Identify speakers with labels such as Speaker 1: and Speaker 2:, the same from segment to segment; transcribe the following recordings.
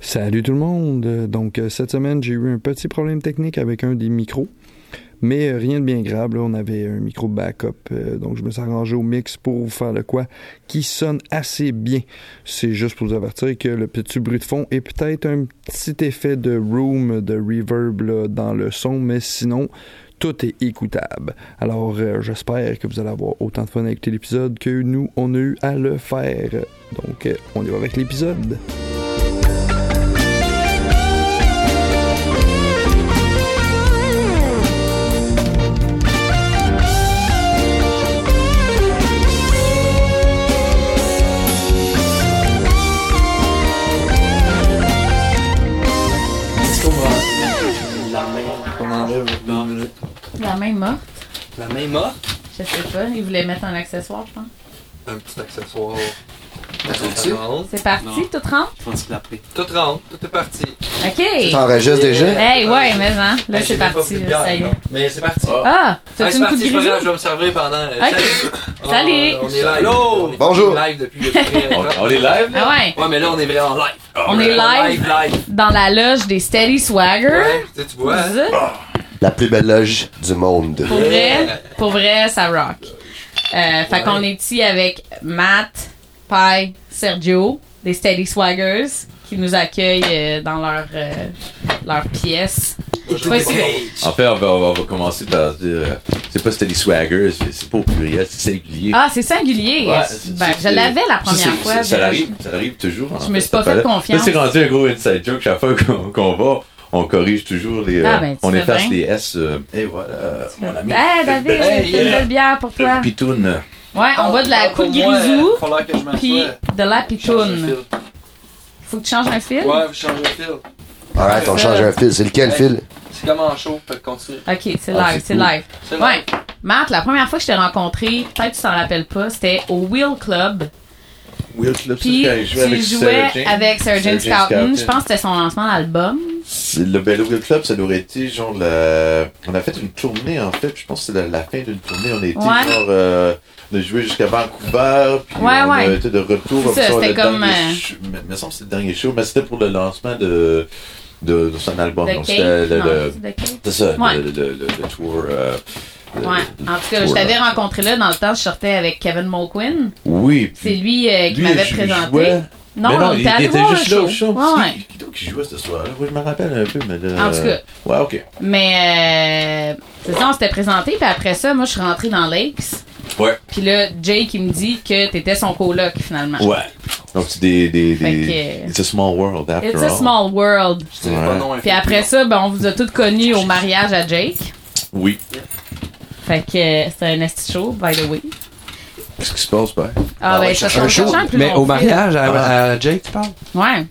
Speaker 1: Salut tout le monde. Donc euh, cette semaine, j'ai eu un petit problème technique avec un des micros. Mais euh, rien de bien grave, là, on avait un micro backup, euh, donc je me suis arrangé au mix pour vous faire de quoi qui sonne assez bien. C'est juste pour vous avertir que le petit bruit de fond est peut-être un petit effet de room, de reverb là, dans le son, mais sinon, tout est écoutable. Alors euh, j'espère que vous allez avoir autant de fun à écouter l'épisode que nous, on a eu à le faire. Donc euh, on y va avec l'épisode.
Speaker 2: Est-ce qu'on va- La main.
Speaker 1: On enlève
Speaker 2: Non.
Speaker 3: La main morte,
Speaker 2: La main morte?
Speaker 3: je sais pas. Ils voulaient mettre un accessoire, je pense.
Speaker 1: un petit accessoire.
Speaker 2: Tout rentre.
Speaker 3: C'est parti,
Speaker 2: Non.
Speaker 3: tout rentre?
Speaker 2: Je pense qu'il l'a pris.
Speaker 1: Tout rentre, tout est parti.
Speaker 3: OK!
Speaker 4: T'enregistres déjà?
Speaker 3: Hey, ouais, mais hein, là,
Speaker 2: Hey, j'ai
Speaker 3: c'est
Speaker 2: même pas
Speaker 3: parti,
Speaker 2: pris de
Speaker 3: là, ça
Speaker 2: bière,
Speaker 3: y est.
Speaker 2: non. Mais c'est parti.
Speaker 3: Ah!
Speaker 2: Ah,
Speaker 3: T'as-tu
Speaker 2: c'est
Speaker 3: une coupe
Speaker 2: parti, c'est pas grave,
Speaker 3: grisée?
Speaker 2: je vais me servir pendant.
Speaker 3: Ok.
Speaker 2: Ah,
Speaker 3: Salut.
Speaker 2: On est live.
Speaker 5: Allô.
Speaker 2: On est
Speaker 4: Bonjour.
Speaker 2: live depuis le premier
Speaker 5: On,
Speaker 2: temps.
Speaker 5: on est live?
Speaker 3: Ah ouais!
Speaker 2: Ouais, mais là, on est vraiment live.
Speaker 3: On est live.
Speaker 2: Live, live.
Speaker 3: Dans la loge des Steady Swagger.
Speaker 2: Ouais, tu sais, tu vois. hein?
Speaker 3: Zut.
Speaker 4: La plus belle loge du monde.
Speaker 3: Pour vrai, pour vrai, ça rock. Euh, Fait qu'on est ici avec Matt, Pai, Sergio, des Steady Swaggers, qui nous accueillent euh, dans leur, euh, leur pièce.
Speaker 2: Moi, je
Speaker 3: Ouais,
Speaker 2: sais
Speaker 3: c'est
Speaker 2: pas.
Speaker 3: vrai.
Speaker 2: Je
Speaker 5: En fait, on va, on va commencer par dire. euh, C'est pas c'était des swaggers, c'est c'est pas au pluriel, c'est singulier.
Speaker 3: Ah, c'est singulier!
Speaker 5: Ouais, c'est-
Speaker 3: ben, je
Speaker 5: c'est-
Speaker 3: l'avais la
Speaker 5: ça,
Speaker 3: première
Speaker 5: c'est-
Speaker 3: fois.
Speaker 5: Ça, ça
Speaker 3: mais-
Speaker 5: arrive, ça arrive toujours. en
Speaker 3: Je me suis pas
Speaker 5: cette
Speaker 3: fait
Speaker 5: affaire-là.
Speaker 3: confiance.
Speaker 5: Là, c'est rendu un gros inside joke. Chaque fois qu'on qu'on va, on corrige toujours les. euh,
Speaker 3: Ah, ben, tu
Speaker 5: on
Speaker 3: fais
Speaker 5: efface
Speaker 3: bien.
Speaker 5: les S. euh, et voilà. On a mis.
Speaker 3: Hey Eh, David,
Speaker 2: Hey,
Speaker 3: c'est une
Speaker 2: yeah.
Speaker 3: belle bière pour toi. Ouais,
Speaker 5: Pitoune.
Speaker 3: on boit de la
Speaker 2: Ah, pour
Speaker 3: coupe
Speaker 2: moi,
Speaker 3: grisou
Speaker 2: euh, falloir que je m'assoie.
Speaker 3: puis de la
Speaker 2: Change de
Speaker 3: pitoune.
Speaker 2: fil.
Speaker 3: Faut que tu changes un fil?
Speaker 2: Ouais, je change de fil.
Speaker 4: Alright, on change un fil. C'est lequel fil?
Speaker 2: C'est comme en show, peut continuer.
Speaker 3: Ok, c'est
Speaker 5: Ah,
Speaker 3: live,
Speaker 5: c'est
Speaker 3: c'est
Speaker 5: cool.
Speaker 3: live.
Speaker 2: C'est
Speaker 3: Ouais.
Speaker 2: live.
Speaker 3: Marthe, la première fois que je t'ai rencontré, peut-être que tu t'en rappelles pas, c'était au Wheel Club.
Speaker 5: Will Club,
Speaker 3: Puis tu jouais avec Sir James Scouten. Je pense que c'était son lancement d'album.
Speaker 5: Le Bello Will Club, ça aurait été genre la... On a fait une tournée en fait, je pense que c'est la, la fin d'une tournée. On a été
Speaker 3: Ouais.
Speaker 5: genre... euh, on a joué jusqu'à Vancouver, puis
Speaker 3: Ouais,
Speaker 5: on a
Speaker 3: ouais.
Speaker 5: été de retour.
Speaker 3: C'est ça,
Speaker 5: on a
Speaker 3: c'était
Speaker 5: le
Speaker 3: comme,
Speaker 5: dernier
Speaker 3: euh,
Speaker 5: show- mais- mais ça, c'est le dernier show, mais c'était pour le lancement de, de, de son album.
Speaker 3: De
Speaker 5: Donc, c'était
Speaker 3: Kate.
Speaker 5: le-
Speaker 3: Non,
Speaker 5: le-
Speaker 3: c'est de Kate.
Speaker 5: C'est ça,
Speaker 3: Ouais.
Speaker 5: le, le- le- le tour... euh, le-
Speaker 3: Ouais.
Speaker 5: le
Speaker 3: En tout cas, je
Speaker 5: tour,
Speaker 3: t'avais
Speaker 5: là.
Speaker 3: rencontré là dans le temps, je sortais avec Kevin Mulquin.
Speaker 5: Oui,
Speaker 3: C'est
Speaker 5: puis...
Speaker 3: lui euh, qui
Speaker 5: lui,
Speaker 3: m'avait
Speaker 5: je- je
Speaker 3: présenté.
Speaker 5: jouais-
Speaker 3: Non,
Speaker 5: mais
Speaker 3: on
Speaker 5: il,
Speaker 3: était
Speaker 5: il
Speaker 3: allé
Speaker 5: était
Speaker 3: voir le
Speaker 5: juste là
Speaker 3: show.
Speaker 5: au show.
Speaker 3: Ouais, ouais.
Speaker 5: Qui, qui donc qui jouait ce soir-là? Oui, je me rappelle un peu, mais là...
Speaker 3: En tout
Speaker 5: euh, Ouais, ok.
Speaker 3: Mais euh, c'est ça, on s'était présenté, puis après ça, moi, je suis rentrée dans Lakes.
Speaker 5: Ouais.
Speaker 3: Puis là, Jake, il me dit que t'étais son coloc, finalement.
Speaker 5: Ouais. Donc c'est des, des,
Speaker 3: Fait
Speaker 5: des...
Speaker 3: que-
Speaker 5: It's a small world after
Speaker 3: It's
Speaker 5: all.
Speaker 3: a small world.
Speaker 2: Je sais pas,
Speaker 5: Ouais.
Speaker 2: non, un
Speaker 3: Puis
Speaker 2: fil.
Speaker 3: après ça, ben, on vous a tous connus au mariage à Jake.
Speaker 5: Oui.
Speaker 3: Fait que euh, c'était un esti show, by the way.
Speaker 5: Qu'est-ce qui se passe, ben?
Speaker 3: Ah,
Speaker 4: Ah ouais,
Speaker 3: ben, ça
Speaker 4: cherche un
Speaker 3: change ça
Speaker 4: show.
Speaker 3: change plus
Speaker 6: Mais
Speaker 3: long
Speaker 6: au
Speaker 3: que ça.
Speaker 6: mariage, à, à Jake, tu parles?
Speaker 3: Ouais,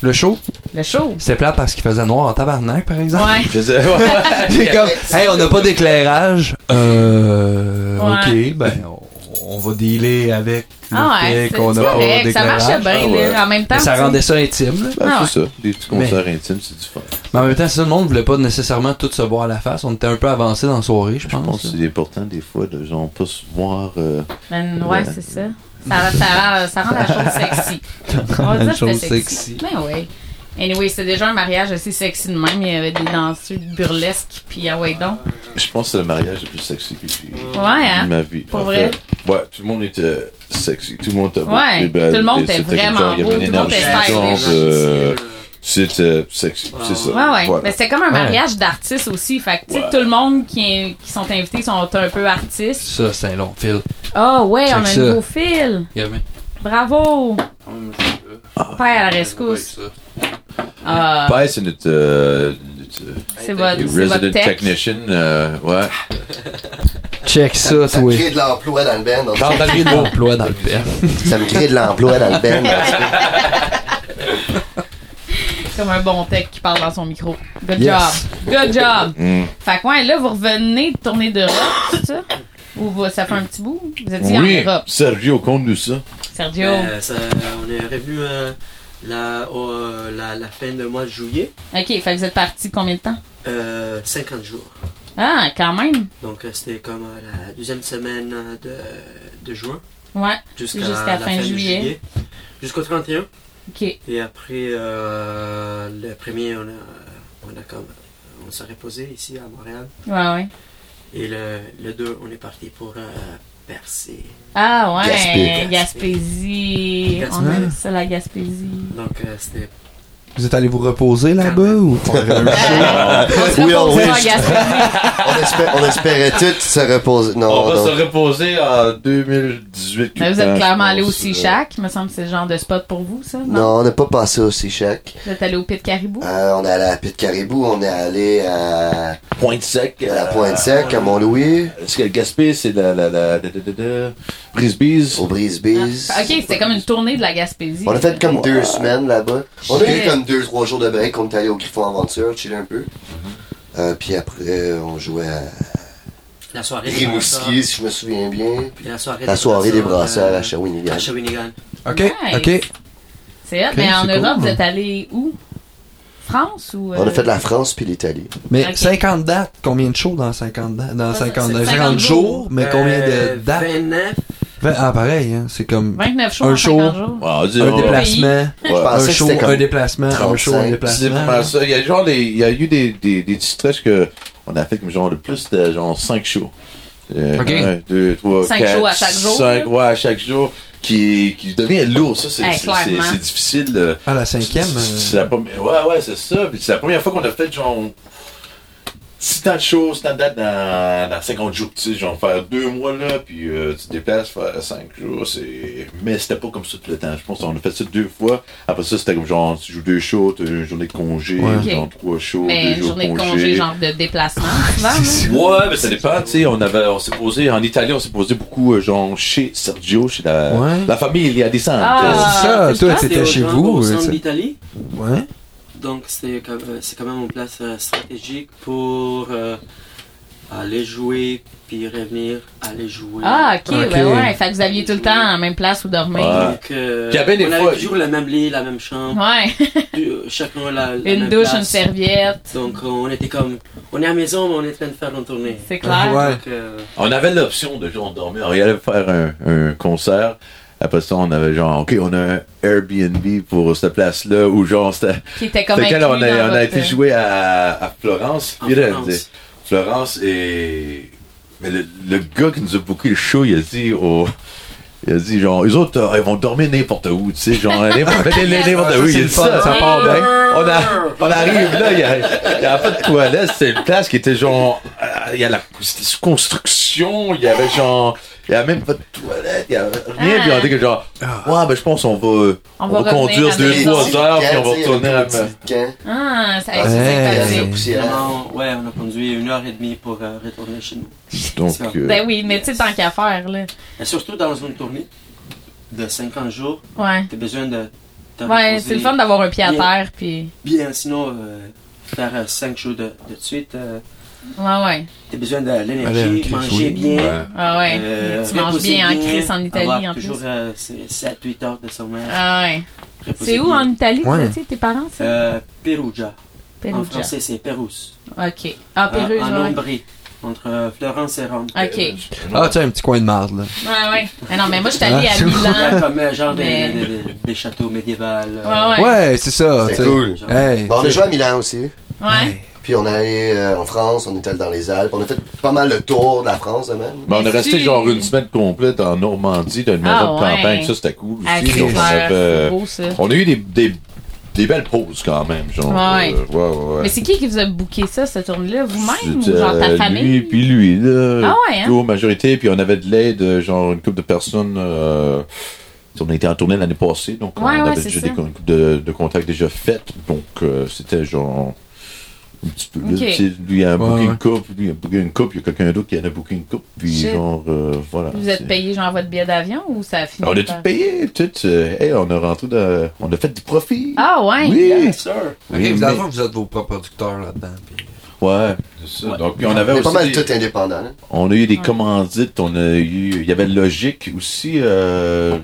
Speaker 6: Le show,
Speaker 3: le show.
Speaker 6: c'est plat parce qu'il faisait noir en tabarnak, par exemple.
Speaker 3: Ouais.
Speaker 5: Je sais pas.
Speaker 6: J'ai comme, hey, on n'a pas d'éclairage. Euh,
Speaker 3: Ouais.
Speaker 6: ok, ben, on, on va dealer avec le
Speaker 3: Ah ouais,
Speaker 6: fait
Speaker 3: c'est
Speaker 6: qu'on
Speaker 3: c'est
Speaker 6: n'a pas
Speaker 3: correct, ça
Speaker 6: d'éclairage.
Speaker 3: marchait bien,
Speaker 5: Ah ouais.
Speaker 3: là, en même temps.
Speaker 6: Mais ça
Speaker 3: tu-
Speaker 6: rendait ça intime, là.
Speaker 3: Ah
Speaker 5: c'est ça. Des petits concerts intimes, c'est du fun.
Speaker 6: Mais en même temps, ça, le monde voulait pas nécessairement tout se voir à la face. On était un peu avancé dans la soirée,
Speaker 5: Je
Speaker 6: je
Speaker 5: pense
Speaker 6: pense.
Speaker 5: que c'est important, des fois, de genre pas se voir. euh,
Speaker 3: Ben, ouais, c'est ça. Ça, ça, rend- ça rend la chose sexy. On va
Speaker 6: rend la
Speaker 3: dire que
Speaker 6: chose
Speaker 3: c'était sexy.
Speaker 6: sexy.
Speaker 3: Ben oui. Anyway, c'était déjà un mariage assez sexy de même. Il y avait des danseurs burlesques, puis ah ouais donc.
Speaker 5: Je pense que c'est le mariage le plus sexy que j'ai eu
Speaker 3: Ouais, hein?
Speaker 5: de ma vie.
Speaker 3: Pour
Speaker 5: En
Speaker 3: vrai?
Speaker 5: fait, ouais, tout le monde était sexy. Tout le monde était beau.
Speaker 3: Ouais,
Speaker 5: Et ben,
Speaker 3: tout le monde
Speaker 5: et
Speaker 3: était
Speaker 5: c'était
Speaker 3: vraiment
Speaker 5: genre, Il y
Speaker 3: beau,
Speaker 5: avait une
Speaker 3: tout le monde
Speaker 5: énergie
Speaker 3: était
Speaker 2: Ouais,
Speaker 3: stylé.
Speaker 5: genre, euh, C'était sexy, c'est ça.
Speaker 3: Ouais, ouais.
Speaker 5: Voilà.
Speaker 3: Mais c'était comme un mariage d'artistes aussi. Fait que, tu sais,
Speaker 5: Ouais.
Speaker 3: tout le monde qui, est- qui sont invités sont un peu artistes.
Speaker 6: Ça, c'est un long fil.
Speaker 3: Ah ouais, on a un
Speaker 6: Check ça.
Speaker 3: nouveau fil.
Speaker 6: Gamin.
Speaker 3: Bravo!
Speaker 2: Ouais,
Speaker 3: Père à la rescousse. Ah,
Speaker 5: Pai, c'est notre, euh, notre, euh,
Speaker 3: c'est votre, c'est votre
Speaker 5: resident
Speaker 3: tech.
Speaker 5: technician. euh, ouais.
Speaker 6: Check ça,
Speaker 4: Ça
Speaker 6: toi.
Speaker 4: me crée de l'emploi dans le band.
Speaker 5: Dans le
Speaker 6: Parler d'emploi dans le père.
Speaker 4: Ça me crée de l'emploi dans le band.
Speaker 3: Comme un bon tech qui parle dans son micro. Good
Speaker 6: Yes.
Speaker 3: job! Good job!
Speaker 5: Mm.
Speaker 3: Fait que, ouais, là, vous revenez de tourner d'Europe, c'est ça? Ou vous- ça fait un petit bout? Vous étiez en
Speaker 5: Oui,
Speaker 3: Europe,
Speaker 5: Sergio, conte-nous ça.
Speaker 3: Sergio.
Speaker 2: Euh, ça- on est revenu euh, la, au, euh, la, la fin du mois de juillet,
Speaker 3: Ok, fait que vous êtes parti combien de temps?
Speaker 2: euh, 50 jours.
Speaker 3: Ah, quand même!
Speaker 2: Donc euh, c'était comme euh, la deuxième semaine euh, de, de juin
Speaker 3: Ouais.
Speaker 2: jusqu'à
Speaker 3: Jusqu'à
Speaker 2: la
Speaker 3: fin
Speaker 2: fin, de
Speaker 3: juillet.
Speaker 2: juillet. Jusqu'au 31.
Speaker 3: Ok.
Speaker 2: Et après euh, le premier, on a, on a comme, on s'est reposé ici à Montréal.
Speaker 3: Ouais, ouais.
Speaker 2: Et le, le deux, on est parti pour euh, Percé.
Speaker 3: Ah ouais,
Speaker 4: Gaspé.
Speaker 3: Gaspésie. On
Speaker 2: Gaspé.
Speaker 3: aime ça, la Gaspésie.
Speaker 2: Donc euh, c'était
Speaker 6: Vous êtes allé vous reposer là-bas ou
Speaker 3: Euh, on se
Speaker 4: We all
Speaker 3: repose pas en
Speaker 4: wish.
Speaker 3: Gaspésie.
Speaker 4: On, espère- on espérait tous se reposer. Non,
Speaker 5: On va
Speaker 4: non.
Speaker 5: se reposer en 2018.
Speaker 3: Mais vous êtes clairement allé au
Speaker 5: aussi
Speaker 3: Sea-Shack. me semble que c'est le genre de spot pour vous, ça. Non.
Speaker 4: Non, on n'a pas passé au Sea-Shack.
Speaker 3: Vous êtes allé au Pit Caribou.
Speaker 4: Euh, on est allé à Pit Caribou, on est allé à, à
Speaker 5: Pointe sec. euh,
Speaker 4: la Pointe Sec, à Mont-Louis,
Speaker 5: Est-ce que le Gaspé, c'est la, la, la, de, de, de, de- Brisby's?
Speaker 4: au Brise-Bise.
Speaker 3: Ah, ok, c'était comme une tournée de la Gaspésie.
Speaker 4: On a fait comme deux semaines là-bas. On a eu
Speaker 3: Shit.
Speaker 4: comme deux, trois jours de break. On est allé au Griffon Aventure, chiller un peu. Euh, puis après, on jouait à
Speaker 2: la soirée des
Speaker 4: Rimouski,
Speaker 2: brasseurs.
Speaker 4: si je me souviens bien.
Speaker 2: Puis la soirée,
Speaker 4: La soirée des brasseurs
Speaker 2: euh,
Speaker 4: à Shawinigan.
Speaker 2: à Shawinigan.
Speaker 6: Ok,
Speaker 3: Nice.
Speaker 6: ok.
Speaker 3: C'est hot,
Speaker 6: Ok,
Speaker 3: mais en
Speaker 6: c'est
Speaker 3: Europe,
Speaker 6: cool.
Speaker 3: vous êtes allé où France ou. euh,
Speaker 4: On a fait la France puis l'Italie.
Speaker 6: Mais
Speaker 3: Ok.
Speaker 6: 50 dates, combien de shows dans 50 dates? Dans
Speaker 3: Ça,
Speaker 6: 50,
Speaker 3: c'est
Speaker 6: dans
Speaker 3: 50
Speaker 6: 50 jours, mais combien
Speaker 2: Euh,
Speaker 6: de dates?
Speaker 2: 29.
Speaker 6: Ah, pareil, hein, c'est comme
Speaker 3: 29 jours
Speaker 6: Un
Speaker 3: en 50
Speaker 6: show.
Speaker 3: jours.
Speaker 5: Wow, Ah, dis
Speaker 6: un
Speaker 5: donc.
Speaker 6: déplacement,
Speaker 4: Je
Speaker 5: Ouais.
Speaker 4: pensais
Speaker 6: un
Speaker 4: que
Speaker 6: show,
Speaker 4: c'était comme
Speaker 6: un déplacement, un show, un
Speaker 4: 35.
Speaker 5: C'est
Speaker 6: déplacement.
Speaker 5: vraiment ça. Il y a, genre les- il y a eu des, des, des petits stretches que on a fait comme genre le plus de genre 5 shows. Euh,
Speaker 6: Ok.
Speaker 5: un, deux, trois,
Speaker 3: Cinq
Speaker 5: quatre,
Speaker 3: shows à chaque jour,
Speaker 5: Cinq,
Speaker 3: là.
Speaker 5: ouais, à chaque jour. Qui, qui devient lourd, ça, c'est
Speaker 3: Ouais,
Speaker 5: c'est- c'est-
Speaker 3: clairement.
Speaker 5: c'est difficile. euh,
Speaker 6: Ah, la cinquième.
Speaker 5: c'est-
Speaker 6: euh,
Speaker 5: C'est la première. Ouais, ouais, c'est ça. Puis c'est la première fois qu'on a fait genre. Si tant de choses, tant de dates dans, dans 50 jours, tu sais, genre faire deux mois là, puis euh, tu te déplaces, faire cinq jours, c'est. Mais c'était pas comme ça tout le temps. Je pense qu'on a fait ça deux fois. Après ça, c'était comme genre, tu joues deux shows, t'as une journée de congé,
Speaker 6: Ouais.
Speaker 5: genre trois shows,
Speaker 3: Mais
Speaker 5: deux
Speaker 3: une
Speaker 5: jours
Speaker 3: journée de congé, genre de déplacement, souvent. hein? là.
Speaker 5: Ouais, mais ça dépend, tu sais, on avait, on s'est posé, en Italie, on s'est posé beaucoup, euh, genre, chez Sergio, chez la,
Speaker 6: Ouais.
Speaker 5: la famille, il y a des centres.
Speaker 3: Ah.
Speaker 6: C'est ça,
Speaker 3: c'est
Speaker 6: toi,
Speaker 3: ça,
Speaker 6: t'étais
Speaker 2: C'était
Speaker 6: chez
Speaker 2: au-
Speaker 6: vous.
Speaker 2: Au
Speaker 6: euh,
Speaker 2: centre
Speaker 6: c'est-
Speaker 2: d'Italie.
Speaker 6: Ouais.
Speaker 2: Donc c'est quand- euh, c'est quand même une place euh, stratégique pour euh, aller jouer puis revenir aller jouer.
Speaker 3: Ah, ok,
Speaker 6: Ok.
Speaker 3: ouais, ouais. Fait que vous aviez tout le temps la même place où dormir.
Speaker 5: Ouais.
Speaker 2: Donc, euh,
Speaker 5: Puis il y avait des
Speaker 2: on
Speaker 5: fois-
Speaker 2: avait toujours le même lit, la même chambre,
Speaker 3: Ouais.
Speaker 2: tu- euh, chacun la, la
Speaker 3: Une
Speaker 2: même
Speaker 3: douche,
Speaker 2: place.
Speaker 3: une serviette.
Speaker 2: Donc on était comme, on est à la maison mais on est en train de faire une tournée.
Speaker 3: C'est clair.
Speaker 6: Ouais.
Speaker 2: Donc, euh,
Speaker 5: On avait l'option de genre dormir. On y allait faire un, un concert. Après ça, on avait genre, OK, on a un Airbnb pour cette place-là où genre, c'était.
Speaker 3: Qui était comme
Speaker 5: Fait que
Speaker 3: inclus
Speaker 5: là, on a,
Speaker 3: dans
Speaker 5: on a
Speaker 3: votre-
Speaker 5: été jouer à, à Florence.
Speaker 2: En
Speaker 5: Puis là,
Speaker 2: Florence.
Speaker 5: elle disait, Florence et. Mais le, le gars qui nous a booké le show, il a dit au. Il a dit, genre, eux autres, euh, ils vont dormir n'importe où, tu sais, genre, n'importe n'importe
Speaker 6: Ça,
Speaker 5: où,
Speaker 6: c'est
Speaker 5: il a
Speaker 6: le
Speaker 5: dit
Speaker 6: fun,
Speaker 5: ça.
Speaker 6: ça part
Speaker 5: Ben, on, a- on arrive là, il n'y a, pas de toilette, c'est une place qui était genre, euh, il y a la c'était sous construction, il y avait genre, il n'y a même pas de toilette, il n'y a rien, puis on dit que genre, ouais, ben je pense qu'on va,
Speaker 3: Ah. On
Speaker 5: on
Speaker 3: va
Speaker 5: va, conduire
Speaker 3: revenir à la
Speaker 5: deux,
Speaker 3: maison.
Speaker 5: trois heures, puis on va retourner à la
Speaker 4: la Camp,
Speaker 3: Ah, ça a
Speaker 6: Ouais.
Speaker 3: été
Speaker 4: la
Speaker 3: sympathique.
Speaker 4: poussière.
Speaker 2: vraiment, ouais, on a conduit une heure et demie pour euh, retourner chez nous.
Speaker 5: Donc,
Speaker 2: Ça.
Speaker 5: euh,
Speaker 3: Ben oui, mais tu sais, tant qu'à faire, là.
Speaker 2: Et surtout dans une tournée de 50 jours,
Speaker 3: Ouais.
Speaker 2: t'as besoin de. te
Speaker 3: Ouais,
Speaker 2: reposer.
Speaker 3: c'est le fun d'avoir un pied à
Speaker 2: Bien.
Speaker 3: terre, puis.
Speaker 2: Bien, sinon, euh, faire 5 shows de, de suite, euh,
Speaker 3: Ouais, ouais.
Speaker 2: t'as besoin de
Speaker 6: Aller,
Speaker 2: l'énergie,
Speaker 6: ok,
Speaker 2: manger
Speaker 6: oui.
Speaker 2: bien.
Speaker 3: Ah ouais.
Speaker 2: euh,
Speaker 3: tu manges
Speaker 2: reposer
Speaker 3: bien en crise en Italie,
Speaker 2: avoir
Speaker 3: en plus.
Speaker 2: toujours euh, 7-8 heures de sommeil.
Speaker 3: Ah ouais.
Speaker 2: reposer
Speaker 3: C'est où
Speaker 2: bien.
Speaker 3: en Italie,
Speaker 6: Ouais.
Speaker 3: tu sais, tes parents, ça?
Speaker 2: euh, Perugia. En Euh,
Speaker 3: Perugia.
Speaker 2: français, c'est Pérouse.
Speaker 3: Ok. Ah, Pérugia,
Speaker 2: en
Speaker 3: ouais.
Speaker 2: Ombrie, entre euh, Florence et Rome.
Speaker 3: Ok.
Speaker 6: Ah, tiens, un petit coin de marde, là.
Speaker 3: Ouais, ouais. Ah non, mais moi, je suis allée
Speaker 6: Ah,
Speaker 3: à
Speaker 6: c'est
Speaker 2: Il y a
Speaker 3: Milan.
Speaker 2: comme un genre des-
Speaker 3: Mais-
Speaker 2: des, des- des châteaux médiévaux. euh,
Speaker 3: Ouais, ouais.
Speaker 6: Ouais, c'est ça,
Speaker 4: C'est
Speaker 6: tu sais.
Speaker 4: cool.
Speaker 2: genre-
Speaker 6: Hey.
Speaker 4: Bon, on a
Speaker 6: tu sais.
Speaker 4: joué à Milan aussi.
Speaker 3: Ouais.
Speaker 4: Puis on est allé euh, en France, on est allé dans les Alpes. On a fait pas mal le tour de la France, de même.
Speaker 5: ben, on est
Speaker 3: Mais
Speaker 5: resté
Speaker 3: si-
Speaker 5: genre une semaine complète en Normandie, dans une maison
Speaker 3: Ah,
Speaker 5: de
Speaker 3: ouais.
Speaker 5: campagne, ça c'était cool
Speaker 3: À
Speaker 5: aussi. Donc, on,
Speaker 3: Crisler.
Speaker 5: avait, Ah, euh,
Speaker 3: Ah, C'est beau, ça.
Speaker 5: on a eu des, des, des belles pauses quand même, genre.
Speaker 3: Ouais.
Speaker 5: euh, ouais, ouais, ouais.
Speaker 3: Mais c'est qui qui vous a booké ça, cette tournée-là? Vous-même ou
Speaker 5: C'était,
Speaker 3: genre ta
Speaker 5: euh,
Speaker 3: famille?
Speaker 5: Lui, puis lui, là.
Speaker 3: Ah ouais, hein?
Speaker 5: plutôt majorité, puis on avait de l'aide, euh, genre une couple de personnes. euh, on était en tournée l'année passée, donc
Speaker 3: Ouais,
Speaker 5: on
Speaker 3: ouais,
Speaker 5: avait
Speaker 3: c'est
Speaker 5: déjà
Speaker 3: ça.
Speaker 5: des con- une couple de, de contacts déjà faits, donc euh, c'était genre. Un petit peu. là,
Speaker 3: Ok.
Speaker 5: tu sais, Lui a
Speaker 6: Ouais,
Speaker 5: booké
Speaker 6: ouais.
Speaker 5: une coupe, lui a booké une coupe, il y a quelqu'un d'autre qui en a booké une coupe, puis
Speaker 3: Shit.
Speaker 5: genre, euh, voilà.
Speaker 3: Vous êtes
Speaker 5: c'est-
Speaker 3: payé genre votre billet d'avion ou ça a fini?
Speaker 5: On a
Speaker 3: par-
Speaker 5: tout payé, tout. euh, hey, on a rentré dans- On a fait du profit.
Speaker 3: Ah ouais?
Speaker 5: Oui!
Speaker 2: Yes, sir.
Speaker 5: Oui,
Speaker 6: Ok, vous,
Speaker 5: mais-
Speaker 6: avez- vous êtes vos propres producteurs là-dedans. puis-
Speaker 5: Ouais, c'est ça.
Speaker 2: Ouais.
Speaker 5: Donc, puis on avait
Speaker 4: On est
Speaker 5: aussi.
Speaker 4: pas mal
Speaker 5: des-
Speaker 4: tout indépendant. hein. là.
Speaker 5: On a eu des
Speaker 3: Ouais.
Speaker 5: commandites, on a eu. Il y avait Logique aussi. Euh,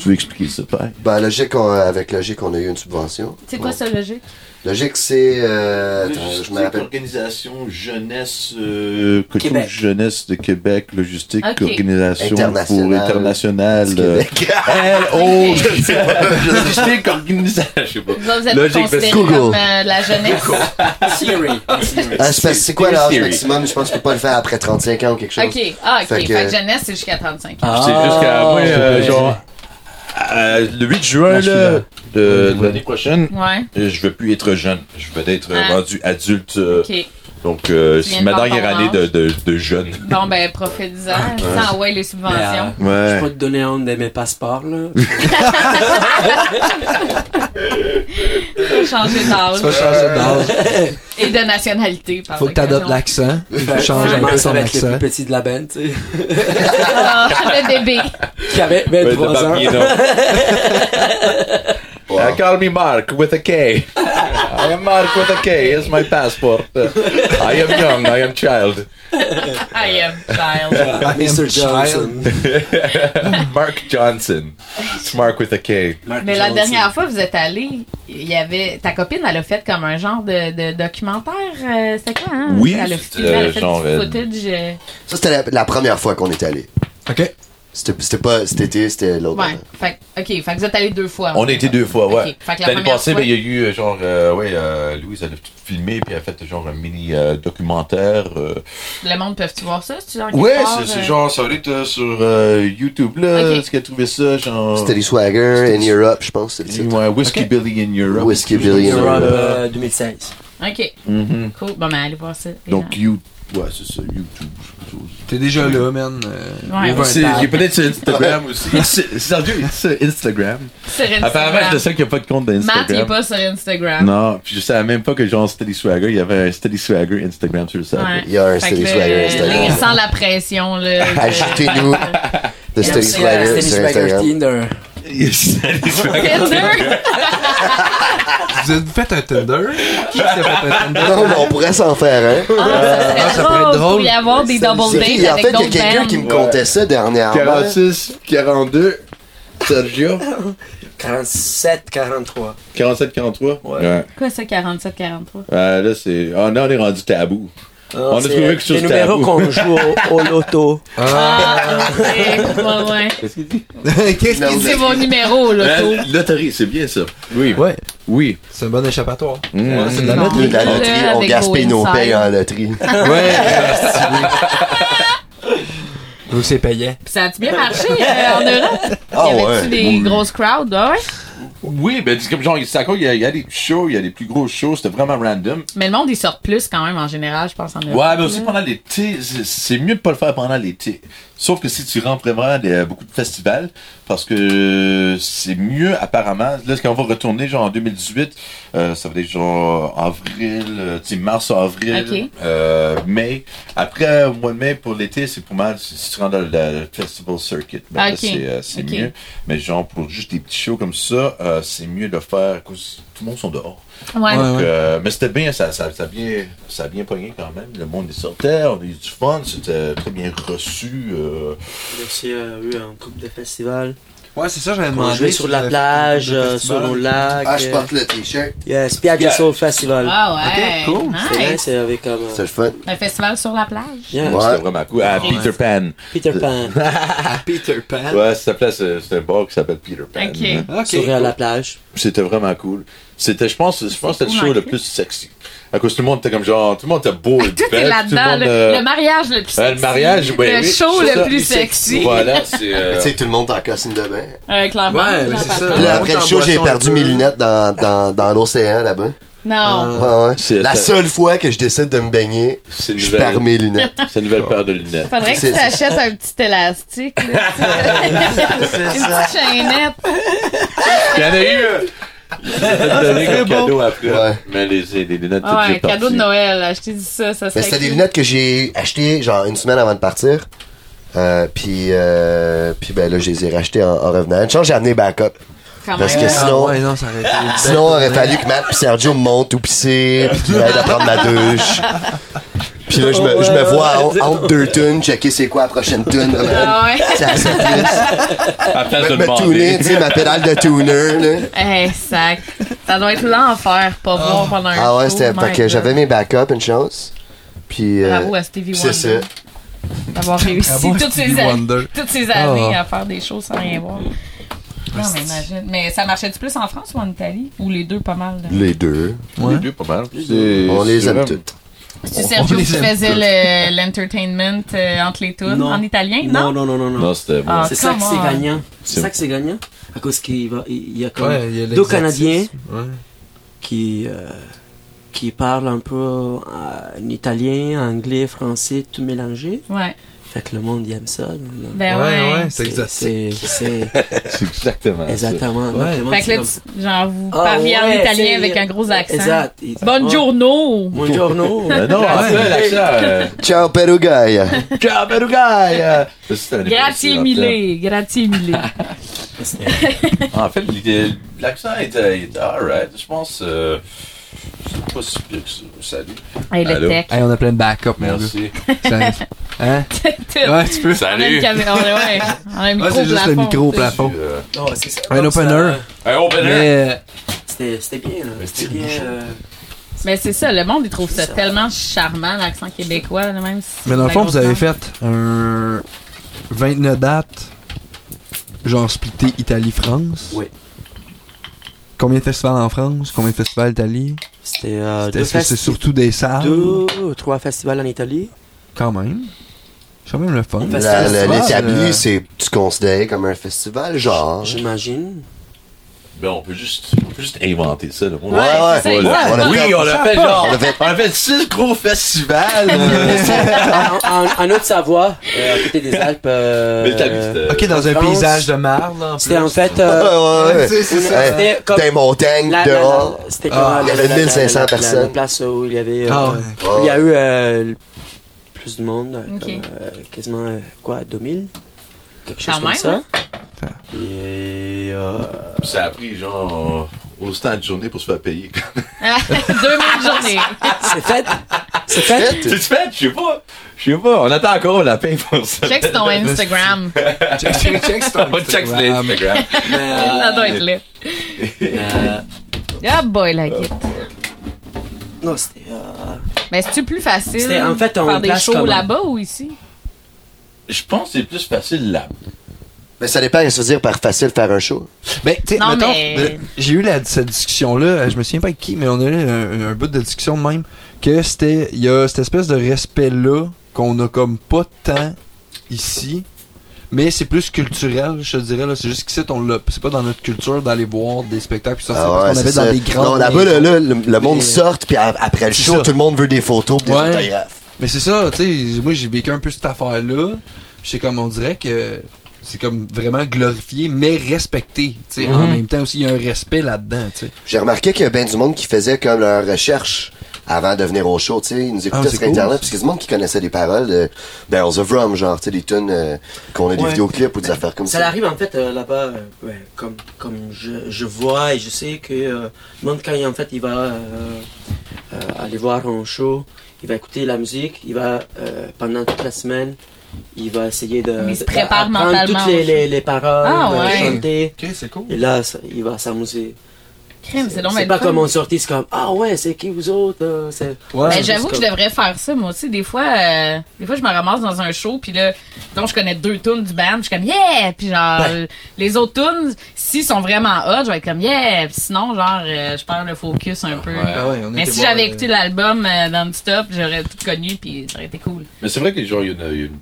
Speaker 5: Tu veux expliquer ça, pareil?
Speaker 4: Ben, logique, on- avec Logique, on a eu une subvention.
Speaker 3: C'est quoi ça, logique?
Speaker 4: Logique, c'est. euh, attends, je me rappelle.
Speaker 5: Organisation Jeunesse, euh, Coteau
Speaker 2: Québec.
Speaker 5: Jeunesse de Québec, Logistique,
Speaker 3: Ok.
Speaker 5: Organisation pour
Speaker 4: Internationale.
Speaker 5: International.
Speaker 4: du
Speaker 5: euh,
Speaker 4: Québec.
Speaker 5: L.O.
Speaker 3: Ok.
Speaker 5: je sais pas, Logistique, Organisation, je sais
Speaker 4: Ah,
Speaker 5: pas.
Speaker 3: Vous autres, vous êtes
Speaker 5: Logique,
Speaker 3: considérés
Speaker 5: parce que-
Speaker 3: comme euh, de la jeunesse?
Speaker 2: Siri. Siri.
Speaker 4: Ah, c'est parce que c'est quoi l'âge
Speaker 5: Siri.
Speaker 4: maximum? Je pense que tu peux pas le faire après 35 ans ou quelque chose.
Speaker 3: OK. Ah, OK.
Speaker 4: Fait
Speaker 3: Fait que,
Speaker 4: que-
Speaker 3: jeunesse, c'est jusqu'à 35 ans.
Speaker 6: Ah,
Speaker 5: C'est juste qu'à moi, euh,
Speaker 6: ouais.
Speaker 5: genre, à- le 8 juin,
Speaker 6: Moi, je suis
Speaker 5: là,
Speaker 6: là.
Speaker 5: de
Speaker 6: Ouais.
Speaker 5: l'année prochaine,
Speaker 3: Ouais.
Speaker 5: euh, je veux plus être jeune. Je veux être euh,
Speaker 3: Ah.
Speaker 5: rendu adulte. euh,
Speaker 3: OK.
Speaker 5: Donc, euh,
Speaker 3: Tu
Speaker 5: c'est
Speaker 3: viens
Speaker 5: ma
Speaker 3: de
Speaker 5: dernière
Speaker 3: prendre
Speaker 5: année
Speaker 3: ton
Speaker 5: de, de, de jeune.
Speaker 3: Bon, ben,
Speaker 5: Ah,
Speaker 3: profitez-en. Sans ouais les subventions.
Speaker 2: Je
Speaker 5: Ouais.
Speaker 2: peux te donner un de mes passeports, là.
Speaker 3: Changer
Speaker 6: Tu vas
Speaker 3: d'âge
Speaker 6: changer d'âge.
Speaker 3: et de nationalité. par
Speaker 6: Faut que t'adoptes
Speaker 3: occasion.
Speaker 6: l'accent.
Speaker 2: Ben,
Speaker 6: Tu changes
Speaker 2: je
Speaker 6: un peu
Speaker 2: commence
Speaker 6: ton
Speaker 2: avec le
Speaker 6: accent.
Speaker 2: plus petit de la bande, tu sais.
Speaker 3: Ah, le bébé.
Speaker 2: Qui avait
Speaker 5: Ouais,
Speaker 2: 23
Speaker 5: de
Speaker 2: ans.
Speaker 5: papier,
Speaker 4: Wow.
Speaker 5: I Uh, call me Mark with a K. I am Mark with a K. Here's my passport. I am young. I am child.
Speaker 3: I
Speaker 5: Euh,
Speaker 3: am child.
Speaker 6: I am
Speaker 2: Mr.
Speaker 6: child.
Speaker 2: Johnson.
Speaker 5: Mark Johnson. It's Mark with a K.
Speaker 2: Mark
Speaker 3: Mais la
Speaker 2: Johnson.
Speaker 3: dernière fois, vous êtes allé, il y avait. Ta copine, elle a fait comme un genre de, de documentaire. euh, C'était quoi, hein?
Speaker 5: Oui,
Speaker 3: Elle a,
Speaker 5: c'était,
Speaker 3: filmé, elle a fait
Speaker 5: genre,
Speaker 3: du
Speaker 5: euh,
Speaker 3: footage. euh,
Speaker 4: Ça, c'était la, la première fois qu'on est allé.
Speaker 6: OK.
Speaker 4: C'était c'était pas cet été, c'était l'autre.
Speaker 3: Ouais. Fait que- OK. Fait que vous êtes allé deux fois.
Speaker 5: On a été deux fois, ouais.
Speaker 3: Ah, Ok. Fait que la
Speaker 5: L'année
Speaker 3: première
Speaker 5: passée,
Speaker 3: fois-
Speaker 5: ben, il y a eu, euh, genre, euh, ouais, euh, Louise, elle a tout filmé, puis elle a fait, genre, un mini euh, documentaire. euh.
Speaker 3: Le monde peut-tu voir ça? C'est-tu en quelque
Speaker 5: Ouais,
Speaker 3: part,
Speaker 5: c'est c'est
Speaker 3: euh,
Speaker 5: genre, ça va être euh, sur euh, YouTube, là.
Speaker 3: Ok.
Speaker 5: Est-ce qu'elle a trouvé ça, genre.
Speaker 4: C'était les Swagger in Europe, je pense. c'est le titre.
Speaker 5: Ouais, Whiskey
Speaker 2: Ok.
Speaker 5: Billy in Europe.
Speaker 4: Whiskey Billy in
Speaker 2: Europe
Speaker 5: Euh,
Speaker 2: euh, 2016.
Speaker 3: OK.
Speaker 5: mhm.
Speaker 3: Cool. Bon, ben, allez voir ça. les
Speaker 5: Donc, you... ouais, c'est ça, YouTube.
Speaker 6: T'es déjà là, man. Euh,
Speaker 3: gens. Ouais,
Speaker 6: ouvre un
Speaker 3: ouais.
Speaker 5: C'est-
Speaker 6: tab.
Speaker 5: Il est peut-être sur Instagram aussi. C'est- Sergio il est sur Instagram.
Speaker 3: euh, Sur Instagram.
Speaker 5: Apparemment, je sais qu'il n'y a pas de compte
Speaker 3: Matt, il est
Speaker 5: d'Instagram.
Speaker 3: pas sur Instagram.
Speaker 5: Non, puis je savais même pas que genre Steady Swagger, il y avait un Steady Swagger Instagram sur le site.
Speaker 3: Ouais.
Speaker 4: Il y a un
Speaker 3: Fait que
Speaker 4: Steady
Speaker 3: là,
Speaker 4: Swagger
Speaker 3: les-
Speaker 4: Instagram.
Speaker 3: Sans la pression, là. de-
Speaker 4: Ajoutez-nous de Steady
Speaker 2: C'est la
Speaker 3: euh,
Speaker 4: Swagger
Speaker 2: Steady
Speaker 4: sur
Speaker 2: Swagger
Speaker 4: Instagram.
Speaker 2: Tinder.
Speaker 5: Steady Swagger.
Speaker 3: Tinder.
Speaker 6: Vous avez fait un Tinder? Qui s'est fait un Tinder?
Speaker 4: Non, mais on pourrait s'en faire un.
Speaker 3: Ah, ça
Speaker 6: ça
Speaker 3: serait
Speaker 6: pourrait être
Speaker 3: drôle.
Speaker 6: drôle.
Speaker 3: Pour y avoir des double
Speaker 4: C'est qui?
Speaker 3: dates
Speaker 4: En fait,
Speaker 3: avec
Speaker 4: il y a
Speaker 3: d'autres
Speaker 4: quelqu'un qui me
Speaker 3: bands.
Speaker 4: comptait ça dernièrement.
Speaker 5: 46, 42, Sergio.
Speaker 2: 47, 43.
Speaker 5: 47, 43? Ouais.
Speaker 3: Quoi, ça, 47, 43?
Speaker 5: Euh, là, c'est. Ah non, on est rendu tabou.
Speaker 2: Alors,
Speaker 5: a
Speaker 2: c'est,
Speaker 5: trouvé
Speaker 2: euh,
Speaker 5: quelque chose
Speaker 2: Les
Speaker 5: de
Speaker 2: numéros
Speaker 5: tabou.
Speaker 2: qu'on joue au, au loto.
Speaker 3: Ah, ok. ouais, ouais.
Speaker 6: Qu'est-ce
Speaker 4: Non,
Speaker 6: qu'il dit?
Speaker 3: C'est mon numéro, là, tôt.
Speaker 5: Euh, Loterie, c'est bien ça. Oui.
Speaker 6: Ouais,
Speaker 5: Oui.
Speaker 6: c'est un bon échappatoire.
Speaker 5: Mmh.
Speaker 4: Ouais, c'est de la
Speaker 3: Non.
Speaker 4: loterie. De la
Speaker 3: Non.
Speaker 4: loterie. On
Speaker 3: Avec
Speaker 4: gaspille
Speaker 3: Go
Speaker 4: nos
Speaker 3: Inside.
Speaker 4: payes en loterie.
Speaker 6: Ouais, Donc c'est payant.
Speaker 3: Puis ça a-tu bien marché euh, en Europe?
Speaker 4: Ah
Speaker 3: y avait-tu
Speaker 4: ouais.
Speaker 3: des grosses crowds? Ah ouais.
Speaker 5: Oui, ben, c'est comme genre, il s'accorde, il y a- il y a des shows, il y a des plus gros shows, c'était vraiment random.
Speaker 3: Mais le monde, il sort plus quand même en général, je pense, en Europe.
Speaker 5: Ouais, mais aussi pendant l'été, c'est- c'est mieux de pas le faire pendant l'été. Sauf que si tu rentres vraiment des, euh, beaucoup de festivals, parce que euh, c'est mieux apparemment. Là, quand on va retourner genre en 2018, euh, ça va être genre avril, euh, tu sais, mars, avril,
Speaker 3: Ok.
Speaker 5: euh, mai. Après, euh, au mois de mai pour l'été, c'est pour mal si si tu rentres dans le, le festival circuit. ben, là,
Speaker 3: Ok.
Speaker 5: c'est euh, c'est
Speaker 3: Ok.
Speaker 5: mieux. Mais genre pour juste des petits shows comme ça, euh, c'est mieux de le faire à cause tout le monde sont dehors.
Speaker 3: Ah Ouais.
Speaker 6: Ouais.
Speaker 5: Donc, euh, mais c'était bien, ça, ça, ça, a bien, ça a bien pogné quand même. Le monde est sortait, on a eu du fun, c'était très bien reçu. euh,
Speaker 2: J'ai aussi euh, eu un couple de festivals.
Speaker 6: Ouais, c'est ça, j'avais
Speaker 2: On
Speaker 6: demandé.
Speaker 2: jouait sur la
Speaker 6: le-
Speaker 2: plage,
Speaker 6: le
Speaker 2: euh, sur
Speaker 6: festival.
Speaker 2: nos lacs.
Speaker 4: Ah, je
Speaker 2: euh,
Speaker 4: porte le t-shirt.
Speaker 2: Yes, Piaggio
Speaker 5: Yeah.
Speaker 2: Soul Festival.
Speaker 3: Ah ouais.
Speaker 6: Ok, cool.
Speaker 2: C'est vrai,
Speaker 3: Nice.
Speaker 2: c'est avec comme,
Speaker 4: C'est
Speaker 2: euh,
Speaker 4: le fun.
Speaker 3: Un festival sur la plage.
Speaker 2: yeah,
Speaker 4: Ouais.
Speaker 5: C'était vraiment cool. À
Speaker 2: Ouais.
Speaker 5: Peter Pan.
Speaker 2: Peter Pan
Speaker 6: À Peter Pan.
Speaker 5: Ouais, ça s'appelait, c'est c'est un bar qui s'appelle Peter Pan.
Speaker 3: Ok.
Speaker 5: hein.
Speaker 6: Ok.
Speaker 2: sur euh, la plage.
Speaker 5: C'était vraiment cool. C'était, je pense, je pense que c'était le
Speaker 3: cool,
Speaker 5: show le
Speaker 3: hein.
Speaker 5: plus sexy. À cause tout le monde était comme genre, tout le monde était beau et
Speaker 3: Tout est
Speaker 5: belle, tout le
Speaker 3: là-dedans.
Speaker 5: monde,
Speaker 3: Le,
Speaker 5: euh,
Speaker 3: le mariage le plus
Speaker 5: euh,
Speaker 3: sexy.
Speaker 5: le mariage, ouais,
Speaker 3: Le
Speaker 5: oui,
Speaker 3: show
Speaker 5: c'est
Speaker 3: le
Speaker 5: ça.
Speaker 3: plus sexy.
Speaker 5: Voilà, c'est. euh,
Speaker 4: Tu sais, tout le monde est en costume de bain.
Speaker 3: Euh, clairement.
Speaker 6: Ouais, mais
Speaker 3: j'en
Speaker 6: c'est
Speaker 3: parle
Speaker 6: ça.
Speaker 3: pas.
Speaker 4: Puis là,
Speaker 6: Ouais,
Speaker 4: après
Speaker 6: on
Speaker 4: le show,
Speaker 6: t'en
Speaker 4: j'ai
Speaker 6: boit ça
Speaker 4: perdu
Speaker 6: un
Speaker 4: mes
Speaker 6: peu.
Speaker 4: lunettes dans, dans, dans l'océan là-bas.
Speaker 3: Non.
Speaker 4: Ouais, ouais.
Speaker 5: C'est-
Speaker 4: La
Speaker 5: c'est-
Speaker 4: seule fois que je décide de me baigner,
Speaker 5: c'est une
Speaker 4: je
Speaker 5: nouvelle-
Speaker 4: perds mes lunettes.
Speaker 5: c'est une nouvelle paire de lunettes.
Speaker 3: Faudrait que tu
Speaker 4: C'est-
Speaker 3: t'achètes un petit élastique. là.
Speaker 4: C'est
Speaker 3: Une petite chaînette.
Speaker 5: Il y en a eu. euh, Je vais te donner comme cadeau après.
Speaker 4: Ouais.
Speaker 5: Mais les, les lunettes,
Speaker 3: Ah
Speaker 5: toutes
Speaker 3: ouais,
Speaker 5: j'ai
Speaker 3: cadeau de
Speaker 5: parti.
Speaker 3: Noël. Achetez du ça, ça
Speaker 4: Mais
Speaker 3: serait.
Speaker 4: Ben, c'était des
Speaker 3: cool.
Speaker 4: lunettes que j'ai achetées genre une semaine avant de partir. Euh, puis, euh, puis ben là, je les ai rachetées en, en revenant. Une chance, j'ai amené backup.
Speaker 3: Quand
Speaker 4: parce
Speaker 3: même.
Speaker 4: que
Speaker 6: Ah
Speaker 4: Sinon-
Speaker 6: ouais, non, ça aurait été une belle
Speaker 4: Sinon, il aurait
Speaker 6: journée.
Speaker 4: fallu que Matt et Sergio me montent ou pisser, puis qu'ils m'aident à prendre ma douche. Puis là, je me,
Speaker 2: Ouais,
Speaker 4: je me
Speaker 2: ouais,
Speaker 4: vois en-
Speaker 2: ouais.
Speaker 4: entre deux tunes, checker c'est quoi la prochaine tune.
Speaker 3: Ah ouais.
Speaker 4: Ça, ça
Speaker 5: À la place de
Speaker 4: me tuner, tu sais, ma pédale de tuner, là.
Speaker 3: Hey, sac. Ça doit être l'enfer, pas voir pendant un
Speaker 4: Ah ouais,
Speaker 3: show,
Speaker 4: c'était.
Speaker 3: my
Speaker 4: Fait que
Speaker 3: God.
Speaker 4: j'avais mes backups, une chose. Puis. euh,
Speaker 3: Bravo à Stevie
Speaker 4: puis c'est
Speaker 3: Wonder.
Speaker 4: ça.
Speaker 3: D'avoir réussi
Speaker 6: Bravo à
Speaker 3: toutes
Speaker 6: Stevie
Speaker 3: ces, années,
Speaker 6: Wonder.
Speaker 3: toutes ces années
Speaker 6: Ah.
Speaker 3: à faire des choses sans rien voir. Non, mais imagine. Mais ça marchait-tu plus en France ou en Italie? Ou les deux pas mal? là?
Speaker 4: Les deux.
Speaker 6: Ouais.
Speaker 5: Les deux, pas mal.
Speaker 4: On les aime toutes.
Speaker 3: C'est
Speaker 6: On-
Speaker 3: Sergio
Speaker 6: on les
Speaker 3: qui
Speaker 6: aime
Speaker 3: faisait le- l'entertainment euh, entre les tours
Speaker 2: Non.
Speaker 3: en italien?
Speaker 2: Non, non, non, non. non.
Speaker 5: Non, c'était
Speaker 3: Ah.
Speaker 5: moi.
Speaker 2: c'est ça que
Speaker 3: come
Speaker 2: c'est
Speaker 3: on.
Speaker 2: gagnant. C'est
Speaker 5: C'est-
Speaker 2: ça que c'est gagnant. À cause qu'il va, il y a comme
Speaker 6: Ouais, il y a
Speaker 2: deux Canadiens
Speaker 6: l'exotisme, ouais.
Speaker 2: qui, euh, qui parlent un peu euh, en italien, anglais, français, tout mélangé.
Speaker 3: Ouais.
Speaker 2: Fait que le monde il aime ça. non?
Speaker 3: Ben
Speaker 6: Ouais,
Speaker 3: ouais.
Speaker 6: ouais, c'est exotique.
Speaker 2: C'est c'est-
Speaker 5: C'est exactement ça.
Speaker 2: exactement. Donc,
Speaker 6: Ouais.
Speaker 2: le monde,
Speaker 3: Fait que là,
Speaker 2: c'est comme-
Speaker 3: tu- genre, vous
Speaker 2: Ah,
Speaker 3: parliez en
Speaker 2: ouais, c'est-
Speaker 3: italien avec un gros accent.
Speaker 2: Exact. Il- oh,
Speaker 3: Bonne
Speaker 2: Ouais.
Speaker 3: journée!
Speaker 2: Buongiorno.
Speaker 5: Euh, non, en fait, l'accent, euh,
Speaker 4: Ciao, Perugaille!
Speaker 5: Ciao, Berugaille! Ça, c'était un
Speaker 3: Grazie
Speaker 5: épisode,
Speaker 3: mille, grazie mille.
Speaker 5: euh, En fait, l'idée- l'accent était, il était alright. Je pense. euh, c'est pas si pire que ça. Salut.
Speaker 3: Hey, le
Speaker 5: Allô?
Speaker 3: tech.
Speaker 6: Hey, on a plein de backup, mon gars.
Speaker 5: Merci.
Speaker 6: Ça- Hein?
Speaker 3: On
Speaker 6: Ouais, tu peux.
Speaker 3: a une
Speaker 5: Salut.
Speaker 3: caméra, ouais. On a un micro
Speaker 6: Ah, c'est juste le
Speaker 3: plafond.
Speaker 6: micro au plafond.
Speaker 5: Euh,
Speaker 2: Oh, c'est ça.
Speaker 6: Un
Speaker 2: Donc, ça,
Speaker 6: opener.
Speaker 5: Hey, open it!
Speaker 6: Mais, euh,
Speaker 2: C'était c'était bien, là.
Speaker 5: Mais
Speaker 2: C'était
Speaker 5: c'était
Speaker 2: bien.
Speaker 5: chaud.
Speaker 2: euh,
Speaker 3: Mais c'est ça, le monde, il trouve ça
Speaker 2: C'est ça.
Speaker 3: tellement charmant, l'accent québécois, là, même si
Speaker 6: mais dans le
Speaker 3: c'est
Speaker 6: fond,
Speaker 3: un
Speaker 6: vous avez fait un 29 dates, genre splitté Italie-France.
Speaker 2: Oui.
Speaker 6: Combien de festivals en France? Combien de festivals en Italie?
Speaker 2: C'était euh, deux,
Speaker 6: Est-ce que c'est
Speaker 2: festi-
Speaker 6: surtout des salles?
Speaker 2: deux ou trois festivals en Italie.
Speaker 6: Quand même. C'est quand même le fun.
Speaker 2: On fait
Speaker 4: La-
Speaker 2: ça.
Speaker 4: la-
Speaker 2: festival,
Speaker 6: euh,
Speaker 4: L'établi, c'est. Tu considères comme un festival, genre.
Speaker 2: J'imagine.
Speaker 5: Ben, on peut juste, on peut juste inventer ça, le monde.
Speaker 4: Ouais, ouais.
Speaker 3: c'est
Speaker 5: Ouais,
Speaker 3: ça,
Speaker 4: on a
Speaker 5: oui,
Speaker 4: fait-
Speaker 5: on a fait genre.
Speaker 4: on a fait-
Speaker 5: On a fait six gros festivals. euh,
Speaker 2: en, en, en Haute-Savoie, euh, à côté des Alpes. euh,
Speaker 5: Mais l'Italie, c'était-
Speaker 6: Ok, dans un
Speaker 2: France,
Speaker 6: paysage de marde, là. en
Speaker 2: C'était
Speaker 6: plus.
Speaker 2: en fait.
Speaker 4: Ouais,
Speaker 2: euh,
Speaker 4: ouais, ouais.
Speaker 6: C'est- c'est ça.
Speaker 4: Hey,
Speaker 2: C'était comme.
Speaker 4: Des montagnes
Speaker 2: la- la-
Speaker 4: dehors.
Speaker 2: la- C'était
Speaker 6: Ah,
Speaker 2: comme
Speaker 4: il y
Speaker 2: la-
Speaker 4: avait
Speaker 2: la-
Speaker 4: 1500
Speaker 2: la- la- La
Speaker 4: personnes.
Speaker 2: place où il y avait. euh,
Speaker 6: Ah ouais.
Speaker 2: Il y a eu euh, plus de monde, euh,
Speaker 3: Ok.
Speaker 2: comme, euh, quasiment euh, quoi, 2000 Quelque chose
Speaker 3: Quand
Speaker 2: comme
Speaker 3: même,
Speaker 2: ça.
Speaker 3: hein.
Speaker 2: Et. euh,
Speaker 5: Ça a pris genre euh, autant de journées pour se faire payer.
Speaker 3: Deux mille journées.
Speaker 2: C'est fait C'est fait
Speaker 5: C'est fait, je sais pas. Je sais pas. On attend encore la paye pour ça.
Speaker 3: Check sur ton Instagram.
Speaker 6: Check, check, check, c'est ton
Speaker 5: On check sur
Speaker 6: Instagram.
Speaker 5: Instagram.
Speaker 6: Euh,
Speaker 3: ça doit être lit. Ah boy, la guite.
Speaker 2: Non, c'était. euh,
Speaker 3: Mais c'est-tu plus facile
Speaker 2: C'était- en fait, on
Speaker 3: faire des
Speaker 2: place
Speaker 3: shows
Speaker 2: comme-
Speaker 3: là-bas ou ici?
Speaker 5: Je pense que c'est plus facile là.
Speaker 4: Mais ça dépend, ça veut dire par facile faire un show.
Speaker 6: Ben, tu sais,
Speaker 3: Non,
Speaker 6: mettons,
Speaker 3: mais-
Speaker 6: euh, j'ai eu la, cette discussion-là, euh, je me souviens pas avec qui, mais on a eu un, un bout de discussion de même, que c'était, il y a cette espèce de respect-là qu'on a comme pas tant ici, mais c'est plus culturel, je te dirais, là. C'est juste qu'ici, on l'a, c'est pas dans notre culture d'aller voir des spectacles, puis ça, c'est
Speaker 4: Ah ouais,
Speaker 6: parce qu'on
Speaker 4: c'est
Speaker 6: avait
Speaker 4: ça.
Speaker 6: dans des grands.
Speaker 4: Non, là-bas, là, là, le, le monde
Speaker 6: Mais-
Speaker 4: sort, puis a- après le
Speaker 6: C'est
Speaker 4: show,
Speaker 6: ça.
Speaker 4: tout le monde veut des photos, pis des
Speaker 6: Ouais.
Speaker 4: photographes.
Speaker 6: Mais c'est ça, tu sais, moi j'ai vécu un peu cette affaire-là. puis C'est comme on dirait que c'est comme vraiment glorifié, mais respecté. Tu sais, en
Speaker 5: Mhm.
Speaker 6: même temps aussi, il y a un respect là-dedans, tu sais.
Speaker 4: J'ai remarqué qu'il y a bien du monde qui faisait comme leur recherche avant de venir au show, tu sais, ils nous écoutaient
Speaker 6: Ah, c'est
Speaker 4: sur Internet,
Speaker 6: cool.
Speaker 4: parce qu'il y a du monde qui connaissait des paroles de Barrels of Rum, genre, tu sais, des tunes euh, qu'on a des
Speaker 2: Ouais.
Speaker 4: vidéoclips ou des affaires comme ça.
Speaker 2: Ça arrive en fait euh, là-bas, euh, ouais, comme, comme je, je vois et je sais que euh, le monde, quand il, en fait, il va euh, euh, aller voir un show, il va écouter la musique, il va euh, pendant toute la semaine, il va essayer de,
Speaker 3: Il se
Speaker 2: de-
Speaker 3: prépare
Speaker 2: d'apprendre
Speaker 3: mentalement
Speaker 2: toutes
Speaker 3: au
Speaker 2: les,
Speaker 3: show.
Speaker 2: les, les paroles,
Speaker 3: Ah,
Speaker 2: de
Speaker 3: ouais.
Speaker 2: chanter.
Speaker 6: Ok, c'est cool.
Speaker 2: Et là, ça- il va s'amuser.
Speaker 3: Crème, c'est long, mais
Speaker 2: C'est pas comme on sortit, c'est comme Ah ouais, c'est qui vous autres euh, c'est-
Speaker 6: Ouais.
Speaker 3: Mais
Speaker 2: c'est
Speaker 3: Ben, j'avoue que
Speaker 2: juste
Speaker 3: je devrais faire ça, moi aussi. Des fois, euh, des fois, je me ramasse dans un show, puis là, donc je connais deux tunes du band, je suis comme yeah, puis genre euh, les autres tunes, s'ils sont vraiment hot, je vais être comme yeah, puis sinon genre euh, je perds le focus un peu.
Speaker 5: Ouais.
Speaker 6: Ah ouais, on
Speaker 3: Mais
Speaker 6: était
Speaker 3: si
Speaker 6: voir,
Speaker 3: j'avais
Speaker 6: euh,
Speaker 3: écouté l'album euh, non-stop, j'aurais tout connu, puis ça aurait été cool.
Speaker 5: Mais c'est vrai que genre, il y en a, il y a une.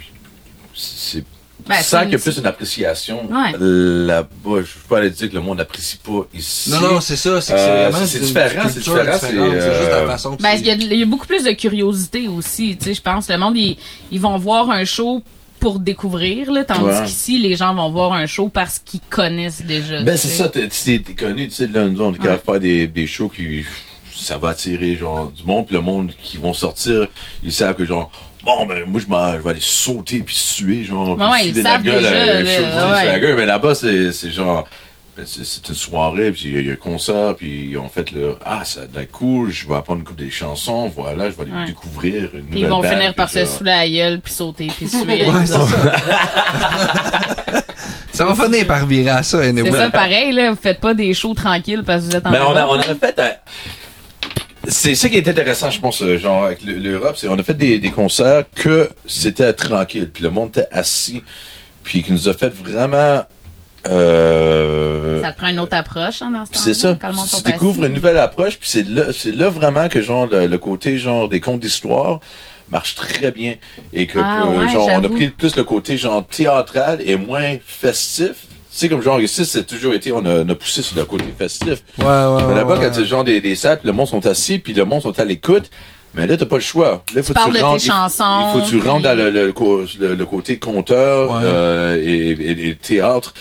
Speaker 5: C'est.
Speaker 3: Ben,
Speaker 5: ça
Speaker 3: c'est-
Speaker 5: qu'il y a plus une appréciation
Speaker 3: Ouais.
Speaker 5: là-bas. Je peux pas aller dire que le monde n'apprécie pas ici.
Speaker 6: Non, non, c'est ça, c'est que
Speaker 5: Euh,
Speaker 6: c'est vraiment.
Speaker 5: c'est
Speaker 6: une
Speaker 5: différent, c'est
Speaker 6: culture
Speaker 5: différent,
Speaker 6: différente,
Speaker 5: c'est,
Speaker 6: C'est juste la
Speaker 5: euh,
Speaker 6: façon que
Speaker 3: Ben,
Speaker 6: c'est-
Speaker 3: il y, a de- il y a beaucoup plus de curiosité aussi, tu sais, je pense. Le monde, ils, ils vont voir un show pour découvrir, là, tandis
Speaker 5: Ouais.
Speaker 3: qu'ici, les gens vont voir un show parce qu'ils connaissent déjà.
Speaker 5: Ben,
Speaker 3: tu
Speaker 5: c'est
Speaker 3: sais.
Speaker 5: ça, t'es- t'es t'es connu, tu sais, là, nous, on est capable de faire des, des shows qui, ça va attirer, genre, du monde, puis le monde qui vont sortir, ils savent que, genre, bon, ben, moi, je m'en- je vais aller sauter puis suer, genre,
Speaker 3: Ouais,
Speaker 5: puis
Speaker 3: ils
Speaker 5: filer
Speaker 3: savent déjà,
Speaker 5: à un
Speaker 3: là,
Speaker 5: show,
Speaker 3: ouais.
Speaker 5: filer la gueule, mais là-bas, c'est c'est genre, Ben, c'est- C'est une soirée, puis il y a- il y, a un concert, puis on fait le Ah, ça a de la cool, je vais apprendre une couple des chansons, voilà, je vais aller
Speaker 3: Ouais.
Speaker 5: découvrir
Speaker 3: Puis
Speaker 5: une nouvelle
Speaker 3: ils vont
Speaker 5: bande,
Speaker 3: finir par
Speaker 5: puis
Speaker 3: se
Speaker 5: ça.
Speaker 3: saouler à la gueule, puis sauter, puis suer.
Speaker 6: Ouais, c'est ça. ça va finir par virer à ça, anyway.
Speaker 3: c'est ça, pareil, là. Vous faites pas des shows tranquilles parce que vous êtes en
Speaker 5: Mais Ben, on a,
Speaker 3: Europe.
Speaker 5: on a fait. euh, c'est ça qui est intéressant, je pense, euh, genre avec le- l'Europe, c'est on a fait des, des concerts que c'était tranquille, puis le monde était assis, puis qui nous a fait vraiment. euh,
Speaker 3: Ça te prend une autre approche, hein, dans ce
Speaker 5: puis
Speaker 3: temps
Speaker 5: c'est ça. Tu découvres une nouvelle approche, puis c'est là, c'est là vraiment que genre le, le côté genre des contes d'histoire marche très bien et que
Speaker 3: Ah
Speaker 5: euh,
Speaker 3: ouais,
Speaker 5: genre on a
Speaker 3: j'avoue.
Speaker 5: pris plus le côté genre théâtral et moins festif. Tu sais comme genre ici c'est toujours été on a, on a poussé sur le côté festif. Mais
Speaker 6: Ouais, ouais, ouais,
Speaker 5: là-bas
Speaker 6: ouais.
Speaker 5: quand c'est genre des, des salles, puis le monde sont assis puis le monde sont à l'écoute. Mais là, t'as pas le choix. Là, faut que
Speaker 3: parles de tes
Speaker 5: rentres- il-
Speaker 3: chansons,
Speaker 5: Il faut que tu rentres dans
Speaker 3: puis-
Speaker 5: le, le, co- le- le côté conteur
Speaker 6: Ouais.
Speaker 5: euh, et, et, et théâtre.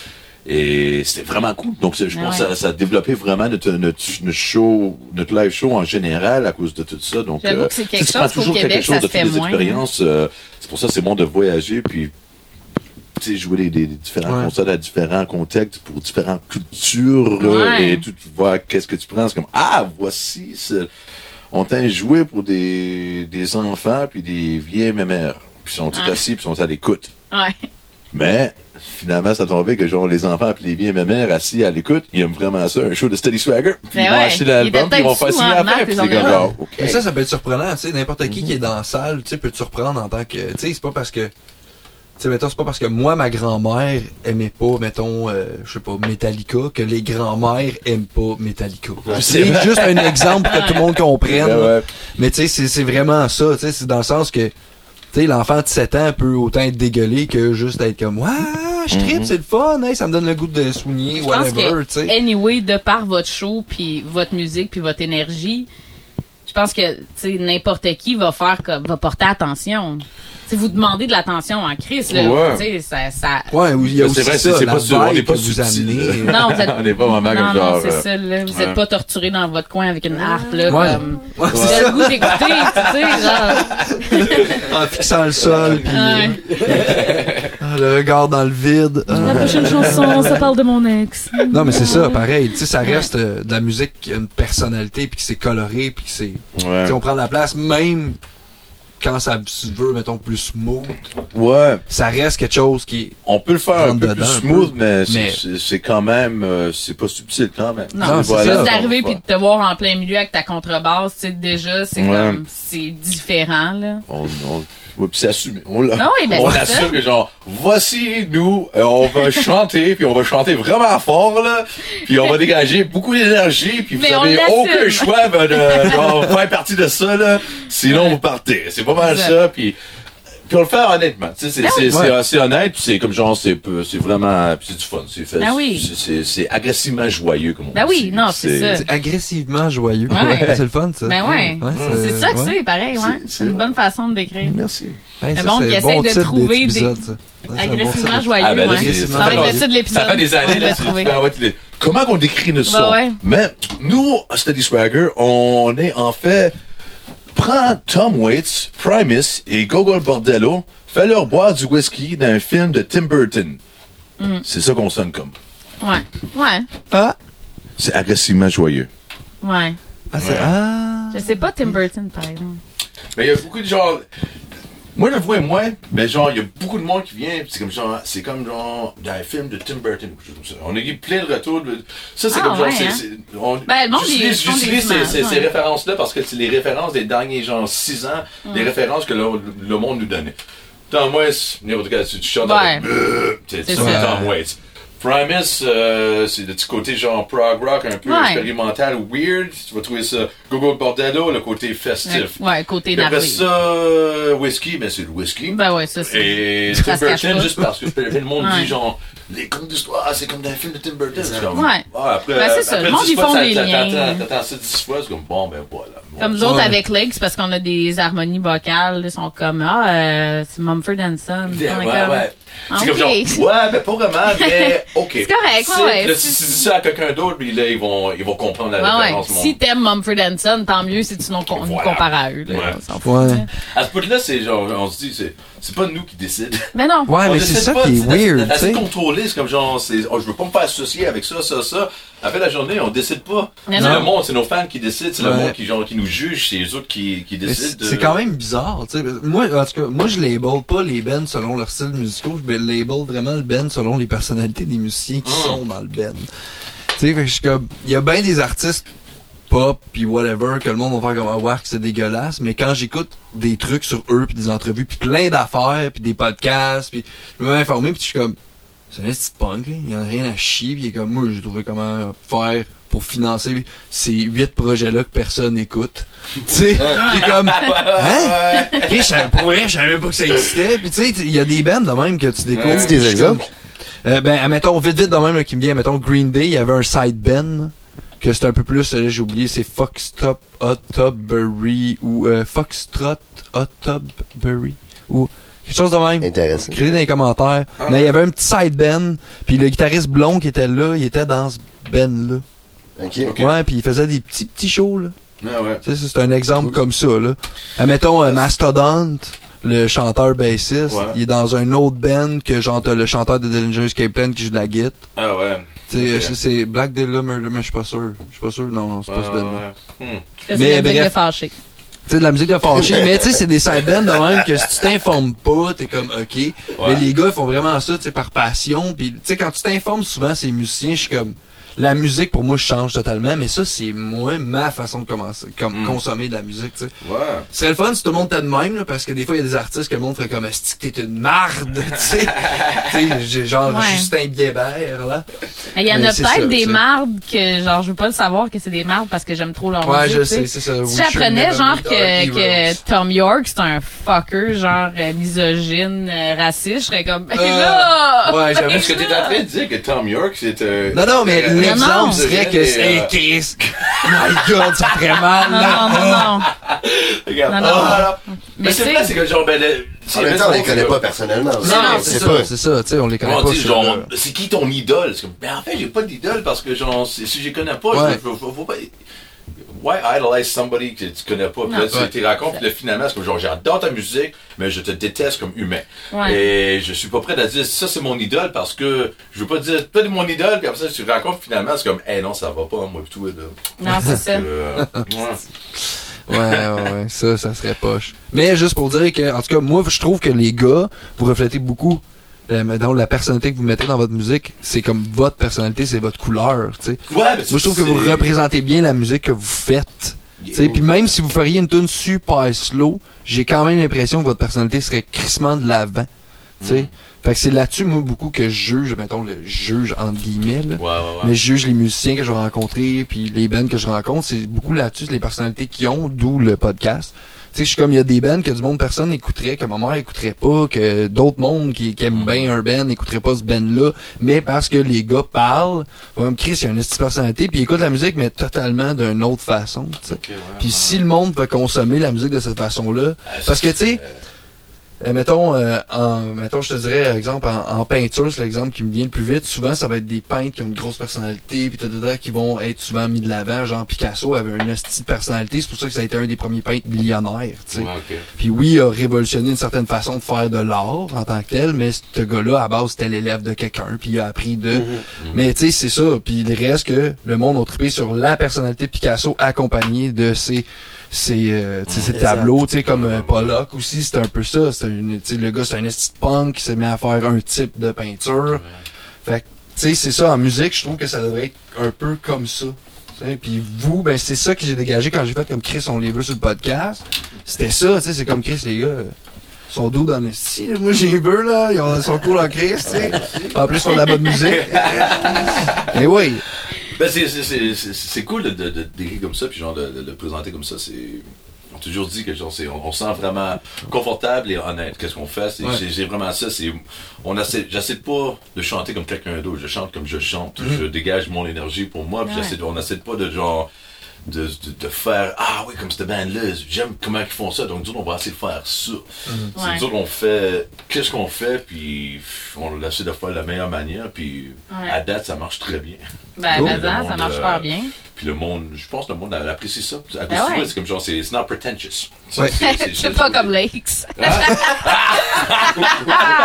Speaker 5: Et c'était vraiment cool. Donc, c'est- je
Speaker 3: Ah
Speaker 5: pense
Speaker 3: ouais.
Speaker 5: que ça, ça a développé vraiment notre, notre, notre show, notre live show en général à cause de tout ça. Donc, euh,
Speaker 3: J'avoue que c'est quelque
Speaker 5: ça, ça prend
Speaker 3: chose qu'au
Speaker 5: toujours
Speaker 3: Québec,
Speaker 5: quelque chose
Speaker 3: ça
Speaker 5: de
Speaker 3: se fait
Speaker 5: toutes les
Speaker 3: moins.
Speaker 5: expériences. euh, c'est pour ça que c'est bon de voyager puis tu sais, jouer des, des- des différents
Speaker 6: Ouais.
Speaker 5: concerts à différents contextes pour différentes cultures
Speaker 3: Ouais.
Speaker 5: euh, et tout voir qu'est-ce que tu prends. C'est comme Ah, voici ce- on t'a joué pour des, des enfants puis des vieilles mémères. Puis ils sont tous
Speaker 3: Ah.
Speaker 5: assis puis ils sont à l'écoute.
Speaker 3: Ouais.
Speaker 5: Mais finalement, ça tombait que genre les enfants puis les vieilles mémères assis à l'écoute, ils aiment vraiment ça, un show de Steady Swagger. Puis
Speaker 3: Mais
Speaker 5: ils vont
Speaker 3: Ben ouais,
Speaker 5: acheter
Speaker 3: ils étaient
Speaker 5: l'album, puis ils vont
Speaker 3: peut-être
Speaker 5: faire
Speaker 3: sous en
Speaker 5: signer après.
Speaker 3: marque,
Speaker 5: Puis
Speaker 3: ils
Speaker 5: c'est
Speaker 3: en
Speaker 5: comme
Speaker 3: avaient
Speaker 5: genre, OK.
Speaker 6: Mais ça, ça peut être surprenant, tu sais, n'importe qui
Speaker 3: Mhm.
Speaker 6: qui est dans la salle, tu sais, peut te surprendre en tant que, tu sais, c'est pas parce que, tu sais, mettons, c'est pas parce que moi, ma grand-mère aimait pas, mettons, euh, je sais pas, Metallica, que les grand-mères aiment pas Metallica. C'est
Speaker 5: vrai.
Speaker 6: juste un exemple pour que tout le monde comprenne.
Speaker 5: Ouais,
Speaker 6: là.
Speaker 5: ouais.
Speaker 6: Mais tu sais, c'est- c'est vraiment ça, tu sais, c'est dans le sens que, tu sais, l'enfant de 7 ans peut autant être dégueulé que juste être comme, ouais, je
Speaker 5: Mhm.
Speaker 6: tripe, c'est le fun, hey, ça me donne le goût de soigner,
Speaker 3: Je pense que,
Speaker 6: whatever, tu sais.
Speaker 3: anyway, de par votre show, puis votre musique, puis votre énergie, je pense que tu sais, n'importe qui va faire comme, va porter attention. Si vous demandez de l'attention en crise, là,
Speaker 5: Ouais.
Speaker 3: tu sais, ça, ça...
Speaker 6: Ouais, ou il y a
Speaker 5: Mais c'est
Speaker 6: aussi
Speaker 5: vrai, c'est-
Speaker 6: ça,
Speaker 5: c'est
Speaker 6: la
Speaker 5: pas su- on
Speaker 6: vibe
Speaker 5: est pas
Speaker 6: que vous
Speaker 5: subtil, là.
Speaker 6: amenez.
Speaker 3: Non, vous êtes...
Speaker 5: On est pas vraiment
Speaker 3: non, non,
Speaker 5: comme genre,
Speaker 3: c'est
Speaker 5: euh,
Speaker 3: ça, là. Vous
Speaker 5: ouais.
Speaker 3: êtes pas torturé dans votre coin avec une harpe, là,
Speaker 6: Ouais.
Speaker 3: comme...
Speaker 6: Ouais,
Speaker 3: Vous
Speaker 6: c'est
Speaker 3: avez le goût d'écouter, tu sais, genre...
Speaker 6: en fixant Ah, le sol, puis
Speaker 3: Ouais.
Speaker 6: ah, le regard dans le vide. Ah.
Speaker 3: prochaine chanson, ça parle de mon ex.
Speaker 6: Non, mais c'est ça, pareil. Tu sais, ça reste euh, de la musique qui a une personnalité, puis qui c'est coloré, puis qui c'est.
Speaker 5: Ouais.
Speaker 6: Tu sais, on prend de la place, même quand ça se veut, mettons, plus smooth,
Speaker 5: ouais.
Speaker 6: ça reste quelque chose qui est.
Speaker 5: On peut le faire un
Speaker 6: Rentre
Speaker 5: peu plus
Speaker 6: dedans un
Speaker 5: smooth, mais, c'est-
Speaker 6: Mais-
Speaker 5: c'est- c'est quand même, euh, c'est pas subtil quand même.
Speaker 3: Non,
Speaker 6: Non,
Speaker 5: Et
Speaker 6: c'est ça.
Speaker 3: Juste
Speaker 5: donc,
Speaker 3: d'arriver puis
Speaker 5: ouais.
Speaker 3: de te voir en plein milieu avec ta contrebasse, tu sais, déjà, c'est
Speaker 5: Ouais.
Speaker 3: comme, c'est différent, là.
Speaker 5: on, on, ouais, puis Oh c'est assumé. On, l'a-
Speaker 3: Non, oui, ben,
Speaker 5: on
Speaker 3: c'est
Speaker 5: assume
Speaker 3: ça.
Speaker 5: que genre, voici nous, euh, on va chanter, puis on va chanter vraiment fort là, puis on va dégager beaucoup d'énergie, puis vous
Speaker 3: Mais on
Speaker 5: avez
Speaker 3: l'assume.
Speaker 5: aucun choix ben, de genre, faire partie de ça là, sinon vous partez. C'est pas mal
Speaker 3: C'est ça.
Speaker 5: ça, puis puis on le fait honnêtement, tu sais,
Speaker 3: Ah
Speaker 5: c'est c'est-
Speaker 6: Ouais.
Speaker 5: c'est assez honnête, puis c'est comme genre, c'est peu- c'est vraiment, puis c'est du fun, c'est fait,
Speaker 3: Ah oui.
Speaker 5: c'est- c'est c'est agressivement joyeux comme on
Speaker 3: Ben oui,
Speaker 5: dit.
Speaker 3: non, c'est ça.
Speaker 6: C'est agressivement joyeux.
Speaker 3: Ouais.
Speaker 6: C'est le fun, ça.
Speaker 3: Ben ouais. C'est ça que c'est, pareil, ouais. C'est une bonne façon de décrire.
Speaker 5: Merci.
Speaker 6: Ben,
Speaker 3: Le monde qui essaie de trouver des- Agressivement joyeux,
Speaker 5: Ah, ben là,
Speaker 3: ouais.
Speaker 5: c'est-
Speaker 3: Ça va être le
Speaker 5: fait-
Speaker 3: titre de l'épisode.
Speaker 5: Ça fait des
Speaker 3: On
Speaker 5: années,
Speaker 3: va
Speaker 5: là,
Speaker 3: le
Speaker 5: tu-
Speaker 3: trouver.
Speaker 5: tu- ah ouais, tu les- Comment qu'on décrit nos
Speaker 3: Bah
Speaker 5: sons?
Speaker 3: ouais.
Speaker 5: Mais nous, à Steady Swagger, on est en fait... Prends Tom Waits, Primus et Gogol Bordello, fais-leur boire du whisky d'un film de Tim Burton.
Speaker 3: Mm.
Speaker 5: C'est ça qu'on sonne comme.
Speaker 3: Ouais. Ouais.
Speaker 6: Ah,
Speaker 5: C'est agressivement joyeux.
Speaker 3: Ouais.
Speaker 6: ah, c'est. Ah.
Speaker 3: Je sais pas Tim Burton, par exemple.
Speaker 5: Mais il y a beaucoup de genre. Moi, je le vois moins, mais genre, il y a beaucoup de monde qui vient, pis c'est comme genre, c'est comme genre, dans un film de Tim Burton, quelque chose comme ça. On a eu plein de retours. De... Ça, c'est
Speaker 3: Ah,
Speaker 5: comme genre,
Speaker 3: ouais,
Speaker 5: c'est.
Speaker 3: hein?
Speaker 5: c'est- on-
Speaker 3: Ben, le monde, ils
Speaker 5: j'utilise-
Speaker 3: font des
Speaker 5: j'utilise ces,
Speaker 3: images,
Speaker 5: ces- ces
Speaker 3: ouais.
Speaker 5: références-là parce que c'est les références des derniers, genre, 6 ans, les références que le, le monde nous donnait. Tom Waits, n'importe quel, tu tu chantes
Speaker 3: Ouais.
Speaker 5: avec. Euh, C'est
Speaker 3: C'est
Speaker 5: ça,
Speaker 6: ça.
Speaker 5: Tom Waits. Primus, euh, c'est le petit côté genre prog rock un peu
Speaker 3: Ouais.
Speaker 5: expérimental, weird. Tu vas trouver ça. Gogo Bordello, le côté festif.
Speaker 3: Ouais, côté
Speaker 5: Il
Speaker 3: narré.
Speaker 5: reste ça, euh, whisky, mais c'est le whisky.
Speaker 3: Ben ouais, ça, c'est.
Speaker 5: et
Speaker 3: ça
Speaker 5: Tim
Speaker 3: se cache
Speaker 5: Burton,
Speaker 3: pas.
Speaker 5: juste parce que le monde
Speaker 3: Ouais.
Speaker 5: dit genre, les contes d'histoire, ah, c'est comme dans un film de Tim Burton. C'est comme,
Speaker 3: Ouais.
Speaker 5: ah, après,
Speaker 3: Ben, c'est ça,
Speaker 5: après
Speaker 3: le monde,
Speaker 5: 10
Speaker 3: ils
Speaker 5: fois,
Speaker 3: font
Speaker 5: t'as-
Speaker 3: des
Speaker 5: t'as-
Speaker 3: liens.
Speaker 5: t'entends- T'entends ça 10 fois, c'est comme, bon, ben voilà. Bon.
Speaker 3: Comme nous autres
Speaker 6: Ouais.
Speaker 3: avec Legs, parce qu'on a des harmonies vocales, ils sont comme, ah, euh, c'est Mumford and Son.
Speaker 5: Ouais,
Speaker 3: On est
Speaker 5: ouais,
Speaker 3: comme, Ah,
Speaker 5: ouais. C'est comme
Speaker 7: Ok.
Speaker 5: genre, ouais, mais pas vraiment, mais OK.
Speaker 7: C'est correct, ouais, ouais.
Speaker 5: Là, si tu dis ça à quelqu'un d'autre, puis là, ils vont, ils vont comprendre la
Speaker 3: Ouais, ouais.
Speaker 5: référence. mon-
Speaker 3: Si t'aimes Mumford and Son, tant mieux si tu nous con- nous
Speaker 5: Voilà.
Speaker 3: compares à eux. là.
Speaker 5: Ouais.
Speaker 3: On s'en fout. hein.
Speaker 6: Ouais.
Speaker 5: À ce point-là, c'est genre, on se dit, c'est, c'est pas nous qui décide.
Speaker 3: Mais non.
Speaker 6: Ouais,
Speaker 5: On
Speaker 6: mais c'est
Speaker 5: décide
Speaker 6: ça
Speaker 5: pas,
Speaker 6: qui est
Speaker 5: c'est d'assez-
Speaker 6: weird, tu
Speaker 5: d'assez
Speaker 6: sais.
Speaker 5: contrôlé, c'est comme genre, c'est, oh, je veux pas me faire associer avec ça, ça, ça. Après la journée, on décide pas.
Speaker 3: Mais
Speaker 5: c'est
Speaker 3: non.
Speaker 5: le monde, c'est nos fans qui décident, c'est le
Speaker 6: Ouais.
Speaker 5: monde qui, genre, qui nous juge, c'est les autres qui, qui
Speaker 6: Mais
Speaker 5: décident. euh.
Speaker 6: C'est c'est quand même bizarre, tu sais. Moi, en tout cas, moi, je label pas les bands selon leur style musical, je ben, label vraiment le band selon les personnalités des musiciens qui
Speaker 5: Mm.
Speaker 6: sont dans le band. Tu sais, fait que je suis comme, il y a bien des artistes pop puis whatever que le monde va faire comme voir que c'est dégueulasse, mais quand j'écoute des trucs sur eux puis des entrevues puis plein d'affaires puis des podcasts puis je me informé puis je suis comme, c'est un petit punk, là. il y en a rien à chier puis il est comme moi, j'ai trouvé comment faire pour financer ces huit projets-là que personne n'écoute. tu sais, il est comme, hein?
Speaker 5: Ouais.
Speaker 6: Chris, je savais- pour vrai, je savais pas que ça existait. Puis tu sais, il y a des bands de même que tu découvres.
Speaker 4: As-tu des
Speaker 6: Je suis
Speaker 4: exemples?
Speaker 6: comme- Euh, ben, admettons, vite, vite de même là, qui me vient, admettons, Green Day, il y avait un side band que c'était un peu plus, euh, là, j'ai oublié, c'est Foxtop Ottobury ou euh, Foxtrot Ottobury ou quelque chose de même.
Speaker 4: Intéressant.
Speaker 6: Écrivez dans les commentaires.
Speaker 5: Ah.
Speaker 6: Mais il y avait un petit side band, puis le guitariste blond qui était là, il était dans ce band là.
Speaker 4: OK.
Speaker 5: Ok.
Speaker 6: Ouais, puis il faisait des petits petits shows là.
Speaker 5: Ouais, Ah ouais.
Speaker 6: Tu sais, c'est un exemple comme ça, là. Admettons, euh, Mastodon, le chanteur bassiste,
Speaker 5: Ouais.
Speaker 6: il est dans un autre band que genre t'as le chanteur de Dillinger Escape Plan qui joue de la guitare.
Speaker 5: Ah, ouais.
Speaker 6: Tu sais,
Speaker 5: Ok.
Speaker 6: c'est- c'est Black Dilla Murder, mais je suis pas sûr. Je suis pas sûr, non, non, c'est
Speaker 5: Ah
Speaker 6: pas ce band
Speaker 5: Ouais, ouais. Hmm.
Speaker 3: C'est
Speaker 6: Mais
Speaker 3: le truc
Speaker 6: bref.
Speaker 3: de fâché.
Speaker 6: Tu sais, de la musique de fâché, mais tu sais, c'est des side bands de même que si tu t'informes pas, t'es comme, ok. Mais les gars, ils font vraiment ça, tu sais, par passion. Puis, tu sais, quand tu t'informes souvent, ces musiciens, je suis comme, la musique, pour moi, je change totalement, mais ça, c'est moi, ma façon de commencer, comme,
Speaker 5: Mm.
Speaker 6: consommer de la musique, tu sais.
Speaker 5: Ouais.
Speaker 6: Ce serait le fun si tout le monde était de même, là, parce que des fois, il y a des artistes que le monde ferait comme Asti, t'es une marde, tu sais. Tu sais, j'ai genre
Speaker 3: Ouais.
Speaker 6: Justin Bieber, là.
Speaker 3: Il y en
Speaker 6: Mais
Speaker 3: a
Speaker 6: c'est ça,
Speaker 3: peut-être
Speaker 6: tu
Speaker 3: des
Speaker 6: sais.
Speaker 3: mardes que, genre, je veux pas le savoir que c'est des mardes parce que j'aime trop leur
Speaker 6: Ouais,
Speaker 3: musique,
Speaker 6: je
Speaker 3: tu
Speaker 6: sais, c'est ça.
Speaker 3: Si j'apprenais, genre, que, que Tom York, c'est un fucker, genre, euh, misogyne, euh, raciste, je serais comme, ben là!
Speaker 6: Euh, Ouais, j'avoue.
Speaker 5: Est-ce que t'es en train de dire que Tom York, c'est euh,
Speaker 6: Non, non, mais
Speaker 5: euh,
Speaker 3: Non,
Speaker 6: l'exemple
Speaker 3: non.
Speaker 6: serait que c'est hey,
Speaker 5: euh,
Speaker 6: Chris. My God, ça ferait mal,
Speaker 3: Non, non,
Speaker 6: là.
Speaker 3: non,
Speaker 6: Ah.
Speaker 3: non.
Speaker 5: Regarde.
Speaker 3: Non, non.
Speaker 5: Ah,
Speaker 3: Mais
Speaker 5: Mais
Speaker 3: tu
Speaker 5: c'est
Speaker 3: sais-
Speaker 5: vrai, c'est que genre, ben, le-
Speaker 4: En même temps, on les connaît pas personnellement. aussi.
Speaker 5: Non,
Speaker 4: On
Speaker 5: c'est
Speaker 4: sait
Speaker 6: ça,
Speaker 4: pas.
Speaker 6: C'est ça, tu sais, on les connaît
Speaker 5: On
Speaker 6: pas.
Speaker 5: dit,
Speaker 6: ceux-là.
Speaker 5: genre, c'est qui ton idole? C'est comme, ben, en fait, j'ai pas d'idole parce que, genre, si si je les connais pas,
Speaker 6: Ouais.
Speaker 5: je, je- faut pas. Why idolize somebody que tu connais pas? Puis là, tu
Speaker 6: Ouais.
Speaker 5: te racontes, puis là, finalement, c'est comme, genre, j'adore ta musique, mais je te déteste comme humain.
Speaker 3: Ouais.
Speaker 5: Et je suis pas prêt à dire, ça, c'est mon idole parce que je veux pas dire, toi, t'es mon idole, puis après ça, tu te racontes, finalement, c'est comme, hey, non, ça va pas, moi, pis tout, là.
Speaker 3: Non, c'est ça.
Speaker 5: Euh, ouais.
Speaker 6: Ouais, ouais, ouais, ça, ça serait poche. Mais juste pour dire que, en tout cas, moi, je trouve que les gars, vous reflétez beaucoup, euh, mettons, la personnalité que vous mettez dans votre musique, c'est comme votre personnalité, c'est votre couleur, tu sais.
Speaker 5: Ouais, mais
Speaker 6: Moi, je trouve que vous
Speaker 5: c'est-
Speaker 6: représentez bien la musique que vous faites. tu sais. Puis même si vous feriez une tune super slow, j'ai quand même l'impression que votre personnalité serait crissement de l'avant. tu sais. Fait que c'est là-dessus, moi, beaucoup que je juge, mettons, le juge entre guillemets, là.
Speaker 5: Ouais, ouais, ouais.
Speaker 6: Mais je juge les musiciens que je vais rencontrer, puis les bands que je rencontre, c'est beaucoup là-dessus, c'est les personnalités qu'ils ont, d'où le podcast. Tu sais, je suis comme, il y a des bands que du monde, personne n'écouterait, que ma mère écouterait pas, que d'autres mondes qui, qui aiment bien un band n'écouteraient pas ce band-là, mais parce que les gars parlent, comme Chris, il y a une petite personnalité, puis ils écoutent la musique, mais totalement d'une autre façon, tu sais.
Speaker 5: Ok, ouais,
Speaker 6: Puis si le monde veut consommer la musique de cette façon-là,
Speaker 5: ouais.
Speaker 6: parce que, tu sais, euh, mettons, euh, en, mettons, je te dirais, par exemple, en, en peinture, c'est l'exemple qui me vient le plus vite. Souvent, ça va être des peintres qui ont une grosse personnalité, puis tatata, qui vont être souvent mis de l'avant. Genre, Picasso avait une hostie de personnalité. C'est pour ça que ça a été un des premiers peintres millionnaires, tu sais.
Speaker 5: Ouais, ok.
Speaker 6: Puis oui, il a révolutionné une certaine façon de faire de l'art en tant que tel, mais ce gars-là, à base, c'était l'élève de quelqu'un, puis il a appris de... Mais tu sais, c'est ça. Puis il reste que le monde a trippé sur la personnalité de Picasso accompagnée de ses, ses, euh, tu sais, ses
Speaker 4: Exact.
Speaker 6: tableaux, tu sais, comme euh, Pollock aussi, c'était un peu ça. C'était une- tu sais, le gars, c'est un esti de punk qui s'est mis à faire un type de peinture. Fait que, tu sais, c'est ça, en musique, je trouve que ça devrait être un peu comme ça. Tu sais, Puis vous, ben c'est ça que j'ai dégagé quand j'ai fait comme Chris, on les veut sur le podcast. C'était ça, tu sais, c'est comme Chris, les gars. euh, Sont doux dans le style. Moi, j'ai vu, là. Ils ont- sont cool en Chris, tu sais. En plus, ils font de la bonne musique. Et oui.
Speaker 5: Ben, c'est, c'est, c'est, c'est- c'est cool de, de, de- d'écrire comme ça, puis genre de, de le présenter comme ça. C'est, on a toujours dit que genre, c'est, on, on se sent vraiment confortable et honnête. Qu'est-ce qu'on fait? C'est,
Speaker 6: Ouais.
Speaker 5: c'est, c'est vraiment ça. C'est, on essaie, j'essaie pas de chanter comme quelqu'un d'autre. Je chante comme je chante. Je dégage mon énergie pour moi. Puis
Speaker 3: Ouais.
Speaker 5: j'essaie de- on essaie pas de genre de, de, de faire Ah oui, comme cette band-là, j'aime comment ils font ça, donc nous autres, on va essayer de faire ça. C'est
Speaker 3: Ouais.
Speaker 5: Nous autres, on fait qu'est-ce qu'on fait, puis on essaie de faire de la meilleure manière, puis
Speaker 3: Ouais.
Speaker 5: à date, ça marche très bien.
Speaker 3: Ben,
Speaker 5: Oh.
Speaker 3: mais ça, ça marche pas
Speaker 5: Euh,
Speaker 3: bien.
Speaker 5: Puis le monde, je pense que le monde apprécie ça. À cause
Speaker 3: Ah
Speaker 5: de
Speaker 3: ouais.
Speaker 5: ça, c'est comme genre, c'est it's not pretentious. Ça,
Speaker 6: Ouais.
Speaker 3: C'est pas comme Lakes.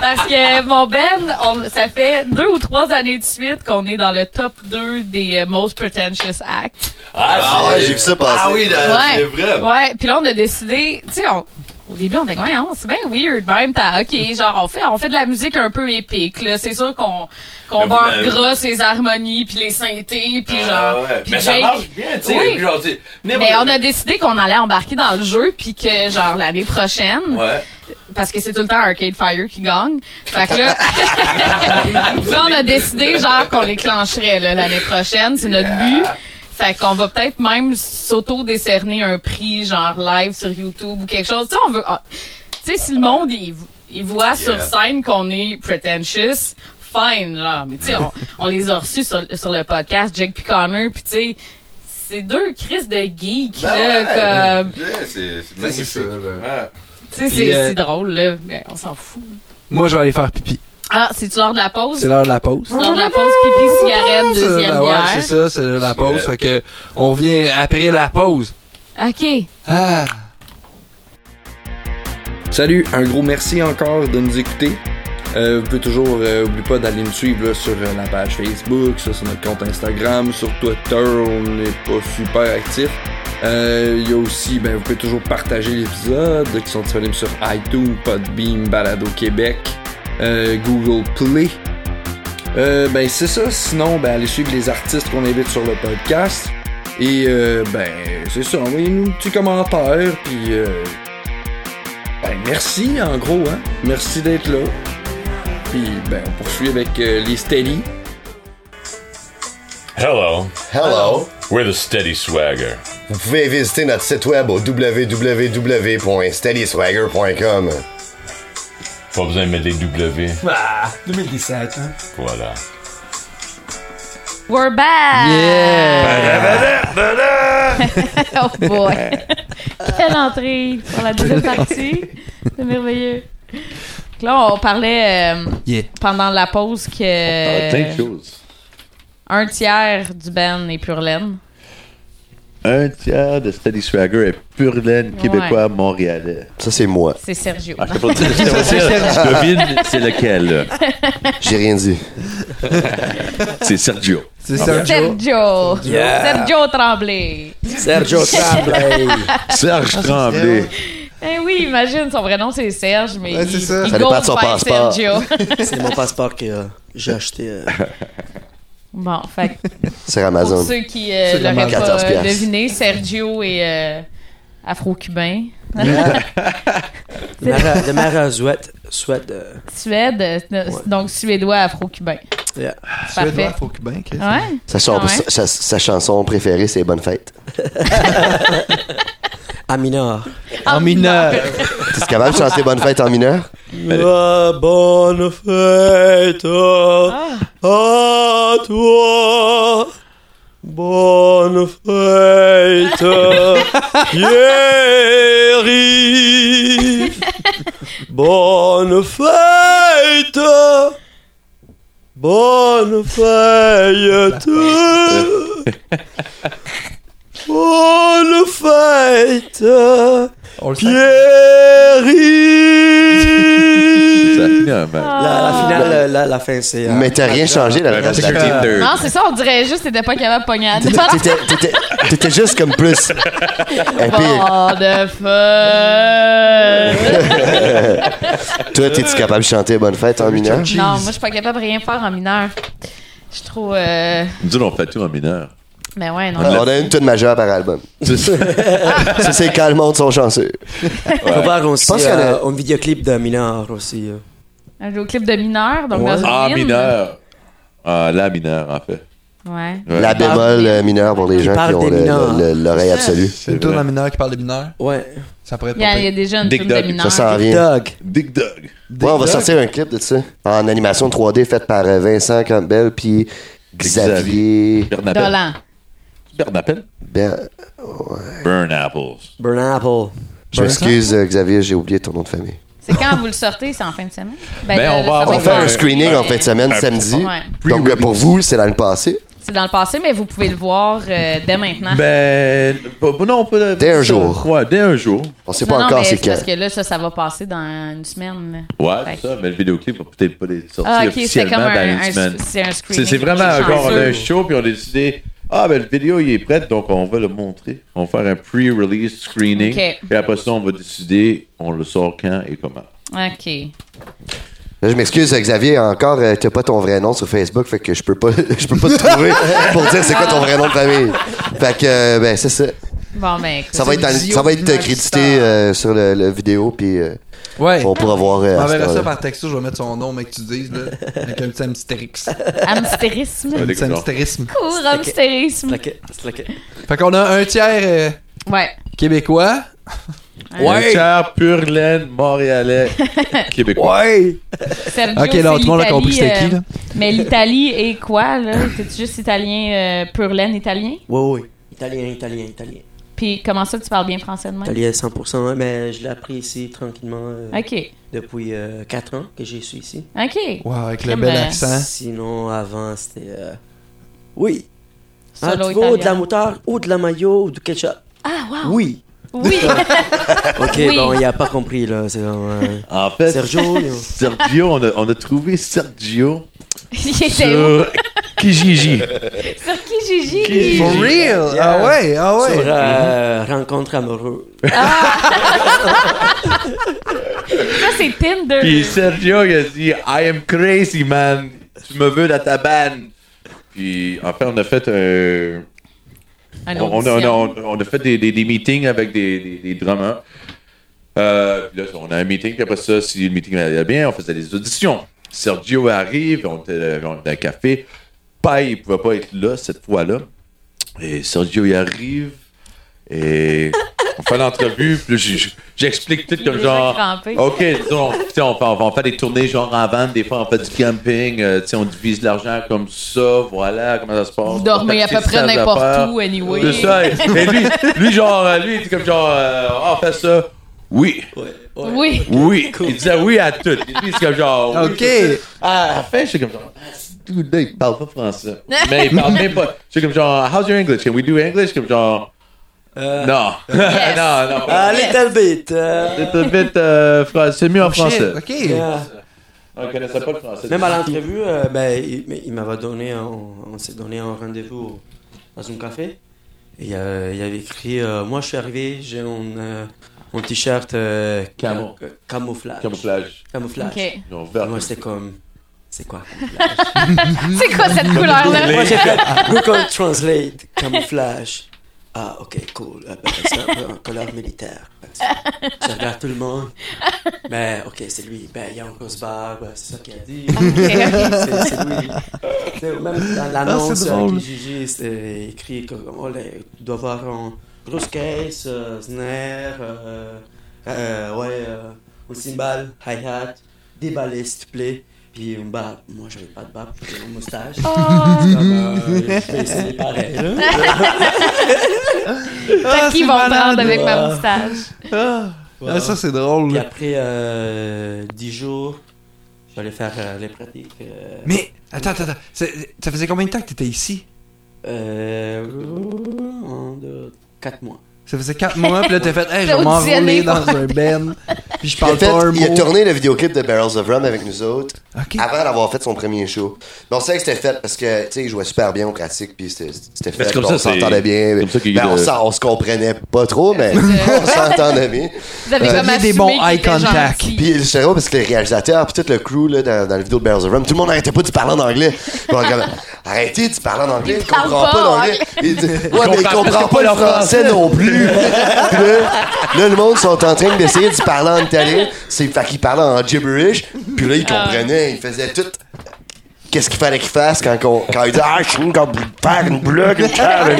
Speaker 3: Parce que mon Ben, on- ça fait deux ou trois années de suite qu'on est dans le top 2 des euh, most pretentious acts.
Speaker 5: Ah,
Speaker 4: Ah
Speaker 5: c'est-
Speaker 4: ouais, j'ai vu ça passer.
Speaker 5: Ah oui, là, c'est vrai.
Speaker 3: Ouais. Puis là, on a décidé, tu sais, on- au début, on était comme, Voyons, c'est bien weird, même, t'as, ok, genre, on fait, on fait de la musique un peu épique, là. C'est sûr qu'on, qu'on
Speaker 5: Mais
Speaker 3: va
Speaker 5: vous
Speaker 3: en
Speaker 5: l'avez-
Speaker 3: gras ses harmonies, puis les synthés, puis
Speaker 5: Ah
Speaker 3: genre.
Speaker 5: ouais.
Speaker 3: puis
Speaker 5: Mais ça
Speaker 3: Jake-
Speaker 5: marche bien, tu sais.
Speaker 3: Oui.
Speaker 5: puis genre, tu sais, n'importe-
Speaker 3: Mais Ben, on a décidé qu'on allait embarquer dans le jeu, puis que, genre, l'année prochaine,
Speaker 5: Ouais.
Speaker 3: parce que c'est tout le temps Arcade Fire qui gagne. Fait que là, là, on a décidé genre qu'on les clencherait là, l'année prochaine, c'est notre but. Fait qu'on va peut-être même s'auto-décerner un prix genre live sur YouTube ou quelque chose. Tu sais, on veut... ah, Tu sais, si le monde, il, il voit sur
Speaker 5: Yeah.
Speaker 3: scène qu'on est pretentious, fine, genre. Mais tu sais, on, on les a reçus sur, sur le podcast, Jake puis Connor, puis tu sais, c'est deux crises de geeks,
Speaker 5: Ben
Speaker 3: là,
Speaker 5: ouais.
Speaker 3: comme...
Speaker 5: Ouais, c'est- c'est
Speaker 6: C'est
Speaker 5: magnifique.
Speaker 6: ça, là.
Speaker 5: Ouais.
Speaker 3: Tu sais,
Speaker 6: Puis,
Speaker 3: c'est
Speaker 6: euh,
Speaker 3: c'est drôle, là, mais on s'en fout.
Speaker 6: Moi, je vais aller faire pipi.
Speaker 3: Ah, c'est-tu l'heure de la pause?
Speaker 6: C'est l'heure de la pause.
Speaker 3: L'heure de la pause pipi, cigarette, deuxième
Speaker 6: Ah ouais, c'est
Speaker 3: bière.
Speaker 6: ça, c'est l'heure de la pause. Fait que, on revient après la pause.
Speaker 3: OK.
Speaker 6: Ah!
Speaker 1: Salut, un gros merci encore de nous écouter. Euh, vous pouvez toujours, euh, oublie pas d'aller nous suivre là, sur euh, la page Facebook, ça, sur notre compte Instagram, sur Twitter, on n'est pas super actif. Euh, Il y a aussi, ben, vous pouvez toujours partager les épisodes qui sont disponibles sur iTunes, Podbeam, Balado Québec, euh, Google Play. Euh, ben c'est ça, sinon ben, allez suivre les artistes qu'on invite sur le podcast. Et euh, ben c'est ça, envoyez-nous un petit commentaire, puis euh, ben, merci, en gros, hein. Merci d'être là. Puis, ben, on poursuit avec euh, les Steady.
Speaker 7: Hello,
Speaker 4: Hello.
Speaker 7: we're the Steady Swagger.
Speaker 4: Vous pouvez visiter notre site web au www.steadyswagger.com.
Speaker 7: Pas besoin de mettre les W.
Speaker 8: Ah, 2017, hein.
Speaker 7: Voilà.
Speaker 3: We're back! oh boy! Quelle entrée pour la deuxième partie. C'est merveilleux. Donc Là, on parlait euh,
Speaker 6: Yeah.
Speaker 3: pendant la pause
Speaker 9: Ah,
Speaker 5: Ah,
Speaker 3: que un tiers du Ben est pur laine.
Speaker 9: Un tiers de Steady Swagger est pur laine québécois montréalais.
Speaker 4: Ça, c'est moi.
Speaker 3: C'est Sergio.
Speaker 9: Ah, je sais pas dire, je sais pas dire, tu devines c'est lequel. là.
Speaker 4: J'ai rien dit.
Speaker 9: C'est Sergio.
Speaker 6: C'est Sergio.
Speaker 3: Sergio! Sergio Tremblay!
Speaker 1: Sergio Sablé.
Speaker 9: Serge Tremblay.
Speaker 3: Eh oui, imagine, son vrai nom c'est Serge, mais
Speaker 6: Ouais,
Speaker 3: il,
Speaker 6: c'est ça.
Speaker 3: il
Speaker 4: Ça dépend
Speaker 3: goes
Speaker 4: de son
Speaker 3: by
Speaker 4: passeport.
Speaker 3: Sergio.
Speaker 2: C'est mon passeport que euh, j'ai acheté. euh,
Speaker 3: bon, fait que
Speaker 4: C'est
Speaker 3: Pour
Speaker 4: Amazon.
Speaker 3: ceux qui euh,
Speaker 6: C'est
Speaker 3: l'auraient
Speaker 6: vraiment
Speaker 3: pas
Speaker 4: 14
Speaker 3: euh,
Speaker 4: piastres.
Speaker 3: deviné, Sergio est euh, afro-cubain.
Speaker 2: Mara- de Marazouette. Souhaite. euh,
Speaker 3: Suède, euh, no-
Speaker 2: Ouais.
Speaker 3: donc suédois afro-cubain.
Speaker 2: yeah.
Speaker 6: Suédois,
Speaker 3: Parfait.
Speaker 6: faut que ben, qu'est-ce que-
Speaker 3: Ouais.
Speaker 4: Sa, chan-
Speaker 3: Ah ouais?
Speaker 4: sa- sa chanson préférée, c'est Bonne Fête.
Speaker 2: À mineur.
Speaker 3: En
Speaker 6: mineur.
Speaker 4: T'es capable de chanter Bonne Fête en mineur?
Speaker 2: Ah, bonne fête euh,
Speaker 3: Ah,
Speaker 2: à toi. Bonne fête, euh, Thierry. Bonne fête. euh, Bonne fête. euh, Bonne fête. euh,
Speaker 6: On le sait.
Speaker 2: Pierry!
Speaker 3: Ah.
Speaker 9: Exactement.
Speaker 2: La, la finale, la, la, la fin, c'est. euh,
Speaker 4: Mais t'as rien changé dans le reste de la tune.
Speaker 3: non, c'est ça, on dirait juste que t'étais pas capable de pogner à
Speaker 4: T'étais- t'étais- T'étais juste comme plus. Épique.
Speaker 3: Oh, de fun!
Speaker 4: Toi, t'es-tu capable de chanter Bonne Fête en mineur?
Speaker 3: non, moi, je suis pas capable de rien faire en mineur. Je trouve... Euh...
Speaker 9: Nous, on fait tout en mineur.
Speaker 3: Ben ouais, non.
Speaker 4: On a une tune majeure par album.
Speaker 9: C'est ça.
Speaker 4: Ça, c'est quand le monde sont chanceux.
Speaker 2: On va voir aussi
Speaker 4: pense qu'il y en a-
Speaker 2: euh, un vidéoclip de Minard aussi. euh.
Speaker 3: Un vidéoclip de mineur, donc
Speaker 2: Ouais.
Speaker 3: dans une
Speaker 9: En
Speaker 3: mine.
Speaker 9: mineur. Ah, la mineure, en fait.
Speaker 3: Ouais.
Speaker 9: Ouais.
Speaker 4: La bémol euh, mineure pour les gens
Speaker 2: parle
Speaker 4: qui ont
Speaker 2: des
Speaker 4: le-
Speaker 2: mineurs.
Speaker 4: le- le- l'oreille absolue.
Speaker 6: C'est une tourne en mineur qui parle de mineur.
Speaker 2: Ouais.
Speaker 6: Ça pourrait être
Speaker 3: Il y, a, il y a
Speaker 6: pas
Speaker 3: déjà une
Speaker 9: Dick
Speaker 3: film de
Speaker 9: Dog, ça
Speaker 4: Ça
Speaker 3: mineur.
Speaker 4: s'en vient.
Speaker 2: Doug.
Speaker 9: Dig Dog.
Speaker 4: Ouais, on va sortir un clip de ça. En animation 3D faite par euh, Vincent Campbell puis Xavier.
Speaker 9: Bernabelle.
Speaker 3: Dolan.
Speaker 5: Bernapel.
Speaker 4: Ben,
Speaker 5: Burn Apples.
Speaker 2: Burn Apple.
Speaker 4: je m'excuse, euh, Xavier, j'ai oublié ton nom de famille.
Speaker 3: C'est quand vous le sortez, c'est en fin de semaine?
Speaker 5: Ben,
Speaker 3: là,
Speaker 5: on va
Speaker 3: ça
Speaker 5: avoir
Speaker 4: On fait un
Speaker 5: Ouais.
Speaker 4: screening en fin de semaine,
Speaker 5: Ouais.
Speaker 4: samedi.
Speaker 3: Ah, Ouais.
Speaker 4: Donc, euh, pour vous, c'est l'année passée.
Speaker 3: C'est dans le passé, mais vous pouvez le voir euh, dès maintenant.
Speaker 9: Ben, pas- pas- non, pas
Speaker 4: Dès un jour.
Speaker 9: Ouais, dès un jour.
Speaker 4: On sait
Speaker 3: Non,
Speaker 4: pas
Speaker 3: non,
Speaker 4: encore
Speaker 3: mais
Speaker 4: c'est
Speaker 3: c'est
Speaker 4: quand.
Speaker 3: parce que là, ça, ça va passer dans une semaine. là.
Speaker 9: Ouais,
Speaker 3: Fait que-
Speaker 9: c'est ça, mais le vidéoclip va peut-être pas les sortir
Speaker 3: Ah, ok, c'est
Speaker 9: officiellement
Speaker 3: comme
Speaker 9: dans
Speaker 3: un,
Speaker 9: une
Speaker 3: un,
Speaker 9: semaine.
Speaker 3: c'est un
Speaker 9: C'est,
Speaker 3: screening.
Speaker 9: c'est vraiment
Speaker 3: Je suis
Speaker 9: encore, on a
Speaker 3: chanceux.
Speaker 9: un show, puis on a décidé, ah, ben, le vidéo, il est prêt, donc on va le montrer. On va faire un pre-release screening.
Speaker 3: Ok.
Speaker 9: Et après ça, on va décider, on le sort quand et comment.
Speaker 3: OK.
Speaker 4: Là, je m'excuse, euh, Xavier, encore, euh, t'as pas ton vrai nom sur Facebook, fait que je peux pas, je peux pas te trouver pour dire c'est quoi ton vrai nom de famille. Fait que, euh, ben, c'est ça.
Speaker 3: Bon, ben, écoute.
Speaker 4: Ça va être, dans- ça va être euh, crédité euh, sur le, le vidéo, puis euh,
Speaker 6: Ouais.
Speaker 4: on pourra voir. euh, à ce
Speaker 6: Enverra ça
Speaker 4: temps-là.
Speaker 6: par texto, je vais mettre son nom, mec, tu dises, là. Avec un petit amstérix.
Speaker 3: Hamsterisme.
Speaker 6: Un
Speaker 5: Ouais,
Speaker 6: petit
Speaker 5: d'accord.
Speaker 6: amstérisme.
Speaker 3: Cours, hamsterisme.
Speaker 2: Slack it, slack it.
Speaker 6: Fait qu'on a un tiers euh,
Speaker 3: Ouais.
Speaker 6: québécois.
Speaker 5: Un tiers pur laine montréalais québécois.
Speaker 6: Ouais!
Speaker 3: Sergio,
Speaker 6: Ok, là, tout le monde a
Speaker 3: c'est
Speaker 6: compris c'était
Speaker 3: l'Italie,
Speaker 6: qui, là.
Speaker 3: euh, Mais l'Italie est quoi, là? T'es juste italien, euh, pur laine italien?
Speaker 2: Ouais, ouais, ouais. Italien, italien, italien.
Speaker 3: Puis comment ça, tu parles bien français de même?
Speaker 2: Italien 100%, ouais, mais je l'ai appris ici tranquillement euh,
Speaker 3: OK.
Speaker 2: depuis 4 ans que je suis ici.
Speaker 3: OK.
Speaker 6: Wow, avec le
Speaker 3: Crème,
Speaker 6: bel
Speaker 3: euh,
Speaker 2: hein?
Speaker 6: accent.
Speaker 2: Sinon, avant, c'était. euh, Oui. Ah,
Speaker 3: Solo
Speaker 2: tu veux ou de
Speaker 3: italien.
Speaker 2: la moutarde, ou de la mayo, ou du ketchup.
Speaker 3: Ah, wow.
Speaker 2: Oui.
Speaker 3: Oui.
Speaker 2: Ok,
Speaker 3: Oui.
Speaker 2: bon, il a pas compris, là. C'est comme. euh,
Speaker 9: En fait,
Speaker 2: Sergio, yo.
Speaker 9: Sergio, on a, on a trouvé Sergio
Speaker 3: Il était où?
Speaker 9: sur Kijiji.
Speaker 3: Sur qui, Gigi?
Speaker 6: For real?
Speaker 2: Yeah.
Speaker 6: Ah ouais, ah ouais.
Speaker 2: Sur euh, Rencontre amoureuse.
Speaker 3: Ça, c'est Tinder.
Speaker 9: Puis Sergio, il a dit I am crazy, man. Tu me veux dans ta banne. Puis, en fait, on a fait un.
Speaker 3: Un
Speaker 9: on, on a, on a- on a fait des, des- des meetings avec des, des, des drummers. Euh, puis là, on a un meeting, puis après ça, si le meeting allait bien, on faisait des auditions. Sergio arrive, on était, on était à un café. Paille, il pouvait pas être là cette fois-là. Et Sergio, il arrive, et on fait l'entrevue, puis là, j- j- j'explique tout
Speaker 3: Il est
Speaker 9: comme
Speaker 3: déjà
Speaker 9: genre.
Speaker 3: crampé.
Speaker 9: OK, disons, tu sais, on, fait, on, fait, on fait des tournées genre en van, des fois on fait du camping, euh, tu sais, on divise l'argent comme ça, voilà, comment ça se passe.
Speaker 3: Vous dormez à peu près
Speaker 9: Taxi,
Speaker 3: n'importe
Speaker 9: affaires.
Speaker 3: où, anyway.
Speaker 9: C'est ça. Et et lui, lui, genre, euh, lui, il dit comme genre, euh, Ah, on fait ça. Oui,
Speaker 3: Oui.
Speaker 9: oui. Il disait oui à tout. Et lui, c'est comme genre, oui.
Speaker 6: Ok.
Speaker 9: Ah, à la fin, je suis comme genre, ah, ce dude-là, il parle pas français. Mais il parle même pas. Je suis comme genre, how's your English? Can we do English? Comme genre,
Speaker 2: Euh,
Speaker 9: non.
Speaker 3: Yes.
Speaker 9: non, non.
Speaker 2: A little bit. euh,
Speaker 9: Little bit, euh, fra- c'est
Speaker 3: Oh,
Speaker 9: mieux en français.
Speaker 6: Shit, Ah, ok.
Speaker 2: euh,
Speaker 9: On Ah, connaissait pas le français.
Speaker 2: Même à l'entrevue, euh, ben, il, mais il m'avait donné, un- on, s'est donné un rendez-vous au- dans un café. Et euh, il avait écrit euh, Moi, je suis arrivé, j'ai un, euh, un t-shirt euh,
Speaker 9: Camo.
Speaker 2: ca- camouflage.
Speaker 9: Camouflage.
Speaker 2: Camouflage.
Speaker 3: OK.
Speaker 9: Genre
Speaker 2: Et
Speaker 9: vert.
Speaker 2: Moi, c'était comme C'est quoi
Speaker 3: C'est quoi cette couleur-là?
Speaker 2: Moi, j'ai fait Google Translate, camouflage. Ah, ok, cool. Ah, ben, c'est un peu en couleur militaire. Ben, Je regarde tout le monde. Ben, ok, c'est lui. Ben, il y a un grosse barbe, c'est ça qu'il a dit.
Speaker 3: Ah, Ok.
Speaker 2: C'est c'est lui. Tu sais, Même dans l'annonce
Speaker 6: Ah, c'est
Speaker 2: euh,
Speaker 6: drôle.
Speaker 2: qui Gigi, c'était écrit que oh, là, il doit avoir une grosse caisse, euh, snare, euh, euh, ouais, euh, un cymbale, hi-hat, des balais s'il te plaît. Puis une barbe. Moi, j'avais pas de barbe, j'avais une moustache.
Speaker 6: Ah,
Speaker 3: Oh.
Speaker 2: Comme, euh, je vais essayer pareil.
Speaker 3: Fait qu'ils
Speaker 6: c'est
Speaker 3: vont
Speaker 6: malade.
Speaker 3: prendre avec ma moustache.
Speaker 6: Ah, Ah, ça, c'est drôle.
Speaker 2: Puis
Speaker 6: là.
Speaker 2: après euh, 10 jours, j'allais faire euh, les pratiques. euh,
Speaker 6: Mais, attends, attends, attends. C'est- Ça faisait combien de temps que t'étais ici?
Speaker 2: euh, en deux, 4 mois.
Speaker 6: Ça faisait 4 mois, puis là, t'as fait, hey, je vais
Speaker 3: Auditionné
Speaker 6: m'enrouler
Speaker 3: pour-
Speaker 6: dans un ben, puis je
Speaker 4: Il a,
Speaker 6: parle
Speaker 4: fait-
Speaker 6: pas un
Speaker 4: il a
Speaker 6: mot.
Speaker 4: tourné le vidéoclip de Barrels of Rum avec nous autres
Speaker 6: Ok.
Speaker 4: avant d'avoir fait son premier show. Mais on savait que c'était fait parce que, tu sais, il jouait super bien aux pratiques, puis c'était c'était fait.
Speaker 9: c'est comme
Speaker 4: puis on
Speaker 9: ça, c'est-
Speaker 4: s'entendait bien.
Speaker 9: c'est comme ça qu'il euh, y a eu
Speaker 4: Ben, on,
Speaker 9: le-
Speaker 4: s'en- on se comprenait pas trop, mais on s'entendait bien.
Speaker 3: Vous avez
Speaker 4: Euh,
Speaker 3: comme
Speaker 6: il y a des
Speaker 3: assumé
Speaker 6: bons
Speaker 3: qu'il
Speaker 6: eye
Speaker 3: était
Speaker 6: contact.
Speaker 3: gentil.
Speaker 4: Puis le show, parce que les réalisateurs, puis tout le crew là, dans, dans la vidéo de Barrels of Rum, tout le monde n'arrêtait pas de parler en anglais. Puis on était comme, arrêtez de parler en anglais,
Speaker 3: Ils
Speaker 4: il comprend pas,
Speaker 3: parlent pas en
Speaker 4: l'anglais.
Speaker 3: anglais.
Speaker 4: Il dit, ouais, mais il
Speaker 9: comprennent
Speaker 4: comprend
Speaker 9: presque
Speaker 4: pas le français non plus. Puis là, là, le monde sont en train d'essayer de parler en italien. C'est fait qu'ils parlaient en gibberish. Puis là, ils comprenaient, ils faisaient tout. Qu'est-ce qu'il fallait qu'ils fassent quand, qu'on- quand ils disaient Ah, je suis comme faire une blague, une carré.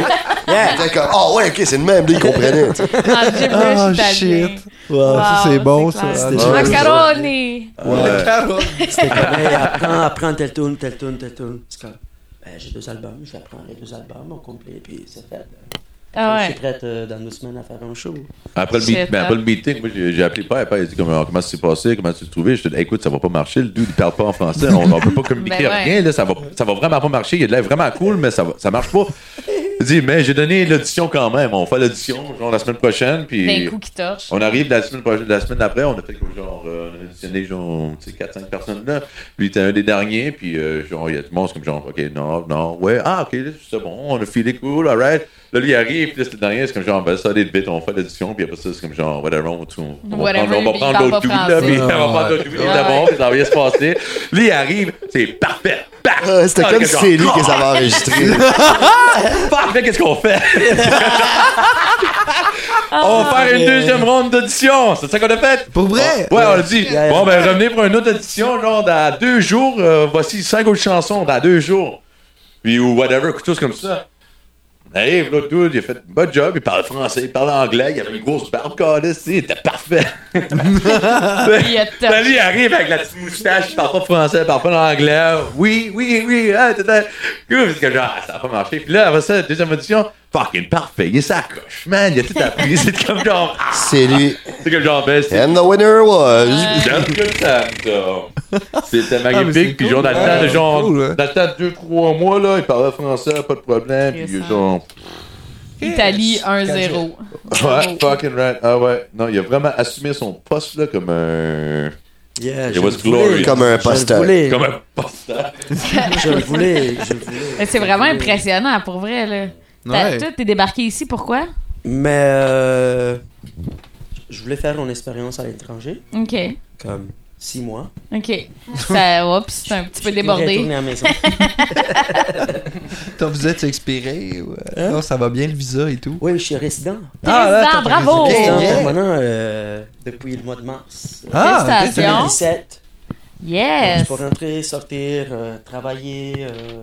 Speaker 4: Yeah. Ils étaient comme Ah, ouais, ok, c'est le même. Là, ils comprenaient. tu sais.
Speaker 3: En gibberish
Speaker 6: Oh,
Speaker 3: italien.
Speaker 6: shit. Ah, ça, c'est
Speaker 3: Wow,
Speaker 6: bon,
Speaker 3: c'est clair.
Speaker 6: ça.
Speaker 4: C'était-
Speaker 6: Ouais.
Speaker 3: Macaroni.
Speaker 6: Ouais.
Speaker 2: C'était comme, hey, apprends, apprends telle tune, telle tune, telle tune. C'est comme, Ben, j'ai deux albums, je vais prendre les deux albums au complet, puis c'est fait.
Speaker 3: Ah
Speaker 2: Je
Speaker 3: ouais.
Speaker 2: suis prête euh, dans deux semaines à faire un show.
Speaker 9: Après le,
Speaker 3: Shit,
Speaker 9: meet- ben, après le meeting, moi, j'ai j'ai appelé Père. Père, il a dit comment, comment ça s'est passé, comment tu te trouvais. Je te dis, écoute, ça va pas marcher. Le dude, il parle pas en français. On, on peut pas communiquer
Speaker 3: Ben ouais.
Speaker 9: rien. Là, ça, va, ça va vraiment pas marcher. Il a de l'air vraiment cool, mais ça, va- ça marche pas. Il dit, mais j'ai donné l'audition quand même. On fait l'audition genre la semaine prochaine. Puis
Speaker 3: D'un coup qui torche.
Speaker 9: on arrive la semaine prochaine, la semaine d'après. On a fait comme genre, euh, on a auditionné genre, tu sais, 4-5 personnes là. Lui, était un des derniers. Puis euh, genre, il y a tout le monde, c'est comme genre, OK, non, non, ouais, ah, OK, là, c'est bon. On a filé cool, alright. Là, lui, il arrive. Puis là, c'est le dernier. C'est comme genre, ben, ça, des bits, on fait l'audition. Puis après ça, c'est comme genre, whatever, on, on, on va
Speaker 3: Whatever,
Speaker 9: prendre, on va
Speaker 3: il
Speaker 9: prendre
Speaker 3: parle pas
Speaker 9: l'autre double, là,
Speaker 3: français.
Speaker 9: puis on va prendre l'autre double
Speaker 3: Ouais.
Speaker 9: d'abord, puis ça va bien se passer. Lui, il arrive, c'est parfait. Paf!
Speaker 4: Ah, C'était
Speaker 9: Ah,
Speaker 4: comme
Speaker 9: que
Speaker 4: si
Speaker 9: genre,
Speaker 4: c'est lui que ça va enregistrer.
Speaker 9: Fuck, là, qu'est-ce qu'on fait? on va faire une
Speaker 3: Ah,
Speaker 9: deuxième ronde d'audition. C'est ça qu'on a fait?
Speaker 6: Pour vrai?
Speaker 9: Ouais, on a dit, bon, ben, revenez pour une autre audition, genre, dans deux jours, euh, voici cinq autres chansons, dans deux jours. Puis, ou whatever, quelque chose comme ça. On Arrive, l'autre dude, il a fait un bon job, il parle français, il parle anglais, il avait une grosse barbe calée, il était parfait.
Speaker 3: Il a
Speaker 9: Là,
Speaker 3: torché.
Speaker 9: lui, il arrive avec la petite moustache, il parle pas français, il parle pas anglais. Oui, oui, oui, ah, tata. Cool, parce que genre, ah, ça a pas marché. Puis là, après ça, deuxième audition, fucking parfait, il est sacoche, man, il a tout appris, c'est comme genre, ah,
Speaker 4: C'est lui.
Speaker 9: c'est comme genre, ben, c'est
Speaker 4: And the winner was.
Speaker 3: Euh,
Speaker 9: J'aime que ça,
Speaker 5: Euh,
Speaker 9: ça. C'était
Speaker 6: Ah, mais c'est
Speaker 9: magnifique. puis genre, dans le
Speaker 6: cool,
Speaker 9: temps de
Speaker 6: ouais.
Speaker 9: genre,
Speaker 6: Cool, hein. ouais.
Speaker 9: dans le temps de 2-3 mois, là, il parlait français, pas de problème. Puis
Speaker 3: Yes,
Speaker 9: genre,
Speaker 3: Italie 1-0. hein.
Speaker 9: ouais, fucking right. Ah ouais. Non, il a vraiment assumé son poste, là, comme un.
Speaker 2: Yeah,
Speaker 9: It was glorious.
Speaker 4: Comme un poster.
Speaker 2: Je le voulais,
Speaker 9: Comme un poste.
Speaker 2: je le voulais, je le voulais.
Speaker 3: Mais C'est vraiment impressionnant, pour vrai, là. T'as-
Speaker 6: Ouais.
Speaker 3: Toi, t'es débarqué ici, pourquoi?
Speaker 2: Mais euh, je voulais faire une expérience à l'étranger,
Speaker 3: OK.
Speaker 2: comme six mois.
Speaker 3: OK. Ça, oups, c'est un petit peu débordé.
Speaker 2: Retourner à la maison.
Speaker 6: Ton visa, tu expiré? Ouais. Non, ça va bien le visa et tout.
Speaker 2: Oui, je suis résident.
Speaker 6: Ah, là,
Speaker 3: Président,
Speaker 6: t'as-
Speaker 3: bravo!
Speaker 6: Hey,
Speaker 2: Résident
Speaker 6: yeah.
Speaker 2: permanent euh, depuis le mois de mars.
Speaker 6: Ah, ok,
Speaker 3: Félicitations.
Speaker 6: c'est-
Speaker 2: 2017. Je
Speaker 3: Yes!
Speaker 2: peux rentrer, sortir, euh, travailler, euh,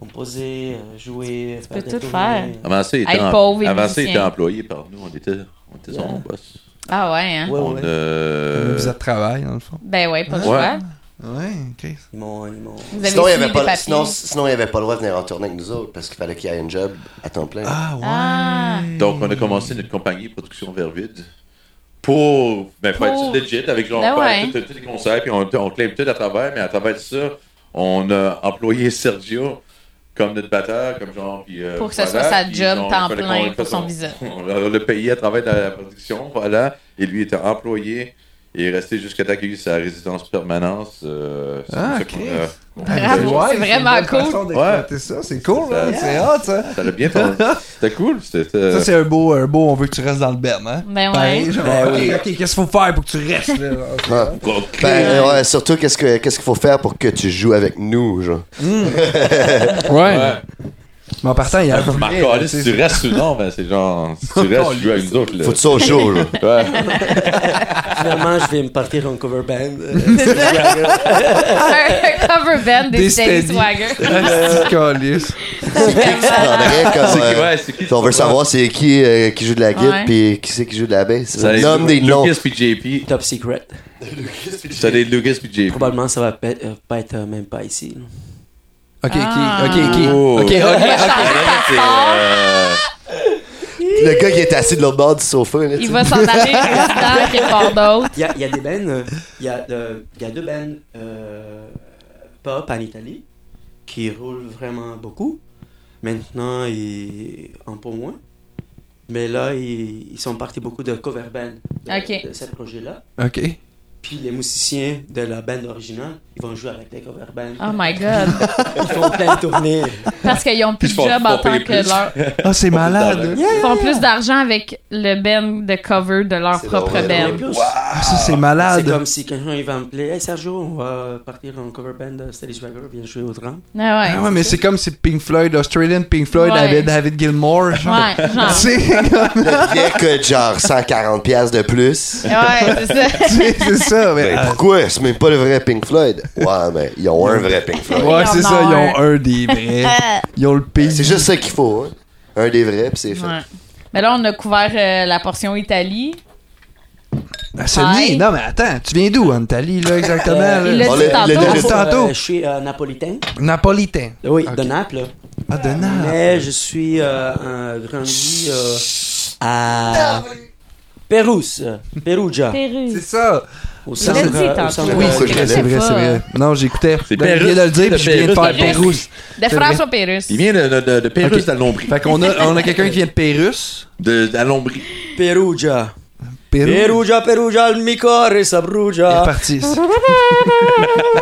Speaker 2: composer, euh, jouer. Tu
Speaker 3: peux tout faire.
Speaker 9: Avant ça, il était,
Speaker 3: Être
Speaker 9: em-
Speaker 3: pauvre et
Speaker 9: avant ça, il
Speaker 3: musicien.
Speaker 9: était employé par nous. On était, on était son boss.
Speaker 3: Ah ouais, hein?
Speaker 2: Ouais,
Speaker 9: on
Speaker 2: ouais.
Speaker 9: euh,
Speaker 6: Le visa de travail, dans le fond.
Speaker 3: Ben ouais, pas de
Speaker 9: Ouais.
Speaker 3: choix.
Speaker 6: Ouais, ok.
Speaker 2: Ils m'ont. ils m'ont-
Speaker 3: Vous avez
Speaker 4: Sinon, il
Speaker 3: signé
Speaker 4: n'y avait,
Speaker 3: des
Speaker 4: pas le-
Speaker 3: papiers.
Speaker 4: sinon, sinon, il avait pas le droit de venir en tournée avec nous autres parce qu'il fallait qu'il ait un job à temps plein.
Speaker 6: Ah, ouais.
Speaker 3: Ah.
Speaker 9: Donc, on a commencé notre compagnie de production vers vide pour ben, faire
Speaker 3: Pour-
Speaker 9: du legit avec genre
Speaker 3: Ben ouais.
Speaker 9: faire tout- tous les concerts, puis on, on claim tout à travers, mais à travers ça, on a employé Sergio comme notre batteur, comme genre. Puis, euh,
Speaker 3: Pour que ce
Speaker 9: voilà,
Speaker 3: soit sa
Speaker 9: puis
Speaker 3: job
Speaker 9: genre,
Speaker 3: temps
Speaker 9: fallait qu'on-
Speaker 3: plein
Speaker 9: fallait
Speaker 3: pour son
Speaker 9: qu'on-
Speaker 3: visa.
Speaker 9: On le payait à travers la, la production, voilà, et lui était employé. Et est resté jusqu'à temps qu'il ait eu sa résidence permanence. euh, c'est
Speaker 6: Ah,
Speaker 9: comme ça qu'on
Speaker 6: Chris.
Speaker 9: a-
Speaker 3: Bravo, c'est vraiment
Speaker 6: Ben, une bonne
Speaker 3: cool.
Speaker 6: façon d'exploiter ça, c'est cool,
Speaker 9: Ça-
Speaker 6: hein, c'est hot, ça.
Speaker 9: Ça l'a bien tourné. C'était cool. C'était. euh,
Speaker 6: Ça, c'est un beau, un beau, on veut que tu restes dans le berme, hein.
Speaker 3: Ben ouais.
Speaker 6: Pareil, genre, ok,
Speaker 2: Ben oui.
Speaker 6: ok, qu'est-ce qu'il faut faire pour que tu restes, là? genre, c'est-
Speaker 4: Ah.
Speaker 9: Bon,
Speaker 4: Ben, euh, ouais, surtout, qu'est-ce que- qu'est-ce qu'il faut faire pour que tu joues avec nous, genre?
Speaker 6: Ouais. Mais en partant, il y a un peu
Speaker 9: Marc Callis, si tu restes ou non, ben c'est genre, si tu restes, tu joues avec nous autres. Là.
Speaker 4: Faut que tu sois au show, là.
Speaker 9: Ouais.
Speaker 2: Finalement, je vais me partir en cover band. euh,
Speaker 3: Un cover band des
Speaker 6: Ben, Des
Speaker 3: Steady
Speaker 6: Steady.
Speaker 3: Swagger. Ah.
Speaker 4: Faudrait comme,
Speaker 9: C'est qui-
Speaker 4: euh,
Speaker 9: ouais, c'est qui?
Speaker 4: si on veut savoir c'est qui euh, qui joue de la
Speaker 3: Ouais.
Speaker 4: guitare puis qui c'est qui joue de la basse.
Speaker 9: Ça les
Speaker 4: Nomme des noms.
Speaker 9: Lucas puis JP.
Speaker 2: Top secret.
Speaker 9: Ça les Lucas puis JP.
Speaker 2: Probablement, ça va pe- euh, pas être euh, même pas ici. là.
Speaker 6: Ok,
Speaker 3: Ah.
Speaker 6: ok, ok,
Speaker 9: Oh.
Speaker 6: ok. Ok, ok.
Speaker 9: Là, c'est, euh,
Speaker 4: Le gars qui est assis de l'autre bord du sofa. Là, tu
Speaker 3: Il
Speaker 4: sais.
Speaker 3: va s'en aller président quelque part d'autre.
Speaker 2: Il y a, il y a des bands, euh, il y, a, euh, il y a deux bands euh, pop en Italie qui roulent vraiment beaucoup. Maintenant, ils en pour moins. Mais là, ils, ils sont partis beaucoup de cover band de,
Speaker 3: Ok.
Speaker 2: de ce projet-là.
Speaker 6: Ok.
Speaker 2: Puis les musiciens de la band originale, ils vont jouer avec les cover bands.
Speaker 3: Oh my god.
Speaker 2: Ils font plein de tournées.
Speaker 3: Parce qu'ils ont plus
Speaker 9: Ils
Speaker 3: de
Speaker 9: font-
Speaker 3: job en
Speaker 9: font
Speaker 3: tant
Speaker 9: payer
Speaker 3: que
Speaker 9: plus.
Speaker 3: leur.
Speaker 6: Ah, c'est malade.
Speaker 9: Yeah.
Speaker 3: Ils font plus d'argent avec le band de cover de leur
Speaker 4: C'est
Speaker 3: propre
Speaker 4: drôle.
Speaker 2: Mais
Speaker 3: band.
Speaker 2: plus,
Speaker 6: Ah, ça, c'est
Speaker 2: C'est
Speaker 6: malade.
Speaker 2: comme si quelqu'un il va m'appeler Hey Sergio, on va partir en cover band de Steady Swagger, viens jouer au drum.
Speaker 3: Ah
Speaker 6: Ah
Speaker 3: ouais.
Speaker 6: ouais, mais c'est comme si Pink Floyd, Australian Pink Floyd
Speaker 3: Ouais.
Speaker 6: avait David Gilmore. Ah genre.
Speaker 3: Ouais, genre.
Speaker 6: C'est
Speaker 4: Le gars que genre 140 pièces de plus.
Speaker 3: Ouais, c'est ça.
Speaker 6: c'est ça, mais.
Speaker 4: Ben, pourquoi? C'est même pas le vrai Pink Floyd. Ouais, mais ils ont un vrai Pink Floyd.
Speaker 3: Ils en
Speaker 6: Ouais, c'est ça,
Speaker 3: ont
Speaker 6: ils ont un des vrais. Ils ont le pays.
Speaker 4: C'est juste ça qu'il faut. Hein. Un des vrais, puis c'est fait.
Speaker 3: Ouais. Mais là, on a couvert euh, la portion Italie.
Speaker 6: À Sony?
Speaker 3: Ouais.
Speaker 6: Non, mais attends, tu viens d'où, en Italie, là, exactement?
Speaker 2: Euh,
Speaker 3: Il
Speaker 6: là?
Speaker 3: l'a
Speaker 4: On
Speaker 3: dit
Speaker 4: l'a- il l'a
Speaker 3: tantôt.
Speaker 4: dit
Speaker 6: tantôt.
Speaker 2: je suis euh, napolitain.
Speaker 6: Napolitain.
Speaker 2: Oui,
Speaker 6: Ok.
Speaker 2: de Naples.
Speaker 6: Ah, de Naples.
Speaker 2: Mais je suis euh, un grandi euh, à Pérouse, euh, Perugia,
Speaker 6: C'est ça.
Speaker 2: au
Speaker 3: Il
Speaker 2: centre,
Speaker 3: l'a dit
Speaker 2: euh, au
Speaker 3: tantôt.
Speaker 2: centre
Speaker 6: Oui,
Speaker 2: euh,
Speaker 4: c'est
Speaker 2: du
Speaker 4: vrai,
Speaker 2: Québec.
Speaker 6: C'est vrai, c'est vrai. Non, j'écoutais.
Speaker 9: C'est
Speaker 6: Dan
Speaker 9: Pérouse.
Speaker 6: vient de le dire, puis je viens de faire
Speaker 3: Pérouse.
Speaker 6: Pérouse.
Speaker 3: De François Pérus.
Speaker 9: Il vient de, de, de, de Pérus à Lombrie.
Speaker 6: Fait qu'on a, on a quelqu'un qui vient de Pérusse.
Speaker 9: De, à Lombrie.
Speaker 2: Perugia.
Speaker 6: Pérouse.
Speaker 2: Perugia, Perugia, il mi cuore
Speaker 6: Il est
Speaker 2: s'abrugia.
Speaker 6: parti.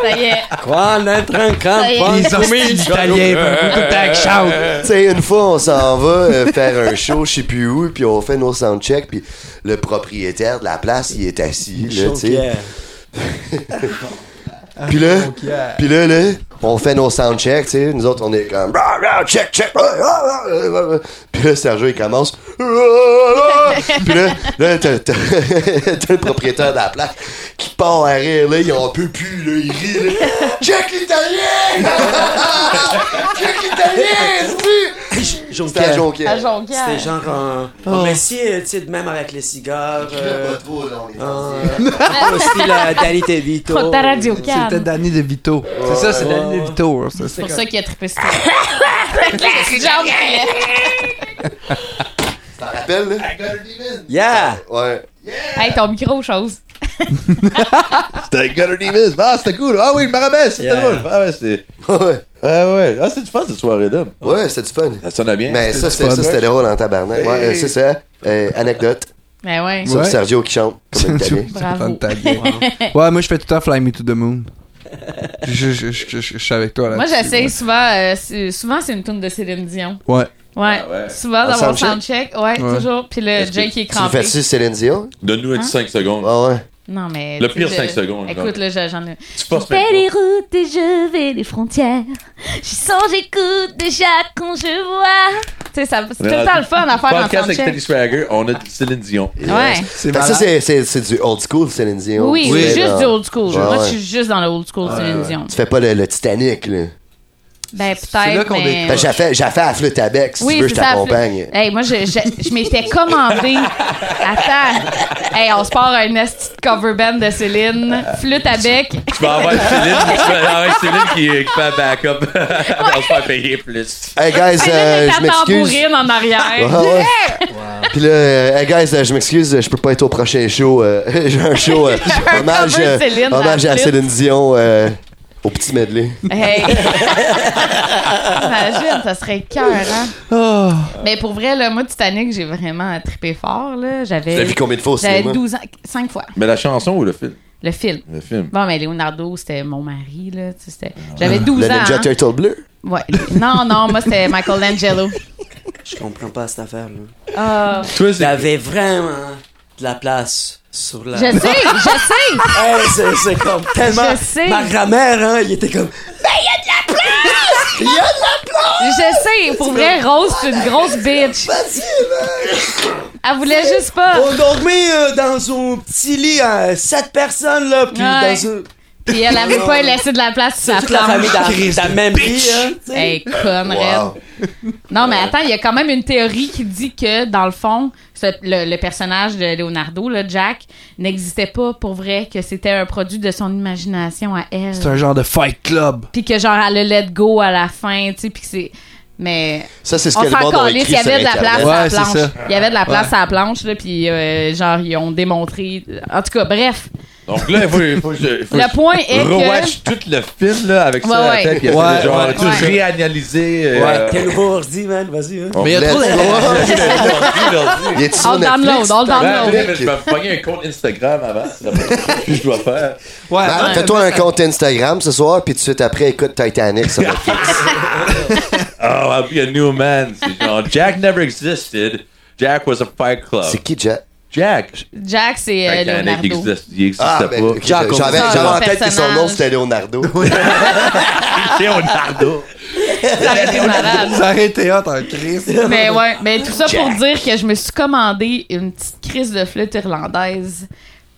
Speaker 3: Ça y est.
Speaker 2: Quando entra in campo,
Speaker 3: Les
Speaker 6: Les hostiles italiens, tout le temps, qui chantent.
Speaker 4: Tu sais, une fois, on s'en va euh, faire un show, je sais plus où, puis on fait nos soundchecks, puis le propriétaire de la place, il est assis, là, tu sais.
Speaker 2: Chaudière.
Speaker 4: Puis là, puis là, là, on fait nos soundchecks, tu sais. Nous autres, on est comme. Rah, rah, check, check. ah, ah, ah, ah, ah. Puis là, Sergio, il commence. Ah, ah, ah. Puis là, là t'as t'as- t'as le propriétaire de la place qui part à rire, là. Il en peut plus, là. Il rit, là. Check l'italien! check l'italien! c'est-tu? C'était à
Speaker 2: Jonquière.
Speaker 4: Jonquière.
Speaker 3: À Jonquière.
Speaker 2: C'était genre un...
Speaker 6: Oh.
Speaker 2: un Messier, tu sais, de même avec les cigares. euh,
Speaker 4: Pas trop, là, on est
Speaker 2: un- au style euh, Danny DeVito.
Speaker 3: Ah. Trop ta radio calme.
Speaker 6: C'était Danny DeVito. C'est ça, c'est Danny DeVito. hein, c'est ça.
Speaker 3: C'est pour ça qu'il a trippé sur Hey,
Speaker 4: T'en rappelles, là? Ah.
Speaker 2: Yeah!
Speaker 4: Ouais.
Speaker 3: ton micro, chose.
Speaker 9: C'était Gunnar Davis. Ah, c'était cool. Ah oui, je me rappelle. C'était
Speaker 2: Yeah.
Speaker 9: drôle. Ah ouais, c'était.
Speaker 4: Ouais.
Speaker 9: Ah ouais. Ah, c'est du fun cette soirée-là.
Speaker 4: Ouais, c'était du fun.
Speaker 9: Ça sonne bien.
Speaker 4: Mais ça, c'est- ça, c'était drôle en tabarnak. Ouais, euh, c'est ça. Euh, anecdote
Speaker 3: Mais Ben ouais.
Speaker 4: sur
Speaker 6: Ouais.
Speaker 4: Sergio qui chante comme un Italien.
Speaker 3: Bravo.
Speaker 6: C'est un italien. Ouais, moi, je fais tout le temps Fly Me to the Moon. Je, je, je, je- je- je suis avec toi là.
Speaker 3: Moi, j'essaye souvent. euh, c'est- souvent, c'est une tune de Céline Dion.
Speaker 6: Ouais.
Speaker 3: Ouais.
Speaker 9: Ah ouais.
Speaker 3: Souvent,
Speaker 4: En
Speaker 3: dans mon
Speaker 4: soundcheck?
Speaker 3: soundcheck. Ouais,
Speaker 6: Ouais.
Speaker 3: toujours. Puis le
Speaker 9: Est-ce que
Speaker 3: Jake qui est
Speaker 4: Tu le
Speaker 3: crampé.
Speaker 4: fais-tu Céline Dion?
Speaker 9: Donne-nous un petit 5 secondes.
Speaker 4: Ah ouais.
Speaker 3: Non, mais.
Speaker 9: Le
Speaker 3: tu
Speaker 9: pire
Speaker 3: sais,
Speaker 9: cinq
Speaker 3: je-
Speaker 9: secondes, genre.
Speaker 3: Écoute, là, je- j'en ai.
Speaker 9: Tu passes
Speaker 10: fais les
Speaker 9: même
Speaker 10: routes et je vais les frontières. J'y sens, j'écoute déjà quand je vois.
Speaker 3: Tu sais, ça- c'est tout le temps le fun à faire
Speaker 9: pas.
Speaker 3: dans le
Speaker 9: Podcast avec Teddy
Speaker 3: soundcheck.
Speaker 9: Swagger, on a Céline Dion.
Speaker 3: Ouais.
Speaker 4: Fait
Speaker 6: C'est
Speaker 4: que
Speaker 6: malade.
Speaker 4: ça, c'est- c'est c'est du old school Céline Dion.
Speaker 3: Oui,
Speaker 4: Tu fais,
Speaker 3: juste
Speaker 4: genre,
Speaker 3: du old school.
Speaker 4: Ouais,
Speaker 3: Moi,
Speaker 4: ouais.
Speaker 3: je suis juste dans le old school Céline Dion.
Speaker 4: Tu fais pas le, le Titanic, là.
Speaker 3: Ben,
Speaker 6: C'est là
Speaker 3: peut-être,
Speaker 6: qu'on
Speaker 3: mais...
Speaker 4: Fait que j'ai fait, j'ai fait à flûte à bec, si tu veux, je
Speaker 3: c'est ça,
Speaker 4: t'accompagne.
Speaker 3: Flo- Hey, moi, je, je, je m'étais commandé. Attends. Hey, on se part un esti de cover band de Céline. Flûte à bec.
Speaker 9: Tu vas Ben, avoir Céline, tu vas avoir Céline qui, qui fait un backup. On se faire payer plus.
Speaker 4: Hey guys,
Speaker 3: Hey, là,
Speaker 4: euh, je
Speaker 3: avec la
Speaker 4: m'excuse.
Speaker 3: tambourine en arrière.
Speaker 4: Ah ouais. Puis là, euh, hey guys, euh, je m'excuse, je peux pas être au prochain show. euh, J'ai un show euh,
Speaker 3: un
Speaker 4: hommage,
Speaker 3: cover
Speaker 4: euh,
Speaker 3: Céline à
Speaker 4: hommage à
Speaker 3: flûte.
Speaker 4: Céline Dion euh, au petit medley.
Speaker 3: Hey. Imagine, ça serait cœur, hein? Mais pour vrai, là, moi, Titanic, j'ai vraiment trippé fort, là.
Speaker 4: T'as
Speaker 3: J'avais...
Speaker 4: vu combien de fois au
Speaker 3: J'avais
Speaker 4: cinéma?
Speaker 3: 12 ans, 5 fois.
Speaker 9: Mais la chanson ou le film?
Speaker 3: Le film.
Speaker 9: Le film.
Speaker 3: Bon, mais Leonardo, c'était mon mari, là. tu sais, c'était-
Speaker 2: Ah.
Speaker 3: J'avais 12
Speaker 4: Le
Speaker 3: ans.
Speaker 4: Ninja
Speaker 3: hein.
Speaker 4: Turtle bleu?
Speaker 3: Ouais. Non, non, moi, c'était Michelangelo.
Speaker 2: Je comprends pas cette affaire-là.
Speaker 3: Ah.
Speaker 9: Toi, c'est.
Speaker 2: J'avais vraiment de la place sur la...
Speaker 3: Je sais, je sais.
Speaker 2: Hey, c'est- c'est comme tellement...
Speaker 3: Je sais.
Speaker 2: Ma grand-mère, hein, il était comme...
Speaker 3: Je sais, pour vrai, Rose, c'est une grosse bitch. Elle voulait juste pas.
Speaker 2: On dormait euh, dans un petit lit à sept personnes, là, puis
Speaker 3: Ouais.
Speaker 2: dans un...
Speaker 3: Puis elle avait pas laissé de la place sur sa
Speaker 2: Oh. Toute la
Speaker 3: planche.
Speaker 2: famille dans dans la même lit, hein, tu sais.
Speaker 3: Hey, conne,
Speaker 4: Wow.
Speaker 3: raide. Non, mais attends, il y a quand même une théorie qui dit que, dans le fond, ce- le, le personnage de Leonardo, là, Jack, n'existait pas pour vrai, que c'était un produit de son imagination à elle.
Speaker 6: C'est un genre de fight club.
Speaker 3: Puis que, genre, elle le let go à la fin, tu sais, puis que c'est... Mais...
Speaker 4: Ça, c'est ce
Speaker 3: On
Speaker 4: que le
Speaker 3: s'en
Speaker 4: monde a
Speaker 3: calisse,
Speaker 4: écrit
Speaker 3: il y avait de la
Speaker 4: sur
Speaker 3: place
Speaker 4: Internet.
Speaker 6: Ouais,
Speaker 3: à la
Speaker 6: c'est
Speaker 3: planche.
Speaker 6: ça.
Speaker 3: Il y avait de la place
Speaker 6: Ouais.
Speaker 3: à la planche, là, puis euh, genre, ils ont démontré. En tout cas, bref.
Speaker 9: Donc là, il faut, il faut que je. il faut que
Speaker 3: Le
Speaker 9: je
Speaker 3: point est que.
Speaker 9: Rewatch tout le film là, avec
Speaker 3: hein? Ouais,
Speaker 9: ça à la
Speaker 3: ouais.
Speaker 9: tête. puis
Speaker 6: Ouais,
Speaker 9: essayer de, genre,
Speaker 6: ouais.
Speaker 9: tout
Speaker 3: Ouais.
Speaker 9: réanalyser. euh,
Speaker 2: Ouais, quel nouveau ordi, man, vas-y, hein.
Speaker 9: on
Speaker 6: Mais il y a trop
Speaker 4: Let's
Speaker 6: de-
Speaker 4: go.
Speaker 9: l'ordi, l'ordi.
Speaker 4: Il est sur
Speaker 3: On le download,
Speaker 4: Netflix?
Speaker 3: on le
Speaker 9: Ouais,
Speaker 3: download.
Speaker 9: mais Ben, je vais me pogner un compte Instagram avant. C'est la première chose que je dois faire.
Speaker 6: Ouais,
Speaker 4: Ah,
Speaker 6: ouais.
Speaker 4: Fais-toi un compte Instagram ce soir, puis tout de suite après, écoute Titanic sur Netflix.
Speaker 9: Oh, I'll be a new man. C'est genre, Jack never existed. Jack was a fight club.
Speaker 4: C'est qui, Jack?
Speaker 9: Jack.
Speaker 3: Jack, c'est euh,
Speaker 9: Titanic, il
Speaker 3: Leonardo.
Speaker 9: existe- il existait
Speaker 4: Ah,
Speaker 9: pas.
Speaker 4: ben, ok,
Speaker 9: Jack,
Speaker 4: j'avais j'avais
Speaker 3: ça,
Speaker 4: en
Speaker 3: le
Speaker 4: tête que son
Speaker 3: personnage.
Speaker 4: nom, c'était Leonardo.
Speaker 9: Leonardo.
Speaker 3: Ça aurait été malade.
Speaker 6: Ça aurait été hot en crise.
Speaker 3: Mais ouais, mais tout ça pour dire que je me suis commandé une petite crise de flûte irlandaise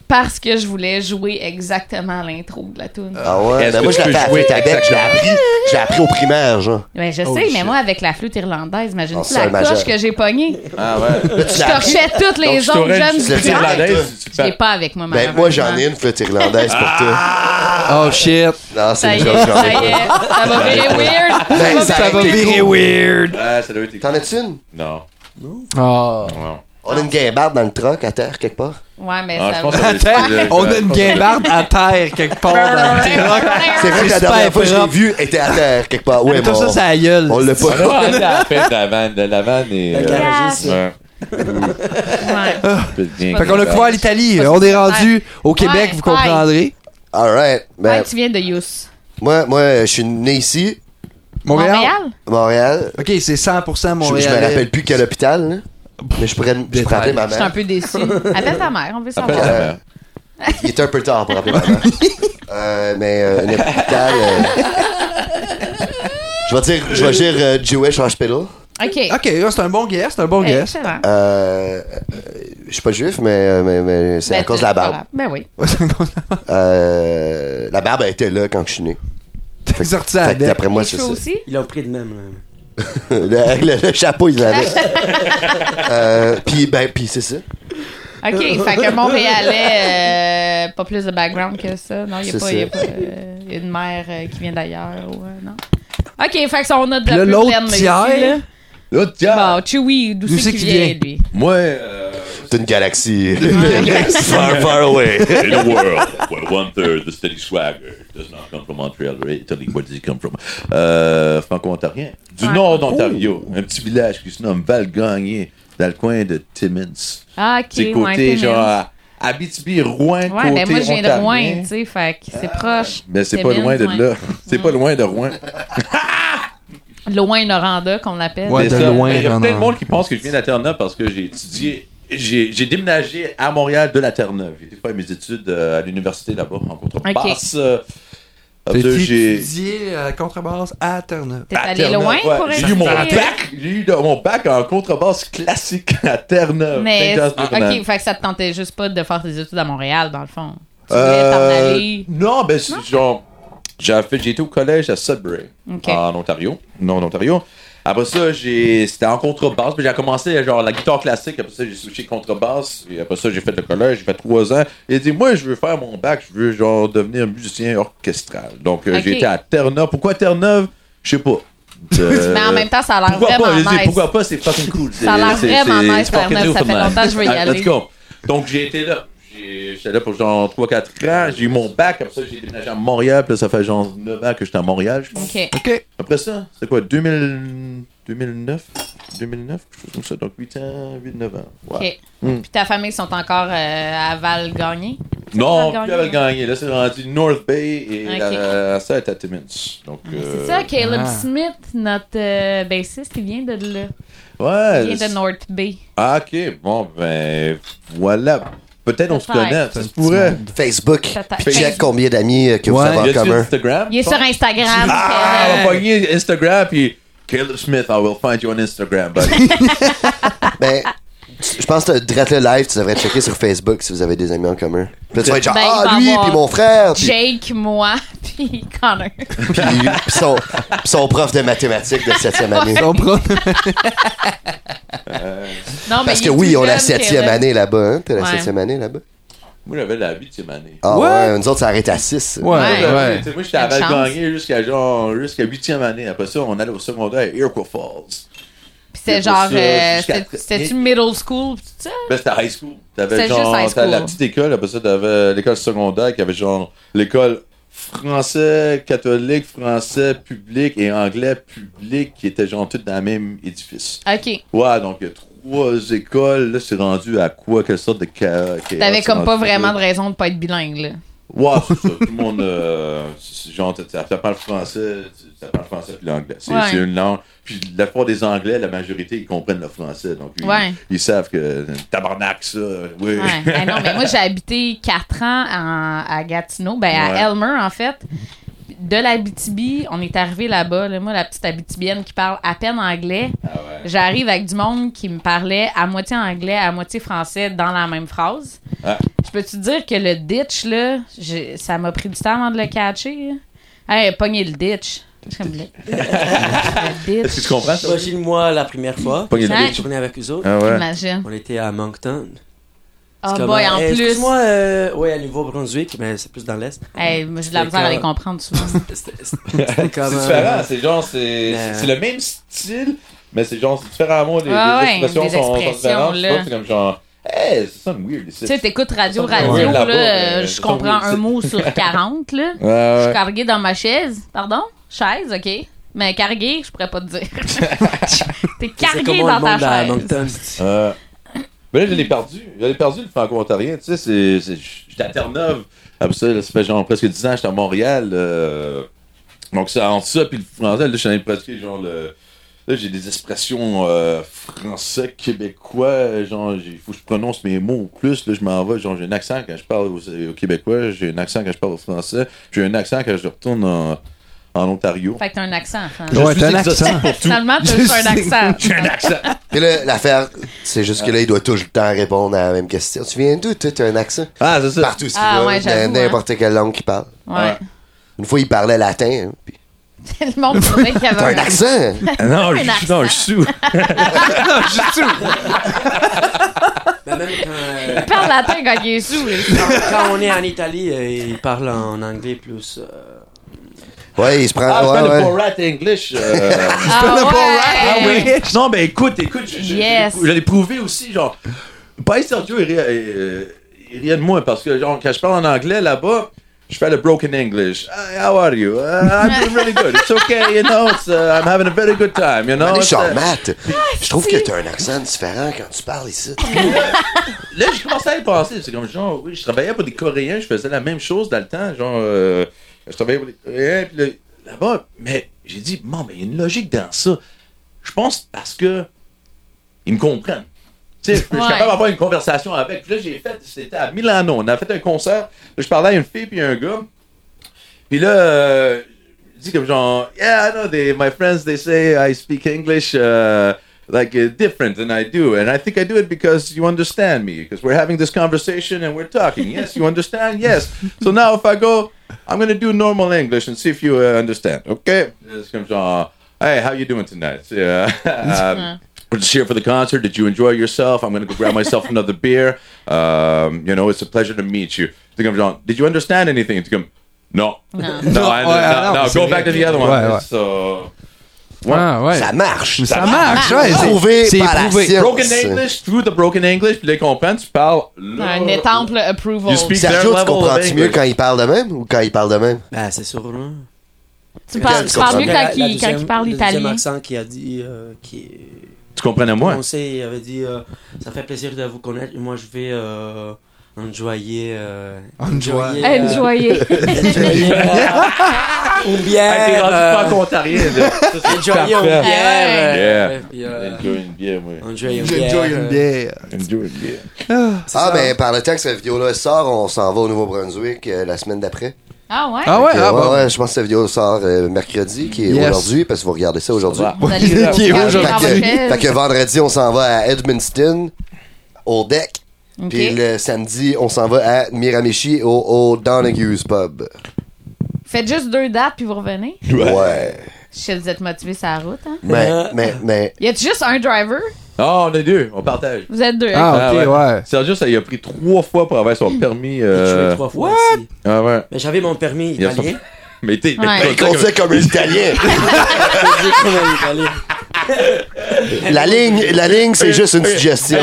Speaker 3: parce que je voulais jouer exactement l'intro de la tune.
Speaker 4: Ah ouais,
Speaker 9: Est-ce
Speaker 4: ben
Speaker 9: que
Speaker 4: moi, je
Speaker 9: tu
Speaker 4: l'ai
Speaker 9: peux
Speaker 4: fait à
Speaker 9: jouer
Speaker 4: flûte à bec, je l'ai appris, je l'ai appris au primaire, genre.
Speaker 3: Mais je sais,
Speaker 6: Oh,
Speaker 3: mais
Speaker 6: shit.
Speaker 3: moi, avec la flûte irlandaise, imagine-tu
Speaker 4: Oh,
Speaker 3: la
Speaker 4: c'est majeur.
Speaker 3: coche que j'ai pognée?
Speaker 9: Ah ouais.
Speaker 4: Là, tu
Speaker 3: Je
Speaker 4: l'as appris?
Speaker 3: torchais toutes les
Speaker 9: Donc,
Speaker 3: autres jeunes
Speaker 4: tu
Speaker 3: du
Speaker 4: l'as fait
Speaker 3: primaire.
Speaker 9: irlandaise, tu
Speaker 3: Je l'ai
Speaker 9: fais.
Speaker 3: pas avec moi,
Speaker 4: Ben, moi, j'en ai une flûte irlandaise pour toi.
Speaker 6: Oh shit!
Speaker 4: Non,
Speaker 3: Ça
Speaker 4: c'est
Speaker 3: y
Speaker 4: une
Speaker 3: est,
Speaker 4: joke, j'en
Speaker 3: ça
Speaker 4: ai
Speaker 3: y est.
Speaker 4: pas.
Speaker 3: Ça va virer weird.
Speaker 4: Ben, ça
Speaker 6: Ça va
Speaker 4: va être les
Speaker 6: virer
Speaker 4: gros.
Speaker 6: weird!
Speaker 9: Ah, ça doit être.
Speaker 4: T'en as-tu une?
Speaker 9: Non.
Speaker 6: Oh.
Speaker 9: non.
Speaker 4: On a une guimbarde dans le truck, à terre, quelque part.
Speaker 3: Ouais, mais ça
Speaker 9: Ah, je
Speaker 3: va.
Speaker 9: pense que ça doit être-
Speaker 6: On a une guimbarde à terre quelque part
Speaker 3: Ben
Speaker 6: dans le tiroir.
Speaker 3: Ah,
Speaker 4: C'est vrai que la
Speaker 6: Super
Speaker 4: dernière fois que je l'ai
Speaker 6: propre.
Speaker 4: vue, elle était à terre, quelque part. Ouais,
Speaker 6: Tout
Speaker 4: bon,
Speaker 6: ça, ça a gueule.
Speaker 4: on l'a
Speaker 9: On a
Speaker 4: pas.
Speaker 9: pas arrêté à la fête de la vanne. De la vanne et.
Speaker 2: Le
Speaker 9: euh,
Speaker 2: garagiste.
Speaker 9: ouais.
Speaker 3: Ouais.
Speaker 9: Fait
Speaker 6: Fait qu'on a couvert l'Italie. On est rendu au Québec,
Speaker 3: Ouais,
Speaker 6: vous comprendrez.
Speaker 4: Alright. Ben,
Speaker 3: Ouais, tu viens de Yousse.
Speaker 4: moi, moi, je suis né ici,
Speaker 6: Montréal?
Speaker 4: à Montréal.
Speaker 6: Ok, c'est 100%
Speaker 4: Je, je
Speaker 6: Montréal.
Speaker 4: me rappelle plus quel hôpital, là. Mais je pourrais, je pourrais appeler ma
Speaker 3: Je suis un
Speaker 4: mère.
Speaker 3: peu déçu. Appelle ta mère, on veut
Speaker 9: Appelle
Speaker 3: savoir.
Speaker 9: ta mère.
Speaker 4: Il était un peu tard pour appeler ma mère. Euh, mais euh, un hôpital. euh, Je vais dire, je vais dire euh, Jewish Hospital.
Speaker 3: Ok.
Speaker 6: Ok, ouais, c'est un bon guess, c'est un bon guess.
Speaker 3: Excellent.
Speaker 4: Euh, euh, je suis pas juif, mais, euh, mais, mais c'est à
Speaker 3: Ben,
Speaker 4: cause de la barbe.
Speaker 3: voilà. Ben oui.
Speaker 6: Ouais, c'est un gros-
Speaker 4: Euh, la barbe elle était là quand je suis né.
Speaker 6: T'es sorti à la
Speaker 4: Fait que
Speaker 6: dette.
Speaker 4: d'après moi,
Speaker 3: Les
Speaker 4: c'est
Speaker 3: cheveux
Speaker 4: ça.
Speaker 3: aussi?
Speaker 2: Ils l'ont pris de même. là.
Speaker 4: le, le- le chapeau, ils l'avaient. euh, puis, ben, puis c'est ça.
Speaker 3: Ok, fait que Montréalais, euh, pas plus de background que ça. Non, il
Speaker 4: C'est
Speaker 3: n'y a pas, y a
Speaker 4: ça.
Speaker 3: pas, euh, y a une mère euh, qui vient d'ailleurs. ou, euh, non. Ok, fait que ça, on a de
Speaker 6: Là,
Speaker 3: la plus
Speaker 6: l'autre
Speaker 3: pleine, mais
Speaker 6: tiers,
Speaker 3: ici, là.
Speaker 9: L'autre gars.
Speaker 3: Bon, Chewie, d'où c'est qu'il vient, lui?
Speaker 9: Moi. euh,
Speaker 4: C'est une galaxie.
Speaker 9: far, far away. In a world where one third the steady swagger does not come from Montreal or Italy, where does he come from? Euh, Franco-ontarien. Du
Speaker 3: Ouais.
Speaker 9: nord d'Ontario. Un petit village qui se nomme Val-Gagné, dans le coin de Timmins.
Speaker 3: Ah, ok,
Speaker 9: C'est
Speaker 3: ouais,
Speaker 9: côté,
Speaker 3: t'es
Speaker 9: genre,
Speaker 3: mince.
Speaker 9: à- Abitibi, Rouen, côté
Speaker 3: Ouais, ben moi, je viens de
Speaker 9: ontarien.
Speaker 3: Rouen, tu sais, fait que c'est Mm. proche.
Speaker 9: Mais Ben, c'est pas
Speaker 3: Timmins,
Speaker 9: loin de
Speaker 3: ouais.
Speaker 9: là. C'est pas loin de Rouen.
Speaker 3: Loin Noranda, qu'on l'appelle.
Speaker 6: Ouais,
Speaker 9: C'est
Speaker 6: de
Speaker 9: ça.
Speaker 6: loin,
Speaker 9: Il y a
Speaker 6: Ronan.
Speaker 9: plein de monde qui pense que je viens de la Terre-Neuve parce que j'ai étudié. J'ai j'ai déménagé à Montréal de la Terre-Neuve. J'ai fait mes études euh, à l'université là-bas en contrebasse. Euh, après,
Speaker 6: T'es
Speaker 9: j'ai-
Speaker 6: étudié à contrebasse à Terre-Neuve.
Speaker 3: T'es
Speaker 9: à
Speaker 3: allé
Speaker 9: Terre-Neuve,
Speaker 3: loin
Speaker 9: ouais.
Speaker 3: pour
Speaker 9: J'ai eu
Speaker 3: étudier.
Speaker 9: mon bac. J'ai eu de- mon bac en contrebasse classique à Terre-Neuve.
Speaker 3: Mais,
Speaker 9: Saint-Jean-sur-Ronan.
Speaker 3: ok, fait que ça te tentait juste pas de faire tes études à Montréal, dans le fond. Tu voulais
Speaker 9: Euh,
Speaker 3: t'en aller.
Speaker 9: Non, ben, c'est genre. J'ai fait- j'ai été au collège à Sudbury,
Speaker 3: Ok.
Speaker 9: en Ontario. Non, en Ontario. Après ça, j'ai- c'était en contrebasse. Puis j'ai commencé genre la guitare classique. Après ça, j'ai switché contrebasse. Et après ça, j'ai fait le collège. J'ai fait trois ans. Et dit, moi, je veux faire mon bac. Je veux genre devenir musicien orchestral. Donc, euh, j'ai
Speaker 3: Ok.
Speaker 9: été à Terre-Neuve. Pourquoi Terre-Neuve? Je sais pas. Euh,
Speaker 3: Mais en même temps, ça a l'air
Speaker 9: pourquoi
Speaker 3: vraiment
Speaker 9: pas? Je dis,
Speaker 3: nice.
Speaker 9: Pourquoi pas? C'est fucking cool.
Speaker 3: Ça a l'air
Speaker 9: C'est-
Speaker 3: vraiment
Speaker 9: c'est-
Speaker 3: nice,
Speaker 9: c'est pas
Speaker 3: Terre-Neuve.
Speaker 9: quelque
Speaker 3: Ça
Speaker 9: chose
Speaker 3: fait
Speaker 9: de
Speaker 3: longtemps que je veux y
Speaker 9: Ah, let's
Speaker 3: aller.
Speaker 9: go. Donc, j'ai été là. J'ai- J'étais là pour genre 3-4 ans. J'ai eu mon bac. Après ça, j'ai déménagé à Montréal. Puis là, ça fait genre 9 ans que j'étais à Montréal, je pense.
Speaker 3: Ok.
Speaker 6: Ok.
Speaker 9: Après ça, c'était quoi? 2000... 2009? 2009? Quelque chose comme ça. Donc, 8 ans, 8-9 ans. Ouais. Mm.
Speaker 3: Ok. Puis ta famille sont encore euh, à Val Gagné.
Speaker 9: Non,
Speaker 3: Val-Gagné.
Speaker 9: plus avait gagné. Là, c'est rendu North Bay. Et
Speaker 3: Ok.
Speaker 9: la- ça est à Timmins. Donc, euh,
Speaker 3: C'est ça, Caleb
Speaker 6: ah.
Speaker 3: Smith, notre euh, bassiste, il vient de là.
Speaker 9: Ouais.
Speaker 3: Il vient de
Speaker 9: c'est-
Speaker 3: North Bay.
Speaker 9: Ah, ok. Bon, ben, voilà. Peut-être on se
Speaker 3: Peut-être.
Speaker 9: connaît. Ça se pourrait.
Speaker 4: Facebook.
Speaker 3: Peut-être.
Speaker 4: Puis check combien d'amis euh, que vous
Speaker 6: Ouais.
Speaker 4: avez
Speaker 9: Y
Speaker 4: en
Speaker 9: a-tu
Speaker 4: commun.
Speaker 9: Instagram?
Speaker 3: Il est sur Instagram.
Speaker 9: Ah, on
Speaker 3: Caleb.
Speaker 9: va pogner Instagram puis Caleb Smith, I will find you on Instagram, buddy.
Speaker 4: Ben, tu- je pense que Drette le live, tu devrais checker sur Facebook si vous avez des amis en commun. Puis là, tu vas être genre,
Speaker 3: Ben, il
Speaker 4: ah,
Speaker 3: va
Speaker 4: lui,
Speaker 3: avoir
Speaker 4: puis mon frère, puis,
Speaker 3: Jake, moi, puis Connor.
Speaker 4: puis- puis son, puis son prof de mathématiques de 7e année.
Speaker 6: On prend-
Speaker 3: Non,
Speaker 4: Parce
Speaker 3: mais il
Speaker 4: que
Speaker 3: est
Speaker 4: oui,
Speaker 3: plus
Speaker 4: on a la
Speaker 3: jeune,
Speaker 4: septième
Speaker 3: Caleb.
Speaker 4: année là-bas. Hein? T'as la
Speaker 3: Ouais.
Speaker 4: septième année là-bas?
Speaker 9: Moi, j'avais la huitième année.
Speaker 4: Ah
Speaker 6: What?
Speaker 4: ouais, nous autres, ça arrête à 6.
Speaker 6: Ouais,
Speaker 3: Ouais.
Speaker 6: ouais.
Speaker 9: Tu sais, Moi, j'étais à
Speaker 3: Quelle
Speaker 9: Val-Gagné jusqu'à genre, jusqu'à huitième année. Après ça, on allait au secondaire à Iroquois Falls.
Speaker 3: Puis c'est
Speaker 9: Puis
Speaker 3: genre,
Speaker 9: ça,
Speaker 3: euh,
Speaker 9: jusqu'à-
Speaker 3: c'était- c'était-tu middle school, pis tout ça?
Speaker 9: Ben, c'était high school. T'avais
Speaker 3: C'était
Speaker 9: genre,
Speaker 3: juste high
Speaker 9: t'avais la
Speaker 3: school.
Speaker 9: petite école. Après ça, t'avais l'école secondaire qui avait genre l'école français, catholique, français, public et anglais, public qui étaient genre toutes dans le même édifice.
Speaker 3: Ok.
Speaker 9: Ouais, donc Ben, il y a trois écoles. Là, c'est rendu à quoi? Quelle sorte de cas?
Speaker 3: T'avais comme pas vraiment de raison de pas être bilingue, là.
Speaker 9: Ouais, c'est ça. Tout le monde. euh, c'est- c'est genre, t'as- t'apprends le français, tu- t'apprends le français puis l'anglais. C'est
Speaker 3: Ouais.
Speaker 9: c'est une langue. Puis la plupart des Anglais, la majorité, ils comprennent le français. Donc, ils,
Speaker 3: Ouais.
Speaker 9: ils savent que tabarnak, ça. Oui.
Speaker 3: Ouais. Ben non, mais moi, j'ai habité 4 ans en- à Gatineau, ben à
Speaker 9: Ouais.
Speaker 3: Elmer, en fait. de l'Abitibi, on est arrivé là-bas, là, moi, la petite Abitibienne qui parle à peine anglais,
Speaker 9: Ah
Speaker 3: j'arrive avec du monde qui me parlait à moitié anglais, à moitié français dans la même phrase.
Speaker 9: Ah.
Speaker 3: Je peux-tu dire que le ditch, là, j'ai- ça m'a pris du temps avant de le catcher? Hein? Hey, pognez le ditch. J'aime le- le
Speaker 9: Est-ce que
Speaker 3: ditch.
Speaker 9: tu comprends ça?
Speaker 2: Imagine-moi la première fois
Speaker 9: Pogner
Speaker 3: le
Speaker 2: que
Speaker 3: bitch.
Speaker 2: je tournais avec eux autres.
Speaker 9: Ah ouais.
Speaker 3: Imagine.
Speaker 2: On était à Moncton.
Speaker 3: Ah,
Speaker 2: C'est comme,
Speaker 3: boy,
Speaker 2: euh,
Speaker 3: en
Speaker 2: eh,
Speaker 3: plus.
Speaker 2: Excuse-moi, euh, ouais, à Nouveau-Brunswick, mais c'est plus dans l'Est.
Speaker 3: Hey, moi, j'ai de la
Speaker 2: C'est
Speaker 3: misère à les
Speaker 2: comme-
Speaker 3: comprendre souvent.
Speaker 2: C'était c'était- c'était
Speaker 9: C'est
Speaker 2: comme.
Speaker 9: différent,
Speaker 2: euh,
Speaker 9: c'est genre, c'est
Speaker 2: Mais-
Speaker 9: c'est le même style, mais c'est genre, c'est différent à moi, les,
Speaker 3: Ouais,
Speaker 9: les
Speaker 3: ouais,
Speaker 9: expressions
Speaker 3: les
Speaker 9: sont, sont
Speaker 3: expressions,
Speaker 9: différentes. tu
Speaker 3: là.
Speaker 9: vois, C'est comme genre, hey, c'est ça weird ici.
Speaker 3: Tu sais, t'écoutes Radio
Speaker 9: Ça, c'est
Speaker 3: Radio,
Speaker 9: weird
Speaker 3: là,
Speaker 9: là-bas,
Speaker 3: euh,
Speaker 9: mais
Speaker 3: je
Speaker 9: ça,
Speaker 3: comprends
Speaker 9: oui,
Speaker 3: un
Speaker 9: c'est-
Speaker 3: mot sur 40, là.
Speaker 9: Ouais, ouais.
Speaker 3: Je suis carguée dans ma chaise. Pardon? Chaise, OK. Mais carguée, je pourrais pas te dire. T'es
Speaker 2: c'est
Speaker 3: carguée
Speaker 2: comment
Speaker 3: dans
Speaker 2: le monde
Speaker 3: ta
Speaker 2: à
Speaker 3: chaise.
Speaker 2: Moncton.
Speaker 9: Euh, ben là, je l'ai perdu. Je l'ai perdu, le franco-ontarien. Tu sais, c'est- c'est- j'étais à Terre-Neuve. Après ça, là, ça fait genre presque 10 ans, j'étais à Montréal. euh, donc, c'est entre ça puis le français, là, je suis allé pratiquer genre le. Là, j'ai des expressions euh, français, québécois. Genre, il faut que je prononce mes mots au plus. Là, je m'en vais. Genre, j'ai un accent quand je parle au, québécois. J'ai un accent quand je parle au français. J'ai un accent quand je retourne en, en Ontario.
Speaker 3: Fait que t'as un accent. hein.
Speaker 9: Je
Speaker 6: Ouais,
Speaker 9: suis
Speaker 6: t'as un
Speaker 9: exotique
Speaker 6: accent.
Speaker 9: pour tout.
Speaker 3: Finalement, t'as juste un accent.
Speaker 9: J'ai un accent.
Speaker 4: Puis là, l'affaire, c'est juste que là, il doit tout le temps répondre à la même question. Tu viens d'où? Toi, T'as un accent?
Speaker 9: Ah, c'est ça.
Speaker 4: Partout, ce
Speaker 3: Ah,
Speaker 4: qu'il
Speaker 3: ouais,
Speaker 4: veut,
Speaker 3: j'avoue,
Speaker 4: n'importe quelle langue qu'il parle.
Speaker 3: Ouais.
Speaker 4: Une fois, il parlait latin. hein, puis,
Speaker 3: le monde trouvait qu'il y
Speaker 4: T'as
Speaker 3: avait
Speaker 4: un
Speaker 3: un
Speaker 4: accent! hein?
Speaker 9: Non,
Speaker 3: Un
Speaker 9: je, non, je suis sous.
Speaker 2: Mais même quand, euh,
Speaker 3: Il parle latin quand il est sous. là.
Speaker 2: quand- quand on est en Italie, euh, ils parlent en anglais plus. euh,
Speaker 4: Ouais, il se prend.
Speaker 9: Ah, je
Speaker 4: ouais,
Speaker 9: parle
Speaker 4: ouais.
Speaker 9: de Borat English. euh,
Speaker 3: Ah ouais.
Speaker 9: Non, ben écoute, écoute, je, je-
Speaker 3: Yes.
Speaker 9: je l'ai prouvé aussi, genre. Pas Sergio, il rit, euh, il rit de moi parce que, genre, quand je parle en anglais là-bas, je fais le broken English. Hey, how are you? Uh, I'm doing really good. It's okay, you know. It's, uh, I'm having a very good time, you know.
Speaker 4: Allez,
Speaker 9: It's, uh,
Speaker 4: Charles Matt, je trouve que t'as un accent différent quand tu parles ici.
Speaker 9: Là, j'ai commencé à y penser. C'est comme genre, oui, je travaillais pour des Coréens, je faisais la même chose dans le temps. Genre, euh, je travaillais pour des Coréens, puis là, là-bas. Mais j'ai dit, bon, ben, il y a une logique dans ça. Je pense parce que ils me comprennent. Tu sais, je suis
Speaker 3: Ouais.
Speaker 9: capable d'avoir une conversation avec. Puis là, j'ai fait, c'était à Milano. On a fait un concert. Je parlais à une fille puis à un gars. Puis là, euh, je dis comme genre, yeah, I know, they, my friends, they say I speak English uh, like uh, different than I do. And I think I do it because you understand me, because we're having this conversation and we're talking. Yes, you understand? Yes. So now if I go, I'm going to do normal English and see if you uh, understand. Okay? Just comme genre, hey, how you doing tonight? Yeah. um, we're just here for the concert. Did you enjoy yourself? I'm going to go grab myself another beer. Um, you know, it's a pleasure to meet you. Think I'm John. Did you understand anything? Think I'm, no. No, no, I,
Speaker 6: Ouais,
Speaker 9: no,
Speaker 6: non,
Speaker 9: no,
Speaker 6: c'est
Speaker 9: go
Speaker 6: vrai.
Speaker 9: back to the other one.
Speaker 6: Ouais, ouais.
Speaker 9: So,
Speaker 6: Ah, ouais.
Speaker 4: Ça marche!
Speaker 6: Ça marche, ouais. c'est-
Speaker 4: Prouvé
Speaker 6: c'est
Speaker 4: par la
Speaker 6: prouvé.
Speaker 4: science.
Speaker 9: broken English, through the broken English, puis les comprendre, tu parles là.
Speaker 3: Un étample approval.
Speaker 9: You speak their
Speaker 4: Sergio, tu
Speaker 9: level of
Speaker 4: comprends-tu
Speaker 9: English.
Speaker 4: mieux quand il parle de même ou quand il parle de même?
Speaker 2: Ben, c'est sûr, hein.
Speaker 3: Tu parles, tu parles mieux
Speaker 2: La-
Speaker 3: quand
Speaker 2: la
Speaker 3: il, quand il
Speaker 2: deuxième-
Speaker 3: parle
Speaker 2: le deuxième
Speaker 3: italien.
Speaker 2: accent qu'il a dit, euh, qui est.
Speaker 9: Tu comprenais
Speaker 2: Mon
Speaker 9: moi?
Speaker 2: conseil avait dit euh, Ça fait plaisir de vous connaître. Moi, je vais euh, enjoyer. Euh,
Speaker 6: Enjoy.
Speaker 2: euh,
Speaker 3: Enjoyez.
Speaker 2: enjoyer, euh, Une
Speaker 9: Ah, t'es
Speaker 2: bière.
Speaker 9: rendu pas
Speaker 2: euh,
Speaker 9: ontarien, là. Ça, c'est
Speaker 2: Enjoyer une
Speaker 9: parfait.
Speaker 2: bière.
Speaker 9: Yeah.
Speaker 2: euh, et puis, euh,
Speaker 9: Enjoy une bière, moi.
Speaker 2: Enjoyer une bière. euh,
Speaker 6: J'enjoy
Speaker 4: Euh,
Speaker 6: une bière.
Speaker 9: Enjoy une bière.
Speaker 4: Ah, ben, par le temps que cette vidéo-là sort, on s'en va au Nouveau-Brunswick euh, la semaine d'après.
Speaker 3: Ah ouais?
Speaker 6: Ah ouais,
Speaker 4: Fait que,
Speaker 6: ah
Speaker 4: ouais,
Speaker 6: bah.
Speaker 4: ouais, je pense que cette vidéo sort euh, mercredi, qui est
Speaker 6: Yes.
Speaker 4: aujourd'hui, parce que vous regardez ça aujourd'hui. Ah,
Speaker 9: Ça va.
Speaker 3: Vous allez
Speaker 6: Qui est
Speaker 3: regarder
Speaker 4: Fait
Speaker 6: aujourd'hui.
Speaker 3: dans votre
Speaker 4: que,
Speaker 3: chaise.
Speaker 4: fait que vendredi, on s'en va à Edmundston, au deck.
Speaker 3: Ok.
Speaker 4: Puis le samedi, on s'en va à Miramichi, au, au Donahue's Pub.
Speaker 3: Faites juste deux dates puis vous revenez.
Speaker 4: Ouais.
Speaker 3: Je sais que vous êtes motivé sur la route. Hein?
Speaker 4: Mais, mais, mais,
Speaker 3: Y a-t-il juste un driver?
Speaker 9: Ah, on est deux, on partage.
Speaker 3: Vous êtes deux. hein?
Speaker 6: Ah, ok, ouais.
Speaker 9: Sergio, ça lui a pris trois fois pour avoir son permis.
Speaker 2: Je
Speaker 9: Euh...
Speaker 2: vais trois fois aussi.
Speaker 9: Ah ouais.
Speaker 2: Mais j'avais mon permis
Speaker 9: Il y a son-
Speaker 2: italien.
Speaker 9: Mais t'es. mais
Speaker 3: Ouais.
Speaker 9: t'es-
Speaker 4: il conduit comme un Italien.
Speaker 2: Je dis qu'on est italien.
Speaker 4: La ligne, la ligne, c'est juste une suggestion.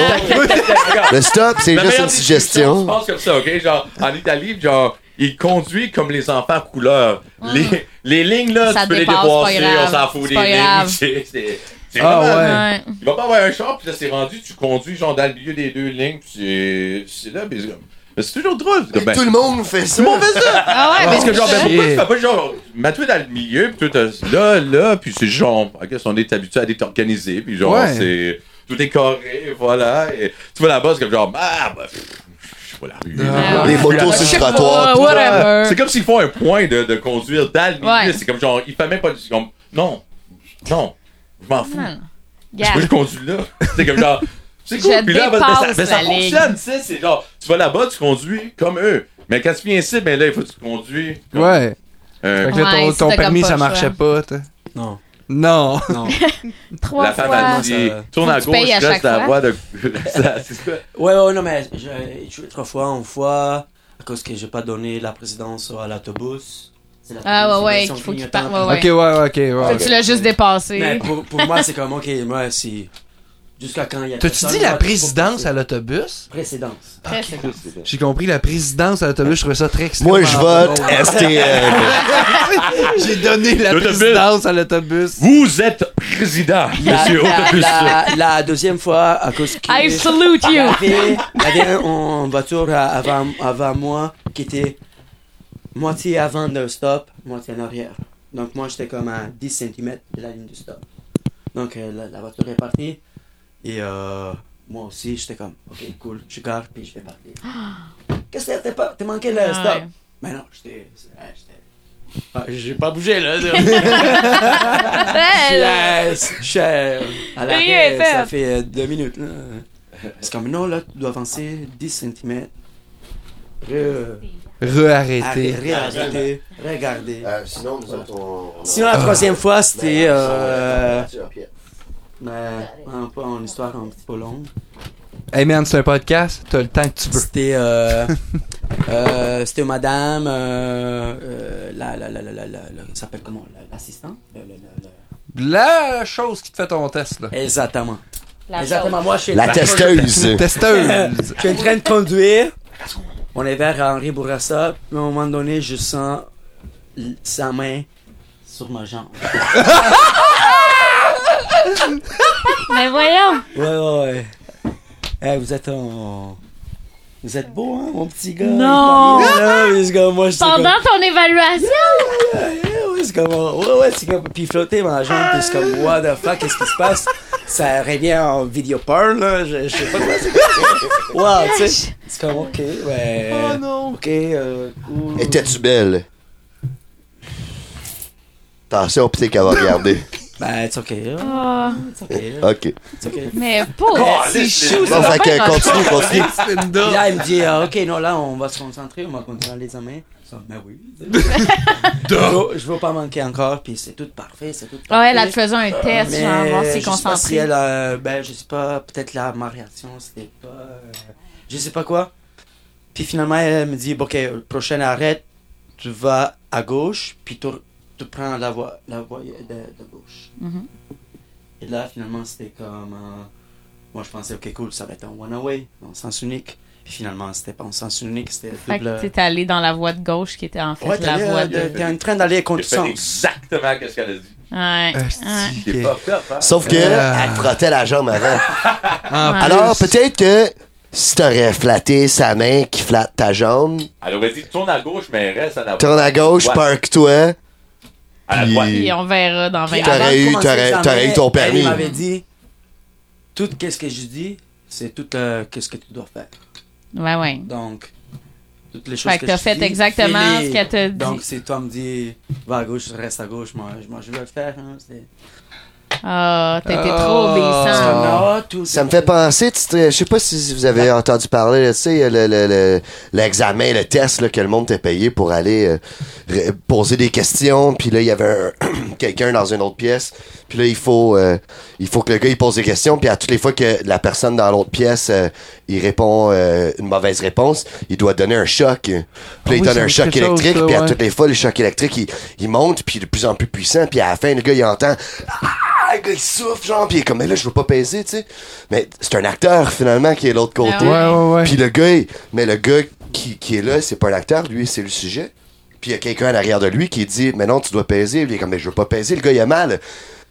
Speaker 4: Le stop, c'est
Speaker 9: euh, La
Speaker 4: juste
Speaker 9: meilleure
Speaker 4: une
Speaker 9: discussion, Je
Speaker 4: suggestion.
Speaker 9: pense comme ça, ok? Genre, en Italie, genre, il conduit comme les enfants couleurs. Les, les lignes, là,
Speaker 3: Ah. Ça
Speaker 9: tu peux
Speaker 3: dépasse,
Speaker 9: les
Speaker 3: c'est pas
Speaker 9: dépasser,
Speaker 3: grave.
Speaker 9: on s'en fout
Speaker 3: C'est
Speaker 9: des
Speaker 3: pas grave.
Speaker 9: lignes. C'est, c'est, c'est
Speaker 6: Ah
Speaker 9: vraiment-
Speaker 6: ouais.
Speaker 3: Ouais.
Speaker 9: Il va pas avoir un char, puis là, c'est rendu, tu conduis, genre, dans le milieu des deux lignes, puis c'est, c'est là, puis c'est comme- mais c'est toujours drôle. c'est comme, ben,
Speaker 4: Tout le monde fait ça.
Speaker 9: tout le monde fait ça!
Speaker 3: Ah ouais, mais
Speaker 9: Parce que genre, ben,
Speaker 3: ça.
Speaker 9: pourquoi tu fais pas genre, mets-toi dans le milieu, pis tout, euh, là, là, puis c'est genre, ok, on est habitué à être organisé, puis genre,
Speaker 6: Ouais.
Speaker 9: c'est, tout est carré, voilà, et tu vas là-bas, c'est comme genre, ah, bah, pff, voilà.
Speaker 3: Ah.
Speaker 4: Les motos
Speaker 3: Je
Speaker 4: sur
Speaker 3: sais
Speaker 4: le
Speaker 3: pas,
Speaker 4: trottoir. tout.
Speaker 3: whatever.
Speaker 9: C'est comme s'ils font un point de, de conduire dans le milieu.
Speaker 3: Ouais.
Speaker 9: C'est comme genre, il fait même pas du. Comme, non, non, je m'en fous.
Speaker 3: Non.
Speaker 9: C'est Moi,
Speaker 3: Regarde.
Speaker 9: je conduis là. C'est comme genre. C'est
Speaker 3: Je
Speaker 9: cool. Puis là, ben, ben, ça,
Speaker 3: dépasse
Speaker 9: ben, ça
Speaker 3: la ligne.
Speaker 9: fonctionne, tu sais. C'est genre, tu vas là-bas, tu conduis comme eux. Mais quand tu viens ici, ben là, il faut que tu conduis. comme
Speaker 6: bah,
Speaker 9: euh,
Speaker 6: Ouais.
Speaker 9: un-
Speaker 6: Fait que là,
Speaker 3: Ouais,
Speaker 6: ton,
Speaker 3: si
Speaker 6: ton
Speaker 3: t'as comme
Speaker 6: permis,
Speaker 3: pas
Speaker 6: ça
Speaker 3: le choix.
Speaker 6: marchait pas, t'sais.
Speaker 2: Non.
Speaker 6: Non.
Speaker 2: Non.
Speaker 3: Trois
Speaker 9: la femme a
Speaker 3: fois.
Speaker 9: dit,
Speaker 2: Ça-
Speaker 9: tourne à
Speaker 3: Faut que tu
Speaker 9: gauche,
Speaker 3: payes à
Speaker 9: reste
Speaker 3: chaque
Speaker 9: la
Speaker 3: fois.
Speaker 9: voie de. C'est quoi?
Speaker 2: Ouais, ouais, non, mais j'ai joué trois fois, une fois, à cause que j'ai pas donné la présidence à l'autobus. C'est la
Speaker 3: Ah ouais, ouais,
Speaker 2: présidence
Speaker 3: qu'il faut
Speaker 2: qui
Speaker 3: qu'il
Speaker 2: clignote
Speaker 3: parte,
Speaker 2: en
Speaker 3: Ouais.
Speaker 6: Ok, ouais, ouais, ok, ouais.
Speaker 3: Fait que Tu l'as juste
Speaker 2: Mais
Speaker 3: dépassé.
Speaker 2: pour, pour moi, c'est comme, ok, moi, si. Jusqu'à quand il y a.
Speaker 6: T'as-tu
Speaker 2: personne,
Speaker 6: dit la
Speaker 2: moi,
Speaker 6: présidence
Speaker 2: faut-
Speaker 6: à l'autobus?
Speaker 2: Précédence.
Speaker 3: Très séquence.
Speaker 6: J'ai compris, la présidence à l'autobus, je trouvais ça très extrême.
Speaker 4: Moi, je vote STM.
Speaker 6: J'ai donné la
Speaker 9: L'autobus.
Speaker 6: présidence à l'autobus.
Speaker 9: Vous êtes président, monsieur
Speaker 2: la,
Speaker 9: Autobus.
Speaker 2: la- la deuxième fois, à cause que.
Speaker 3: I salute
Speaker 2: Il y
Speaker 3: you.
Speaker 2: avait, il y avait un en voiture à- avant, avant moi qui était moitié avant d'un stop, moitié en arrière. Donc moi j'étais comme à 10 cm de la ligne du stop. Donc euh, la, la voiture est partie et euh, moi aussi j'étais comme ok cool, je gare puis je vais partir. Qu'est-ce que t'as- t'as pas- t'as manqué le
Speaker 3: Ah
Speaker 2: stop?
Speaker 3: ouais.
Speaker 2: Mais non, j'étais. ah, j'étais- ah, J'ai pas bougé là. Je
Speaker 3: Belle.
Speaker 2: je suis à à l'arrêt,
Speaker 3: Rien fait.
Speaker 2: ça fait euh, deux minutes. là. C'est comme non, là, tu dois avancer 10 cm.
Speaker 6: Rearrêter.
Speaker 2: Regardez, regardez.
Speaker 4: Euh, Sinon, nous autres, on. on a-
Speaker 2: Sinon, la troisième fois, c'était.
Speaker 4: Ben,
Speaker 2: Euh,
Speaker 4: on a-
Speaker 2: euh, un peu en histoire un petit peu longue.
Speaker 6: Hey man, c'est un podcast, t'as le temps que tu veux.
Speaker 2: C'était. Euh, euh, c'était madame. Euh, euh, la, la, la, la, la, la, la- ça s'appelle comment la- L'assistant Le- le- le- le-
Speaker 6: La chose qui te fait ton test, là.
Speaker 2: Exactement.
Speaker 3: La
Speaker 2: Exactement, moi, je suis.
Speaker 4: La testeuse.
Speaker 6: Testeuse. Hein,
Speaker 2: Je suis en train de conduire. On est vers Henri Bourassa. Puis à un moment donné, je sens l- sa main sur ma jambe.
Speaker 10: Mais voyons.
Speaker 2: Ouais, ouais, ouais. Eh, vous êtes en. Vous êtes beau, hein, mon petit gars.
Speaker 3: Non.
Speaker 2: italien, là, mais c'est comme moi, je
Speaker 10: Pendant ton évaluation.
Speaker 2: comme... Eh, ouais, c'est comme. Ouais, ouais, c'est comme. Puis flotter ma jambe, puis c'est comme, what the fuck, qu'est-ce qui se passe? Ça revient en vidéo porn, là. Je, je sais pas quoi, c'est comme. Wow, tu sais. C'est comme, ok, ouais. Oh non. Ok, euh, cool.
Speaker 4: Étais-tu belle? Attention, pis t'es qu'elle va regarder.
Speaker 2: Ben, it's ok, là.
Speaker 3: Ah,
Speaker 2: It's ok, là.
Speaker 4: OK.
Speaker 2: It's ok.
Speaker 3: Mais pour c'est chou,
Speaker 4: Bon,
Speaker 3: ça
Speaker 4: fait
Speaker 3: va
Speaker 4: que
Speaker 3: pas être
Speaker 4: continue, continue.
Speaker 2: Puis là, il me dit, ah, ok, non, là, on va se concentrer, on va continuer les examens. Ça, ben oui. je, je veux pas manquer encore, puis c'est tout parfait, c'est tout
Speaker 3: Ouais,
Speaker 2: parfait.
Speaker 3: là, tu faisais un test,
Speaker 2: Mais
Speaker 3: genre, voir si c'est
Speaker 2: je sais pas si
Speaker 3: concentré.
Speaker 2: elle, euh, ben, je sais pas, peut-être la ma réaction, c'était pas. euh, je sais pas quoi. Puis finalement, elle me dit, bon, ok, prochaine arrête, tu vas à gauche, puis tu, tu prends la voie, la voie de, de gauche.
Speaker 3: Mhm.
Speaker 2: Et là, finalement, c'était comme. euh, moi, je pensais, ok, cool, ça va être un one-away, en sens unique. Puis finalement, c'était pas en sens unique, c'était
Speaker 3: Fait
Speaker 2: double.
Speaker 3: que t'es allé dans la voie de gauche qui était en fait
Speaker 2: Ouais, t'es
Speaker 3: la voie de.
Speaker 2: allé, euh, t'es en train d'aller
Speaker 9: J'ai
Speaker 2: contre
Speaker 9: fait
Speaker 2: sens.
Speaker 9: exactement ce qu'elle a dit.
Speaker 3: Ouais. ouais.
Speaker 6: Asti,
Speaker 9: J'ai
Speaker 6: ok.
Speaker 9: pas peur, hein?
Speaker 4: Sauf que,
Speaker 6: Euh.
Speaker 4: elle frottait la jambe avant.
Speaker 6: En plus-
Speaker 4: Alors, peut-être que si t'aurais flatté sa main qui flatte ta jambe,
Speaker 9: Elle aurait dit tourne à gauche, mais reste à la droite.
Speaker 4: tourne à gauche,
Speaker 9: Ouais.
Speaker 4: parque-toi.
Speaker 9: À la
Speaker 4: Puis-
Speaker 9: droite.
Speaker 3: Ah, Puis on verra dans 20
Speaker 2: Puis
Speaker 4: T'aurais
Speaker 2: avant
Speaker 3: ans.
Speaker 2: de
Speaker 4: eu-
Speaker 2: commencer
Speaker 4: t'aurais-
Speaker 2: l'examen,
Speaker 4: t'aurais eu ton permis.
Speaker 2: Elle m'avait dit tout qu'est-ce que je dis, c'est tout euh, qu'est-ce que tu dois faire.
Speaker 3: Ouais, ouais.
Speaker 2: Donc toutes les choses
Speaker 3: Fait que t'as
Speaker 2: je
Speaker 3: fait
Speaker 2: dis,
Speaker 3: exactement
Speaker 2: fais-les.
Speaker 3: ce qu'elle t'a dit.
Speaker 2: Donc si toi me dis va à gauche, reste à gauche, moi je, moi, je vais le faire. Hein, c'est
Speaker 3: Ah, t'as été trop
Speaker 6: Oh.
Speaker 2: C'est comme,
Speaker 3: obéissant.
Speaker 2: ah, tout-
Speaker 4: Ça me fait penser, tu sais, je sais pas si vous avez entendu parler, là, tu sais, le- le- le- l'examen, le, test là, que le monde t'a payé pour aller euh, ré- poser des questions, puis là, il y avait un- quelqu'un dans une autre pièce, puis là, il faut, euh, il faut que le gars, il pose des questions, puis à toutes les fois que la personne dans l'autre pièce, euh, il répond euh, une mauvaise réponse, il doit donner un choc. Puis là, il
Speaker 6: Ah oui,
Speaker 4: donne
Speaker 6: ça
Speaker 4: un
Speaker 6: me dit
Speaker 4: choc
Speaker 6: quelque chose,
Speaker 4: électrique,
Speaker 6: ça,
Speaker 4: puis à
Speaker 6: ouais.
Speaker 4: toutes les fois, le choc électrique, il, il monte, puis de plus en plus puissant, puis à la fin, le gars, il entend... Ah, le gars, il souffle, genre, puis il est comme, mais là, je veux pas baiser, tu sais. Mais c'est un acteur, finalement, qui est l'autre côté.
Speaker 3: Ah
Speaker 6: Ouais, ouais, ouais.
Speaker 4: Puis le gars, il- mais le gars qui, qui est là, c'est pas l'acteur, lui, c'est le sujet. Puis il y a quelqu'un à l'arrière de lui qui dit, mais non, tu dois peser. Puis Il est comme, mais je veux pas peser, le gars, il a mal.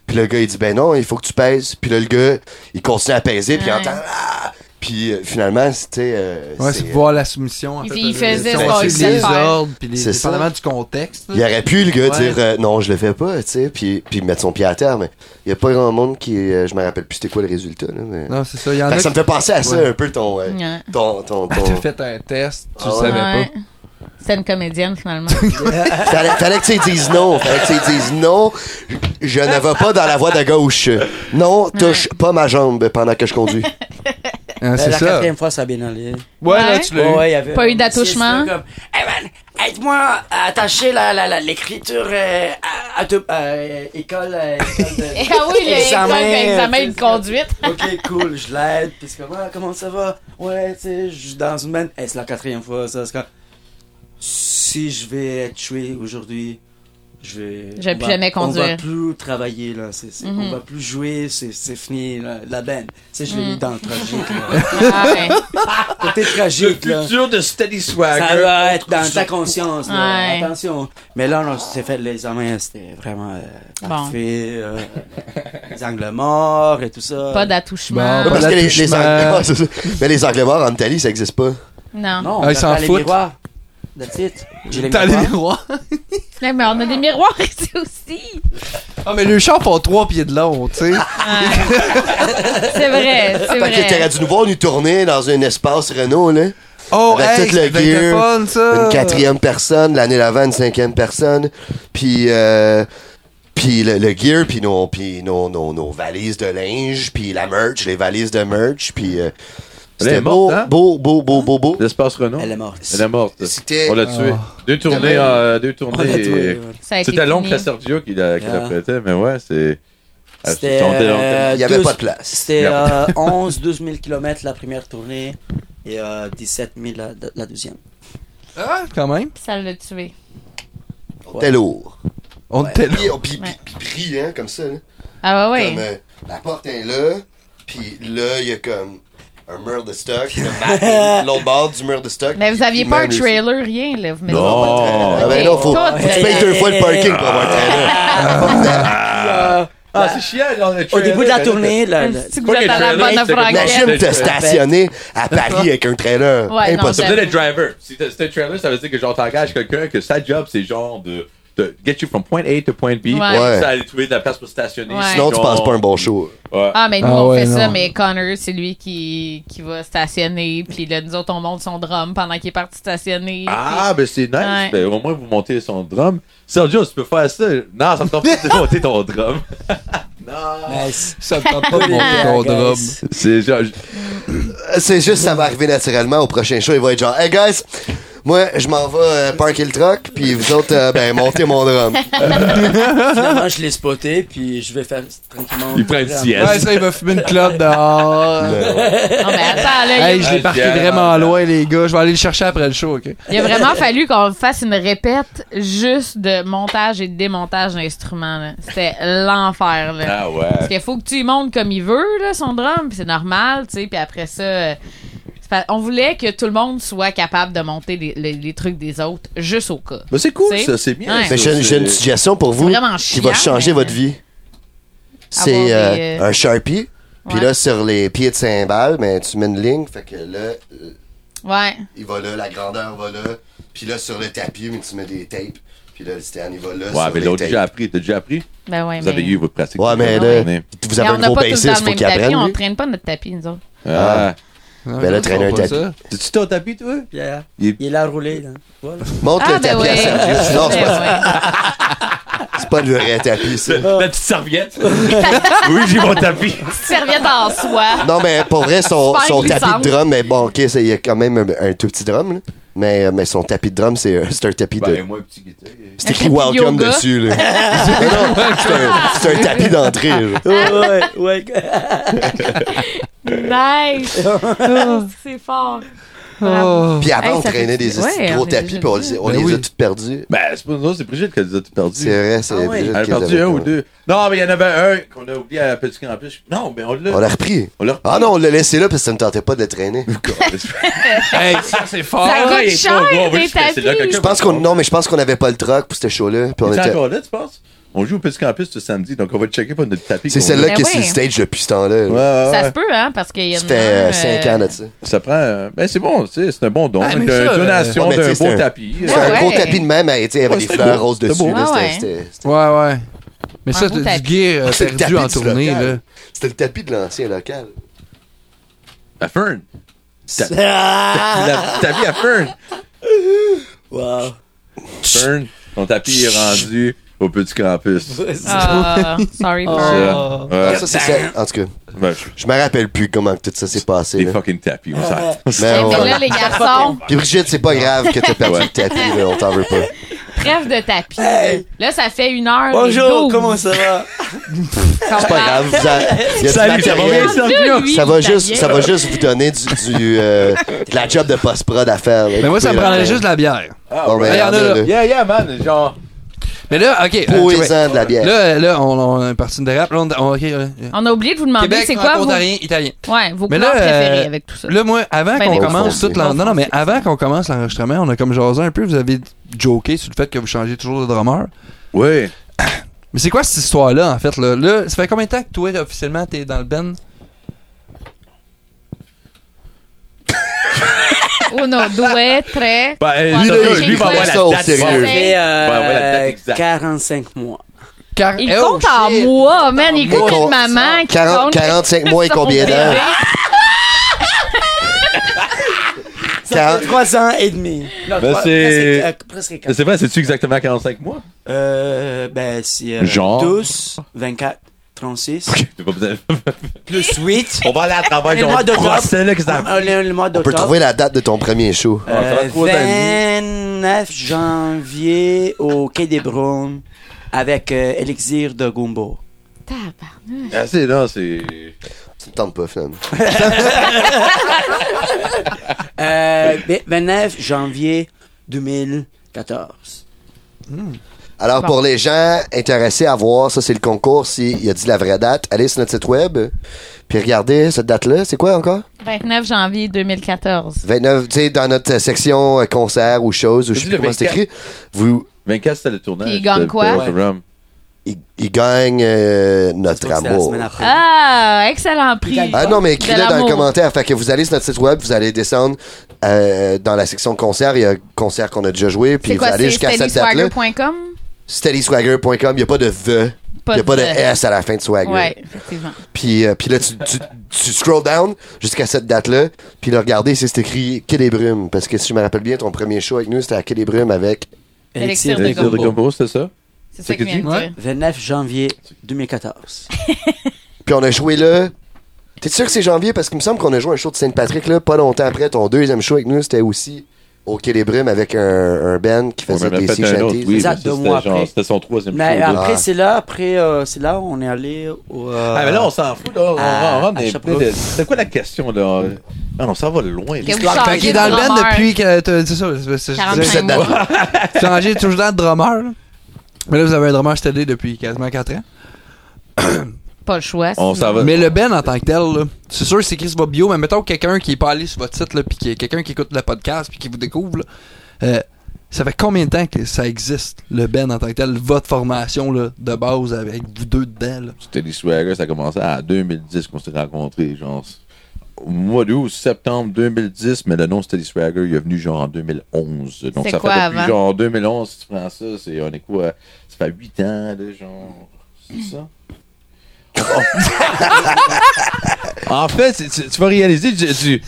Speaker 4: Puis le gars, il dit, ben non, il faut que tu pèses. Puis là, le gars, il continue à peser, puis il
Speaker 3: Ouais.
Speaker 4: entend, ah! Puis euh, finalement, c'était. euh,
Speaker 6: Ouais,
Speaker 4: c'est-
Speaker 6: c'est voir la soumission. En
Speaker 3: Il-
Speaker 6: fait,
Speaker 3: il
Speaker 6: euh,
Speaker 3: faisait
Speaker 6: on
Speaker 4: ce qu'on
Speaker 6: suit
Speaker 4: lui
Speaker 6: les
Speaker 3: disait de faire.
Speaker 6: ordres, puis les,
Speaker 4: C'est ça.
Speaker 6: dépendamment du contexte. là.
Speaker 4: euh, Il aurait pu, le gars,
Speaker 6: Ouais.
Speaker 4: dire euh, non, je le fais pas, tu sais, puis, puis mettre son pied à terre, mais il y a pas grand monde qui. euh, je me rappelle plus c'était quoi le résultat, là. Mais...
Speaker 6: Non, c'est ça. Il y en
Speaker 4: Fait
Speaker 6: a
Speaker 4: que ça me fait penser à ça
Speaker 6: Ouais.
Speaker 4: un peu ton. euh,
Speaker 3: Ouais.
Speaker 4: ton, ton,
Speaker 6: qui
Speaker 4: ton...
Speaker 6: t'as fait un test, tu
Speaker 4: Ah
Speaker 6: le
Speaker 4: ouais.
Speaker 6: savais
Speaker 3: Ouais. C'était une comédienne, finalement.
Speaker 4: fallait, fallait que tu dises non. Fallait que tu dises non. Je ne vais pas dans la voie de gauche. Non, touche pas ma jambe pendant que je conduis.
Speaker 3: Ah.
Speaker 6: pas. Hein,
Speaker 2: Euh,
Speaker 6: c'est
Speaker 2: la
Speaker 6: ça.
Speaker 2: quatrième fois, ça a bien allé.
Speaker 6: Ouais, là,
Speaker 3: Ouais.
Speaker 6: tu l'as eu.
Speaker 2: Ouais, ouais, il y avait-
Speaker 3: Pas eu d'attouchement?
Speaker 2: C'est- c'est comme, Hey man, aide-moi à attacher la- la- la- l'écriture euh, à, à te- euh, école. euh, école de- euh,
Speaker 3: ah oui, l'examen, l'examen de conduite.
Speaker 2: Ok, cool, je l'aide. Puis c'est comme, ah, comment ça va? Ouais, tu sais, je suis dans une semaine. Hey, c'est la quatrième fois, ça. C'est comme, si je vais être tué aujourd'hui, je vais.
Speaker 3: Je vais
Speaker 2: on
Speaker 3: plus
Speaker 2: va-
Speaker 3: jamais conduire.
Speaker 2: On va plus travailler, là. c'est c'est-
Speaker 3: Mhm.
Speaker 2: On va plus jouer, c'est c'est fini, là. la benne. Tu sais, je l'ai
Speaker 3: Mm.
Speaker 2: mis dans le tragique, là.
Speaker 3: Ah, ouais.
Speaker 2: Côté tragique, là.
Speaker 9: de Steady Swagger.
Speaker 2: Ça va être dans ta conscience, là.
Speaker 3: Ouais.
Speaker 2: attention. Mais là, on s'est fait l'examen, c'était vraiment euh,
Speaker 3: Bon.
Speaker 2: parfait. euh, les angles morts et tout ça.
Speaker 3: Pas d'attouchement.
Speaker 6: Bon,
Speaker 4: Parce que les, les
Speaker 6: l'attouchement.
Speaker 4: Anglais, Ah, c'est ça. mais les Anglais morts en Italie, ça existe pas.
Speaker 3: Non.
Speaker 2: Non,
Speaker 6: Ah, ils s'en
Speaker 2: t'as les
Speaker 6: foutent.
Speaker 2: miroirs. That's it. J'ai les
Speaker 6: T'as les
Speaker 2: miroirs.
Speaker 6: miroirs.
Speaker 3: Non, mais on a des miroirs ici aussi.
Speaker 6: Ah, mais le char font trois pieds de long, tu sais.
Speaker 3: Ouais. c'est vrai, c'est
Speaker 4: Fait que t'aurais
Speaker 3: vrai.
Speaker 4: dû nous voir nous tourner dans un espace Renault, là.
Speaker 6: Oh,
Speaker 4: Avec
Speaker 6: hey,
Speaker 4: tout le
Speaker 6: c'était
Speaker 4: gear,
Speaker 6: fun,
Speaker 3: Ah.
Speaker 6: ça.
Speaker 4: Une quatrième personne, l'année d'avant, une cinquième personne. Puis, euh, puis le, le gear, puis nos, puis nos, nos, nos valises de linge, puis la merch, les valises de merch, puis... euh,
Speaker 9: Elle est
Speaker 4: c'était beau,
Speaker 9: morte, hein?
Speaker 4: beau, beau, beau, beau, beau.
Speaker 9: L'espace Renault.
Speaker 2: Elle est morte.
Speaker 9: Elle est morte.
Speaker 4: C'était-
Speaker 9: On l'a tué. Deux tournées. euh, deux
Speaker 2: On l'a
Speaker 9: tournées.
Speaker 2: tué,
Speaker 9: et-
Speaker 2: ouais.
Speaker 3: Ça a été
Speaker 9: C'était l'oncle
Speaker 3: fini.
Speaker 9: à Sergio qui la, qui la
Speaker 2: Ah.
Speaker 9: prêtait, mais ouais, c'est. Ah,
Speaker 2: C'était,
Speaker 9: c'est- on était dans le-
Speaker 2: euh,
Speaker 4: Il y avait
Speaker 2: 12
Speaker 4: pas de place.
Speaker 2: C'était
Speaker 9: Non.
Speaker 2: euh, 11 12 000 km la première tournée et euh, 17 000 la, la deuxième.
Speaker 6: Ah, quand même.
Speaker 3: Ça l'a tué.
Speaker 4: C'était lourd.
Speaker 6: On
Speaker 4: Ouais.
Speaker 6: était là.
Speaker 4: Puis, puis,
Speaker 3: Ouais.
Speaker 4: puis, puis pris, hein, comme ça, là.
Speaker 3: Ah ouais,
Speaker 4: Comme,
Speaker 3: ouais.
Speaker 4: euh, la porte est là, puis là, il y a comme un mur de stock, le mat, l'autre bord du mur de stock.
Speaker 3: Mais vous aviez
Speaker 4: puis
Speaker 3: pas un
Speaker 4: même le-
Speaker 3: trailer, rien, là. Vous mettez-
Speaker 9: Non!
Speaker 4: Ah ben non, faut,
Speaker 3: Tout.
Speaker 4: faut que tu payes deux fois le parking pour avoir un trailer.
Speaker 9: Ah, c'est chiant, là, on a
Speaker 2: euh, Au
Speaker 9: tué
Speaker 2: début
Speaker 9: un-
Speaker 2: de la tournée, la, la-
Speaker 3: Si
Speaker 9: Pas
Speaker 3: vous êtes
Speaker 9: qu'un
Speaker 3: à la
Speaker 9: trailer,
Speaker 3: bonne
Speaker 9: c'est que-
Speaker 3: franquette.
Speaker 4: Imagine te stationner à Paris avec un trailer.
Speaker 3: Ouais, non,
Speaker 4: Impossible.
Speaker 9: Ça faisait le driver. Si t'as- c'était un trailer, ça veut dire que genre t'engages quelqu'un que sa job c'est genre de, de get you from point A to point B.
Speaker 3: Ouais.
Speaker 4: Ouais.
Speaker 9: Ça aller trouver de la place pour stationner.
Speaker 3: Ouais.
Speaker 4: Sinon, tu passes pas un bon show.
Speaker 9: Ouais.
Speaker 3: Ah, mais nous,
Speaker 6: Ah
Speaker 3: on
Speaker 6: ouais,
Speaker 3: fait ça,
Speaker 6: non.
Speaker 3: mais Connor, c'est lui qui, qui va stationner. Puis là, nous autres, on monte son drum pendant qu'il est parti stationner.
Speaker 9: Ah, ben c'est nice.
Speaker 3: Ouais.
Speaker 9: Ben, au moins, vous montez son drum. Sergio, tu peux faire ça. Non, ça me tente pas de monter ton drum.
Speaker 2: Nice.
Speaker 6: Ça me tente pas de monter ton
Speaker 2: Guys.
Speaker 6: drum.
Speaker 9: C'est genre.
Speaker 4: Euh, C'est juste, ça va arriver naturellement au prochain show. Il va être genre, hey guys, moi, je m'en vais euh, parker le truck, puis vous autres, euh, ben, montez mon drum.
Speaker 2: Finalement, je l'ai spoté, puis je vais faire tranquillement.
Speaker 9: Il prend une sieste.
Speaker 6: Ouais, ça, il va fumer une clope dehors.
Speaker 4: Euh,
Speaker 3: Non, mais attends, là,
Speaker 6: Hey,
Speaker 3: il,
Speaker 6: je
Speaker 3: a,
Speaker 6: l'ai parqué vraiment loin, les gars. Je vais aller le chercher après le show, ok?
Speaker 3: il a vraiment fallu qu'on fasse une répète juste de montage et de démontage d'instruments. là. C'était l'enfer, là.
Speaker 9: Ah ouais.
Speaker 3: Parce qu'il faut que tu y montes comme il veut, là, son drum, puis c'est normal, tu sais, puis après ça... euh, c'est pas- On voulait que tout le monde soit capable de monter les, les- les trucs des autres, juste au cas.
Speaker 9: Ben, c'est cool,
Speaker 3: C'est-
Speaker 9: ça. C'est bien.
Speaker 3: Ouais.
Speaker 9: ça,
Speaker 4: Mais j'ai j'ai une
Speaker 9: c'est-
Speaker 4: suggestion pour vous
Speaker 3: vraiment
Speaker 4: qui va
Speaker 3: chiant,
Speaker 4: changer
Speaker 3: mais- euh,
Speaker 4: votre vie. C'est
Speaker 3: Avoir
Speaker 4: euh,
Speaker 3: des,
Speaker 4: un Sharpie. Puis
Speaker 3: Ouais.
Speaker 4: là, sur les pieds de cymbales, ben, tu mets une ligne. Fait que là, euh,
Speaker 3: Ouais.
Speaker 4: il va là, la grandeur va là. Puis là, sur le tapis, mais tu mets des tapes. Puis là, le stand, il va là.
Speaker 9: Ouais,
Speaker 4: sur
Speaker 9: mais
Speaker 4: les
Speaker 9: l'autre,
Speaker 4: tapes.
Speaker 9: déjà appris. T'as déjà appris?
Speaker 3: Ben ouais,
Speaker 9: Vous
Speaker 3: mais...
Speaker 9: avez eu votre pratique.
Speaker 4: Ouais, mais là,
Speaker 3: Ouais.
Speaker 4: vous avez
Speaker 3: Mais
Speaker 4: un
Speaker 3: on n'a
Speaker 4: gros
Speaker 3: pas tout le temps
Speaker 4: bassiste,
Speaker 3: le
Speaker 4: faut
Speaker 3: même
Speaker 4: qu'il
Speaker 3: tapis,
Speaker 4: apprenne.
Speaker 3: on
Speaker 4: lui.
Speaker 3: traîne pas notre tapis, nous autres.
Speaker 9: Ah.
Speaker 4: Ben là, traîner un tapis.
Speaker 9: Tu ton tapis, toi?
Speaker 2: Pierre,
Speaker 9: Il-
Speaker 2: il est là roulé, là. Voilà.
Speaker 4: Montre
Speaker 3: Ah,
Speaker 4: le
Speaker 3: ben
Speaker 4: tapis
Speaker 3: ouais.
Speaker 4: à Sergio. Non, c'est pas, c'est pas le vrai tapis, ça.
Speaker 9: La petite serviette. oui, j'ai mon tapis.
Speaker 3: Serviette en soie.
Speaker 4: Non, mais pour vrai, son,
Speaker 3: Super
Speaker 4: son tapis
Speaker 3: glissante.
Speaker 4: de drum, mais bon, ok, ça, il y a quand même un, un tout petit drum, là. Mais, euh, mais son tapis de drum, c'est euh, c'est un tapis de.
Speaker 9: Ben, moi, petit guitare.
Speaker 4: C'est écrit
Speaker 3: tapis de
Speaker 4: Welcome
Speaker 3: yoga.
Speaker 4: dessus, là. Mais non, c'est un- c'est un, tapis d'entrée, là.
Speaker 2: Ouais, ouais, ouais.
Speaker 3: Nice! Ah, c'est fort. Bravo.
Speaker 6: Oh.
Speaker 4: Puis avant,
Speaker 3: Hey,
Speaker 4: on
Speaker 3: ça fait-
Speaker 4: traînait des
Speaker 3: Ouais,
Speaker 4: estis de
Speaker 3: on
Speaker 4: gros
Speaker 3: est
Speaker 4: tapis,
Speaker 3: déjà
Speaker 4: puis on,
Speaker 3: dedans.
Speaker 4: les- on
Speaker 6: Ben
Speaker 4: les a
Speaker 6: oui.
Speaker 4: tous perdus.
Speaker 9: Ben, c'est pas nous autres, c'est Brigitte qui a tout perdu.
Speaker 4: C'est vrai, c'est
Speaker 2: Ah ouais.
Speaker 4: Brigitte
Speaker 9: Elle a
Speaker 4: qui les
Speaker 9: perdu
Speaker 4: avait,
Speaker 9: un ou
Speaker 4: ouais.
Speaker 9: deux. Non, mais il y en avait un qu'on a oublié à Petit Campus. Non, mais on l'a.
Speaker 4: On l'a repris.
Speaker 9: On l'a repris.
Speaker 4: Ah non, on l'a laissé là parce que ça ne tentait pas de le traîner.
Speaker 6: Hey, ça, c'est fort.
Speaker 3: Ça coûte cher, des tapis.
Speaker 4: Je pense qu'on non mais je pense qu'on avait pas le truck pour ce show là puis on
Speaker 9: était
Speaker 4: était
Speaker 9: encore là, tu penses? On joue au Petit Campus ce samedi, donc on va checker pour notre tapis.
Speaker 4: C'est
Speaker 9: qu'on
Speaker 4: celle-là
Speaker 3: Ben
Speaker 4: qui est sur le
Speaker 3: oui.
Speaker 4: stage depuis ce temps-là.
Speaker 9: a.
Speaker 4: là.
Speaker 9: Ouais,
Speaker 3: Ça
Speaker 9: ouais, ouais.
Speaker 3: se peut, hein, parce qu'il y a
Speaker 4: Ça
Speaker 3: une
Speaker 4: fait
Speaker 3: heure,
Speaker 4: 5
Speaker 3: euh,
Speaker 4: ans de ça.
Speaker 9: Ça prend. euh, Ben, c'est bon, tu sais, c'est un bon don.
Speaker 6: Ah, mais
Speaker 9: une une
Speaker 6: ça, euh,
Speaker 9: donation
Speaker 4: ouais, mais tu
Speaker 9: d'un
Speaker 4: sais, c'est
Speaker 9: beau
Speaker 4: un-
Speaker 9: tapis. euh,
Speaker 4: C'est
Speaker 3: Ouais,
Speaker 4: un gros
Speaker 3: ouais.
Speaker 4: tapis de même, elle, tu sais, il y avait
Speaker 9: Ouais,
Speaker 4: des
Speaker 9: c'était
Speaker 4: fleurs
Speaker 9: beau.
Speaker 4: roses
Speaker 9: C'était
Speaker 4: dessus.
Speaker 9: beau.
Speaker 4: là,
Speaker 3: Ah ouais.
Speaker 4: c'était- C'était c'était-
Speaker 6: Ouais, ouais. Mais
Speaker 3: Un
Speaker 6: ça,
Speaker 3: beau
Speaker 6: t'as du
Speaker 3: tapis.
Speaker 6: gear euh,
Speaker 4: C'est le
Speaker 6: perdu
Speaker 4: tapis
Speaker 6: en
Speaker 4: du
Speaker 6: tournée,
Speaker 4: local.
Speaker 6: là.
Speaker 4: c'était le tapis de l'ancien local.
Speaker 9: À Fern.
Speaker 2: Ah!
Speaker 9: La- Tapis à Fern.
Speaker 2: Wow.
Speaker 9: Fern, ton tapis est rendu au Petit Campus.
Speaker 3: Ah, sorry, Fern.
Speaker 9: Ça, ouais.
Speaker 4: Ah, ça, c'est ça. En tout cas,
Speaker 9: Ben, je-
Speaker 4: je me rappelle plus comment tout ça s'est passé.
Speaker 9: Des
Speaker 4: là.
Speaker 9: fucking tapis, on s'en
Speaker 4: Mais
Speaker 3: Et
Speaker 4: on-
Speaker 3: puis Eh, là, les garçons,
Speaker 4: Puis Brigitte, c'est pas grave que t'aies perdu
Speaker 9: Ouais.
Speaker 4: le tapis, là, on t'en veut pas.
Speaker 3: trêve de tapis. Là, ça fait une heure. et
Speaker 2: Bonjour,
Speaker 3: douze.
Speaker 2: comment ça va?
Speaker 4: C'est pas grave,
Speaker 3: Ah.
Speaker 4: vous en- il y a du
Speaker 9: Salut, ça va
Speaker 4: matériel.
Speaker 9: bien,
Speaker 3: Dieu, lui,
Speaker 4: Ça va,
Speaker 3: il
Speaker 4: juste,
Speaker 3: t'a
Speaker 4: ça va juste vous donner du, du, euh, de la job de post-prod à faire. là.
Speaker 6: Mais moi, ça me
Speaker 4: Puis,
Speaker 6: prendrait
Speaker 4: euh,
Speaker 6: juste de la bière.
Speaker 4: bon, ben,
Speaker 6: Ah, il y en a,
Speaker 4: regardez,
Speaker 6: là.
Speaker 4: là.
Speaker 9: Yeah, yeah, man. Genre,
Speaker 6: Mais là, ok. euh, tu vois,
Speaker 4: Poésan de la bière.
Speaker 6: Là, là, on, on est parti de dérape. Là, on, on- ok, là, là.
Speaker 3: On a oublié de vous demander
Speaker 6: Québec,
Speaker 3: c'est quoi vos,
Speaker 6: ontarien, italien.
Speaker 3: ouais, vos
Speaker 6: Mais
Speaker 3: couleurs
Speaker 6: là, euh,
Speaker 3: préférées avec tout ça.
Speaker 6: Là, moi, avant
Speaker 3: Ben,
Speaker 6: qu'on
Speaker 3: les
Speaker 6: commence
Speaker 4: français.
Speaker 6: tout l'en- Non, non, mais avant qu'on commence l'enregistrement, on a comme jasé un peu. Vous avez joké sur le fait que vous changez toujours de drummer.
Speaker 9: oui.
Speaker 6: Mais c'est quoi cette histoire-là, en fait? Là? là, ça fait combien de temps que toi, officiellement, t'es dans le Ben?
Speaker 3: Uno, due, tre.
Speaker 9: Ben,
Speaker 3: Ouais,
Speaker 9: lui,
Speaker 3: ça,
Speaker 9: là,
Speaker 3: j'ai
Speaker 9: lui va
Speaker 3: cru
Speaker 9: avoir
Speaker 3: ça
Speaker 9: la
Speaker 4: au
Speaker 9: date.
Speaker 4: sérieux.
Speaker 2: J'ai
Speaker 9: Ouais, ouais, la date
Speaker 2: euh,
Speaker 9: exacte.
Speaker 2: 45 mois.
Speaker 6: Car...
Speaker 4: Eh,
Speaker 3: Il
Speaker 6: Oh,
Speaker 3: compte en
Speaker 6: shit!
Speaker 3: mois, man. Il
Speaker 4: Moi,
Speaker 3: compte
Speaker 4: con-
Speaker 3: une maman qui
Speaker 4: 40
Speaker 3: compte
Speaker 4: 45 mois et
Speaker 3: son
Speaker 4: combien d'heures?
Speaker 3: bébé.
Speaker 4: 40
Speaker 2: 3 ans et demi. Non,
Speaker 9: Ben,
Speaker 2: trois-
Speaker 9: c'est-
Speaker 2: presque- euh, Presque quatre.
Speaker 9: C'est vrai, c'est-tu exactement 45 mois?
Speaker 2: Euh, ben, c'est euh,
Speaker 9: Genre.
Speaker 2: 12, 24, 36,
Speaker 9: T'es pas besoin-
Speaker 2: plus 8.
Speaker 9: On va aller à travers
Speaker 2: Et moi, de
Speaker 9: genre procès, là, que ça-
Speaker 2: Euh, Le, le mois
Speaker 4: On peut
Speaker 2: d'octobre.
Speaker 4: trouver la date de ton premier show.
Speaker 9: Ah, ça va
Speaker 2: Euh,
Speaker 9: être trois ans et
Speaker 2: 29 janvier au Quai des Brumes avec euh, Elixir de Gumbo.
Speaker 3: Tabarnouche.
Speaker 9: Ah, c'est, non, c'est...
Speaker 4: Ça me tente pas, finalement.
Speaker 2: Euh, ben- 29 janvier 2014.
Speaker 9: Ah,
Speaker 4: Alors,
Speaker 3: Bon.
Speaker 4: pour les gens intéressés à voir, ça, c'est le concours. S'il a dit la vraie date, allez sur notre site web. Puis regardez cette date-là. C'est quoi encore?
Speaker 3: 29 janvier 2014.
Speaker 4: 29, tu sais, dans notre section euh, concert ou choses, ou je sais
Speaker 9: Dis
Speaker 4: plus
Speaker 9: le
Speaker 4: comment c'est écrit, vous,
Speaker 9: 24, c'était le tournage.
Speaker 3: Puis il gagne
Speaker 9: de
Speaker 3: quoi?
Speaker 9: Barrel of
Speaker 2: Ouais.
Speaker 9: Rum.
Speaker 4: il, il gagne euh, notre
Speaker 2: C'est la
Speaker 4: amour.
Speaker 2: semaine après.
Speaker 3: Ah, excellent prix.
Speaker 2: gagne
Speaker 4: Ah non, mais écris-le
Speaker 3: De
Speaker 4: dans
Speaker 3: l'amour.
Speaker 4: le commentaire. Fait que vous allez sur notre site web, vous allez descendre euh, dans la section concert. Il y a un concert qu'on a déjà joué, puis
Speaker 3: C'est
Speaker 4: vous
Speaker 3: quoi,
Speaker 4: allez
Speaker 3: c'est
Speaker 4: jusqu'à cette date-là.
Speaker 3: steadyswagger.com?
Speaker 4: SteadySwagger.com. Il n'y a pas de The. Il n'y a pas de S à la fin de Swagger.
Speaker 3: Ouais, effectivement.
Speaker 4: Puis, euh, puis là, tu, tu, tu scroll down jusqu'à cette date-là. Puis là, regardez, c'est c'est écrit Quai des Brumes. Parce que si je me rappelle bien, ton premier show avec nous, c'était à Quai des Brumes avec.
Speaker 3: Elixir
Speaker 9: Le
Speaker 3: de
Speaker 9: tour de
Speaker 3: Gumbo.
Speaker 9: combo, c'était ça?
Speaker 3: C'est
Speaker 9: C'est
Speaker 3: ça que
Speaker 9: que
Speaker 3: vient de
Speaker 6: tu-
Speaker 3: dire.
Speaker 2: 29 janvier 2014.
Speaker 4: Puis on a joué là. T'es sûr que c'est janvier? Parce qu'il me semble qu'on a joué un show de Sainte-Patrick là, pas longtemps après. Ton deuxième show avec nous, c'était aussi au Quai des Brumes avec un, un band qui
Speaker 9: On
Speaker 4: faisait
Speaker 9: en a
Speaker 4: des
Speaker 9: fait un autre,
Speaker 4: C-Chanties.
Speaker 9: oui. mais
Speaker 2: Exact,
Speaker 9: ça,
Speaker 2: deux mois
Speaker 9: C'était genre-
Speaker 2: après.
Speaker 9: c'était son troisième
Speaker 2: Mais
Speaker 9: show, là.
Speaker 2: après,
Speaker 4: Ah.
Speaker 2: c'est là, après, euh, c'est là, on est allé au. euh,
Speaker 9: Ah, mais là, on s'en fout, là. On,
Speaker 2: Ah,
Speaker 9: on rentre dans les
Speaker 2: à Sherbrooke.
Speaker 9: pleins de- C'est quoi la question, là? Ah, on s'en va loin.
Speaker 3: Que vous
Speaker 2: Fait
Speaker 6: Fait qu'il est
Speaker 3: changez
Speaker 6: dans le
Speaker 3: de
Speaker 6: Ben
Speaker 3: drummer.
Speaker 6: depuis que. t'as- C'est ça, c'est- c'est- je disais-
Speaker 3: 45
Speaker 4: Cette date-là.
Speaker 3: mois.
Speaker 6: Vous changez toujours de drummer. là. Mais là, vous avez un drummer stédé depuis quasiment 4 ans.
Speaker 3: Pas le choix.
Speaker 9: On
Speaker 4: Ah,
Speaker 9: s'en va.
Speaker 6: Mais le Ben en tant que tel, là, c'est sûr que c'est Chris Bobbio, mais mettons quelqu'un qui est pas allé sur votre site, là, puis qui- quelqu'un qui écoute le podcast, puis qui vous découvre, là, euh, ça fait combien de temps que ça existe, le Ben en tant que tel, votre formation là, de base avec vous deux dedans? là?
Speaker 9: Teddy Swagger, ça a commencé en 2010 qu'on s'est rencontrés, genre. Au mois d'août, septembre 2010, mais le nom Steady Swagger, il est venu genre en 2011. Donc
Speaker 3: C'est
Speaker 9: ça
Speaker 3: quoi
Speaker 9: fait depuis
Speaker 3: avant?
Speaker 9: genre 2011, si tu prends ça, c'est, on est quoi, ça fait 8 ans, là, genre, c'est ça? en fait, c'est- tu, tu vas réaliser, tu- tu-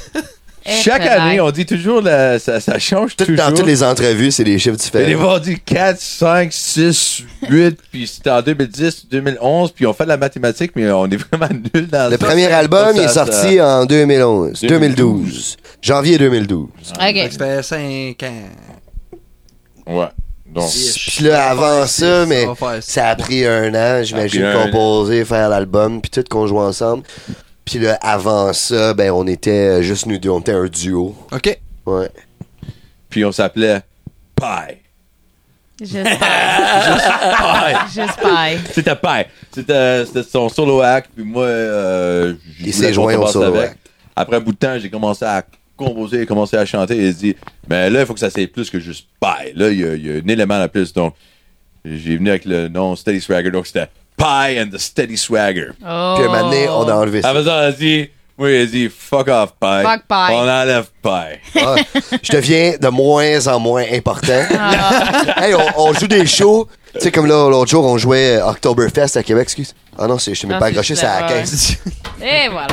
Speaker 3: Eh,
Speaker 9: chaque
Speaker 3: peut-être.
Speaker 9: année, on dit toujours, la- ça, ça change
Speaker 4: Tout-
Speaker 9: toujours.
Speaker 4: dans toutes les entrevues, c'est des chiffres
Speaker 9: Mais les
Speaker 4: différents.
Speaker 9: voir dit 4, 5, 6, 8, puis c'était en 2010, 2011, puis on fait de la mathématique, mais on est vraiment nul dans
Speaker 4: Le
Speaker 9: ça.
Speaker 4: premier album, il est
Speaker 9: Ça, ça-
Speaker 4: sorti euh, en 2011. 2012. Janvier 2012.
Speaker 6: Fait que
Speaker 3: OK.
Speaker 6: Ça fait 5 ans.
Speaker 9: Ouais. Donc,
Speaker 4: Puis là, avant ça, mais
Speaker 6: va faire six
Speaker 4: ça a pris un an, j'imagine,
Speaker 9: Ça a pris un
Speaker 4: composer, faire l'album, puis tout qu'on joue ensemble. Puis là, avant ça, ben, on était juste nous deux, on était un duo.
Speaker 6: OK.
Speaker 4: Ouais.
Speaker 9: puis on s'appelait Pie.
Speaker 3: J'espère.
Speaker 9: Pie.
Speaker 3: J'espère.
Speaker 9: C'était Pie. C'était euh, c'était son solo act, puis moi, euh, je
Speaker 4: Il
Speaker 9: voulais
Speaker 4: s'est
Speaker 9: qu'on
Speaker 4: joint au
Speaker 9: commence
Speaker 4: solo
Speaker 9: avec.
Speaker 4: act.
Speaker 9: Après un bout de temps, j'ai commencé à composer, commencé ben à chanter, et il se dit, mais là, il faut que ça soit plus que juste Pie. Là, il y, a- il y a un élément à plus, donc J'ai venu avec le nom Steady Swagger, donc c'était Pie and the Steady Swagger.
Speaker 3: Oh.
Speaker 4: Puis un moment donné, on a enlevé ça.
Speaker 9: Après ça, elle a dit, oui, elle a dit, fuck off, Pie.
Speaker 3: Fuck Pie.
Speaker 9: On enlève Pie.
Speaker 4: Ah, je deviens de moins en moins important. Hey, on, on joue des shows. Tu sais, comme là, l'autre jour, on jouait euh, Oktoberfest à Québec, excuse. Ah non, c'est- je t'ai même
Speaker 3: Non,
Speaker 4: pas
Speaker 3: c'est
Speaker 4: accroché,
Speaker 3: juste
Speaker 4: c'est à la
Speaker 3: là, ouais.
Speaker 4: caisse.
Speaker 3: Oh. Et voilà.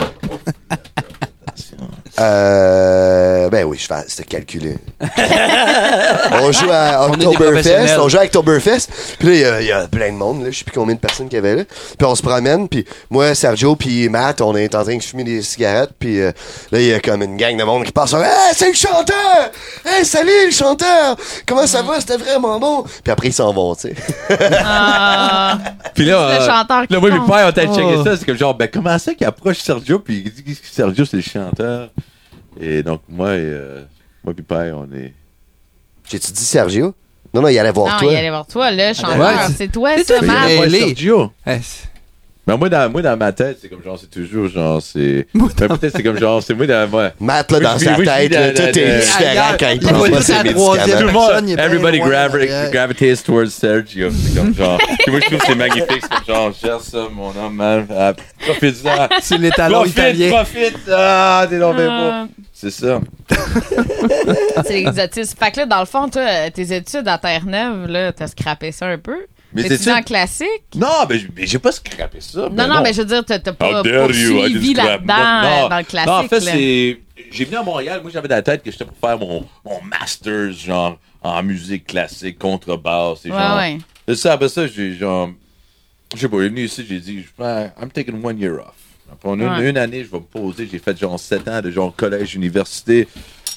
Speaker 4: Euh, ben oui, je fais- c'était calculé. on joue à
Speaker 6: est des
Speaker 4: Oktoberfest,
Speaker 6: professionnels.
Speaker 4: on, joue à Oktoberfest, puis là, il y a- il y, a plein de monde, là, je sais plus combien de personnes qu'il y avait là. Puis on se promène, puis moi, Sergio, puis Matt, on est en train de fumer des cigarettes, puis euh, là, il y a comme une gang de monde qui passe, « Hey, c'est le chanteur! Hey, salut le chanteur! Comment ça va? C'était vraiment bon! » Puis après, ils s'en vont, tu sais.
Speaker 3: Ah.
Speaker 9: Puis là,
Speaker 3: le
Speaker 9: euh,
Speaker 3: chanteur qui
Speaker 9: là, moi, et
Speaker 3: chante.
Speaker 9: mon père, on t'a
Speaker 6: Oh.
Speaker 9: checké ça. C'est comme genre, ben, comment ça qu'il approche Sergio, puis il dit que Sergio, c'est le chanteur. Et donc, moi et, euh, moi puis père, on est.
Speaker 4: J'ai-tu dit Sergio? Non, non, il allait voir
Speaker 3: Non,
Speaker 4: toi.
Speaker 3: il allait voir toi, le chanteur.
Speaker 6: ouais,
Speaker 3: c'est toi, ça,
Speaker 6: toi,
Speaker 3: Matt.
Speaker 6: mais-
Speaker 9: Moi,
Speaker 6: les-
Speaker 9: Sergio.
Speaker 6: Eh, c'est-
Speaker 9: Mais moi dans, moi, dans ma tête, c'est comme genre, c'est toujours genre, c'est.
Speaker 6: Moi,
Speaker 9: Ben, peut-être c'est comme genre, c'est moi dans. Moi,
Speaker 4: Matt, là,
Speaker 9: Moi,
Speaker 4: dans
Speaker 9: je-
Speaker 4: sa
Speaker 9: moi, je
Speaker 4: tête,
Speaker 9: dis
Speaker 4: là,
Speaker 9: la-
Speaker 4: tout
Speaker 9: la-
Speaker 4: est
Speaker 9: la-
Speaker 4: différent quand il prend
Speaker 6: Moi,
Speaker 4: pas
Speaker 6: c'est
Speaker 4: ses
Speaker 6: la troisième.
Speaker 4: médicaments.
Speaker 9: Tout le
Speaker 6: personne, il est
Speaker 9: monde,
Speaker 6: bien
Speaker 9: everybody
Speaker 6: loin
Speaker 9: gravi-
Speaker 6: derrière.
Speaker 9: gravitates towards Sergio. C'est comme genre. Puis moi, je trouve que c'est magnifique. C'est comme genre, gère ça, mon homme, man. Ah, Profite-en.
Speaker 6: C'est les talons
Speaker 9: Profite,
Speaker 6: italiens.
Speaker 9: profite. Ah, t'es donc bien beau.
Speaker 3: Euh,
Speaker 9: C'est ça.
Speaker 3: Ah, C'est l'exotisme. Fait que là, dans le fond, toi, tes études à Terre-Neuve, là, t'as scrappé ça un peu.
Speaker 9: Mais
Speaker 3: T'es-tu
Speaker 9: c'est
Speaker 3: dans le classique?
Speaker 9: Non, mais j- mais j'ai pas scrappé ça.
Speaker 3: Non, non, mais je veux dire, t'as t'as pas
Speaker 9: How dare you, I
Speaker 3: poursuivi
Speaker 9: didn't scrap
Speaker 3: là-dedans,
Speaker 9: nothing.
Speaker 3: euh,
Speaker 9: Non.
Speaker 3: dans le classique.
Speaker 9: Non, en fait,
Speaker 3: là.
Speaker 9: c'est. J'ai venu à Montréal. Moi, j'avais dans la tête que j'étais pour faire mon, mon master's, genre, en musique classique, contrebasse. et
Speaker 3: Ouais,
Speaker 9: genre.
Speaker 3: ouais.
Speaker 9: C'est ça, après ça, j'ai genre. Je sais pas, je suis venu ici, j'ai dit, je prends- I'm taking one year off. Après une,
Speaker 3: Ouais.
Speaker 9: une année, je vais me poser. J'ai fait genre 7 ans de genre collège, université.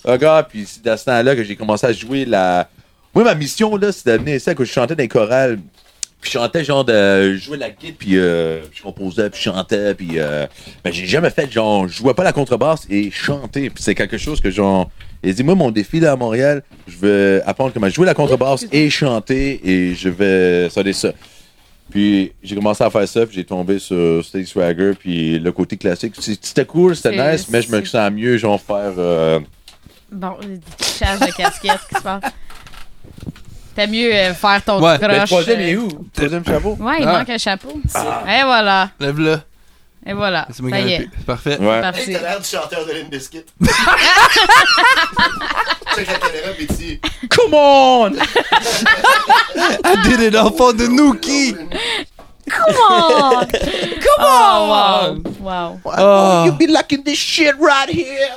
Speaker 9: Regarde, puis c'est dans ce temps-là que j'ai commencé à jouer la. Moi, ma mission, là, c'était d'amener ça, que je chantais dans les chorales. Puis je chantais genre de. Je jouais la guitare, puis euh, je composais, puis je chantais, puis. euh, ben, j'ai jamais fait genre. Je jouais pas la contrebasse et chanter. Puis c'est quelque chose que genre. Et dis-moi, mon défi là à Montréal, je veux apprendre comment jouer la contrebasse et chanter, et je vais. Ça, ça. Puis j'ai commencé à faire ça, puis j'ai tombé sur Steady Swagger, puis le côté classique. C'est- C'était cool, c'était
Speaker 3: C'est-
Speaker 9: nice, mais je me
Speaker 3: c'est-
Speaker 9: sens mieux, genre, faire. euh,
Speaker 3: Bon, le charge de casquette, qui se passe? T'as mieux euh, faire ton
Speaker 6: Ouais,
Speaker 3: croche.
Speaker 9: Mais le troisième
Speaker 3: euh,
Speaker 9: est où? Ah. Le Troisième chapeau?
Speaker 3: Ouais, il
Speaker 6: Ah.
Speaker 3: manque un chapeau. Et voilà,
Speaker 6: Lève-le.
Speaker 3: et voilà.
Speaker 6: C'est moi
Speaker 3: Ça
Speaker 6: qui
Speaker 3: y
Speaker 6: l'ai
Speaker 3: est,
Speaker 6: pu. C'est parfait.
Speaker 9: Ouais.
Speaker 3: parti.
Speaker 4: l'air du chanteur de Limbiskit. Check la caméra, puis dis.
Speaker 9: Come on!
Speaker 6: I did it, enfant Ah, de Nookie!
Speaker 10: Comment
Speaker 3: Oh, wow! Wow!
Speaker 6: Ah.
Speaker 9: You be liking this shit right here!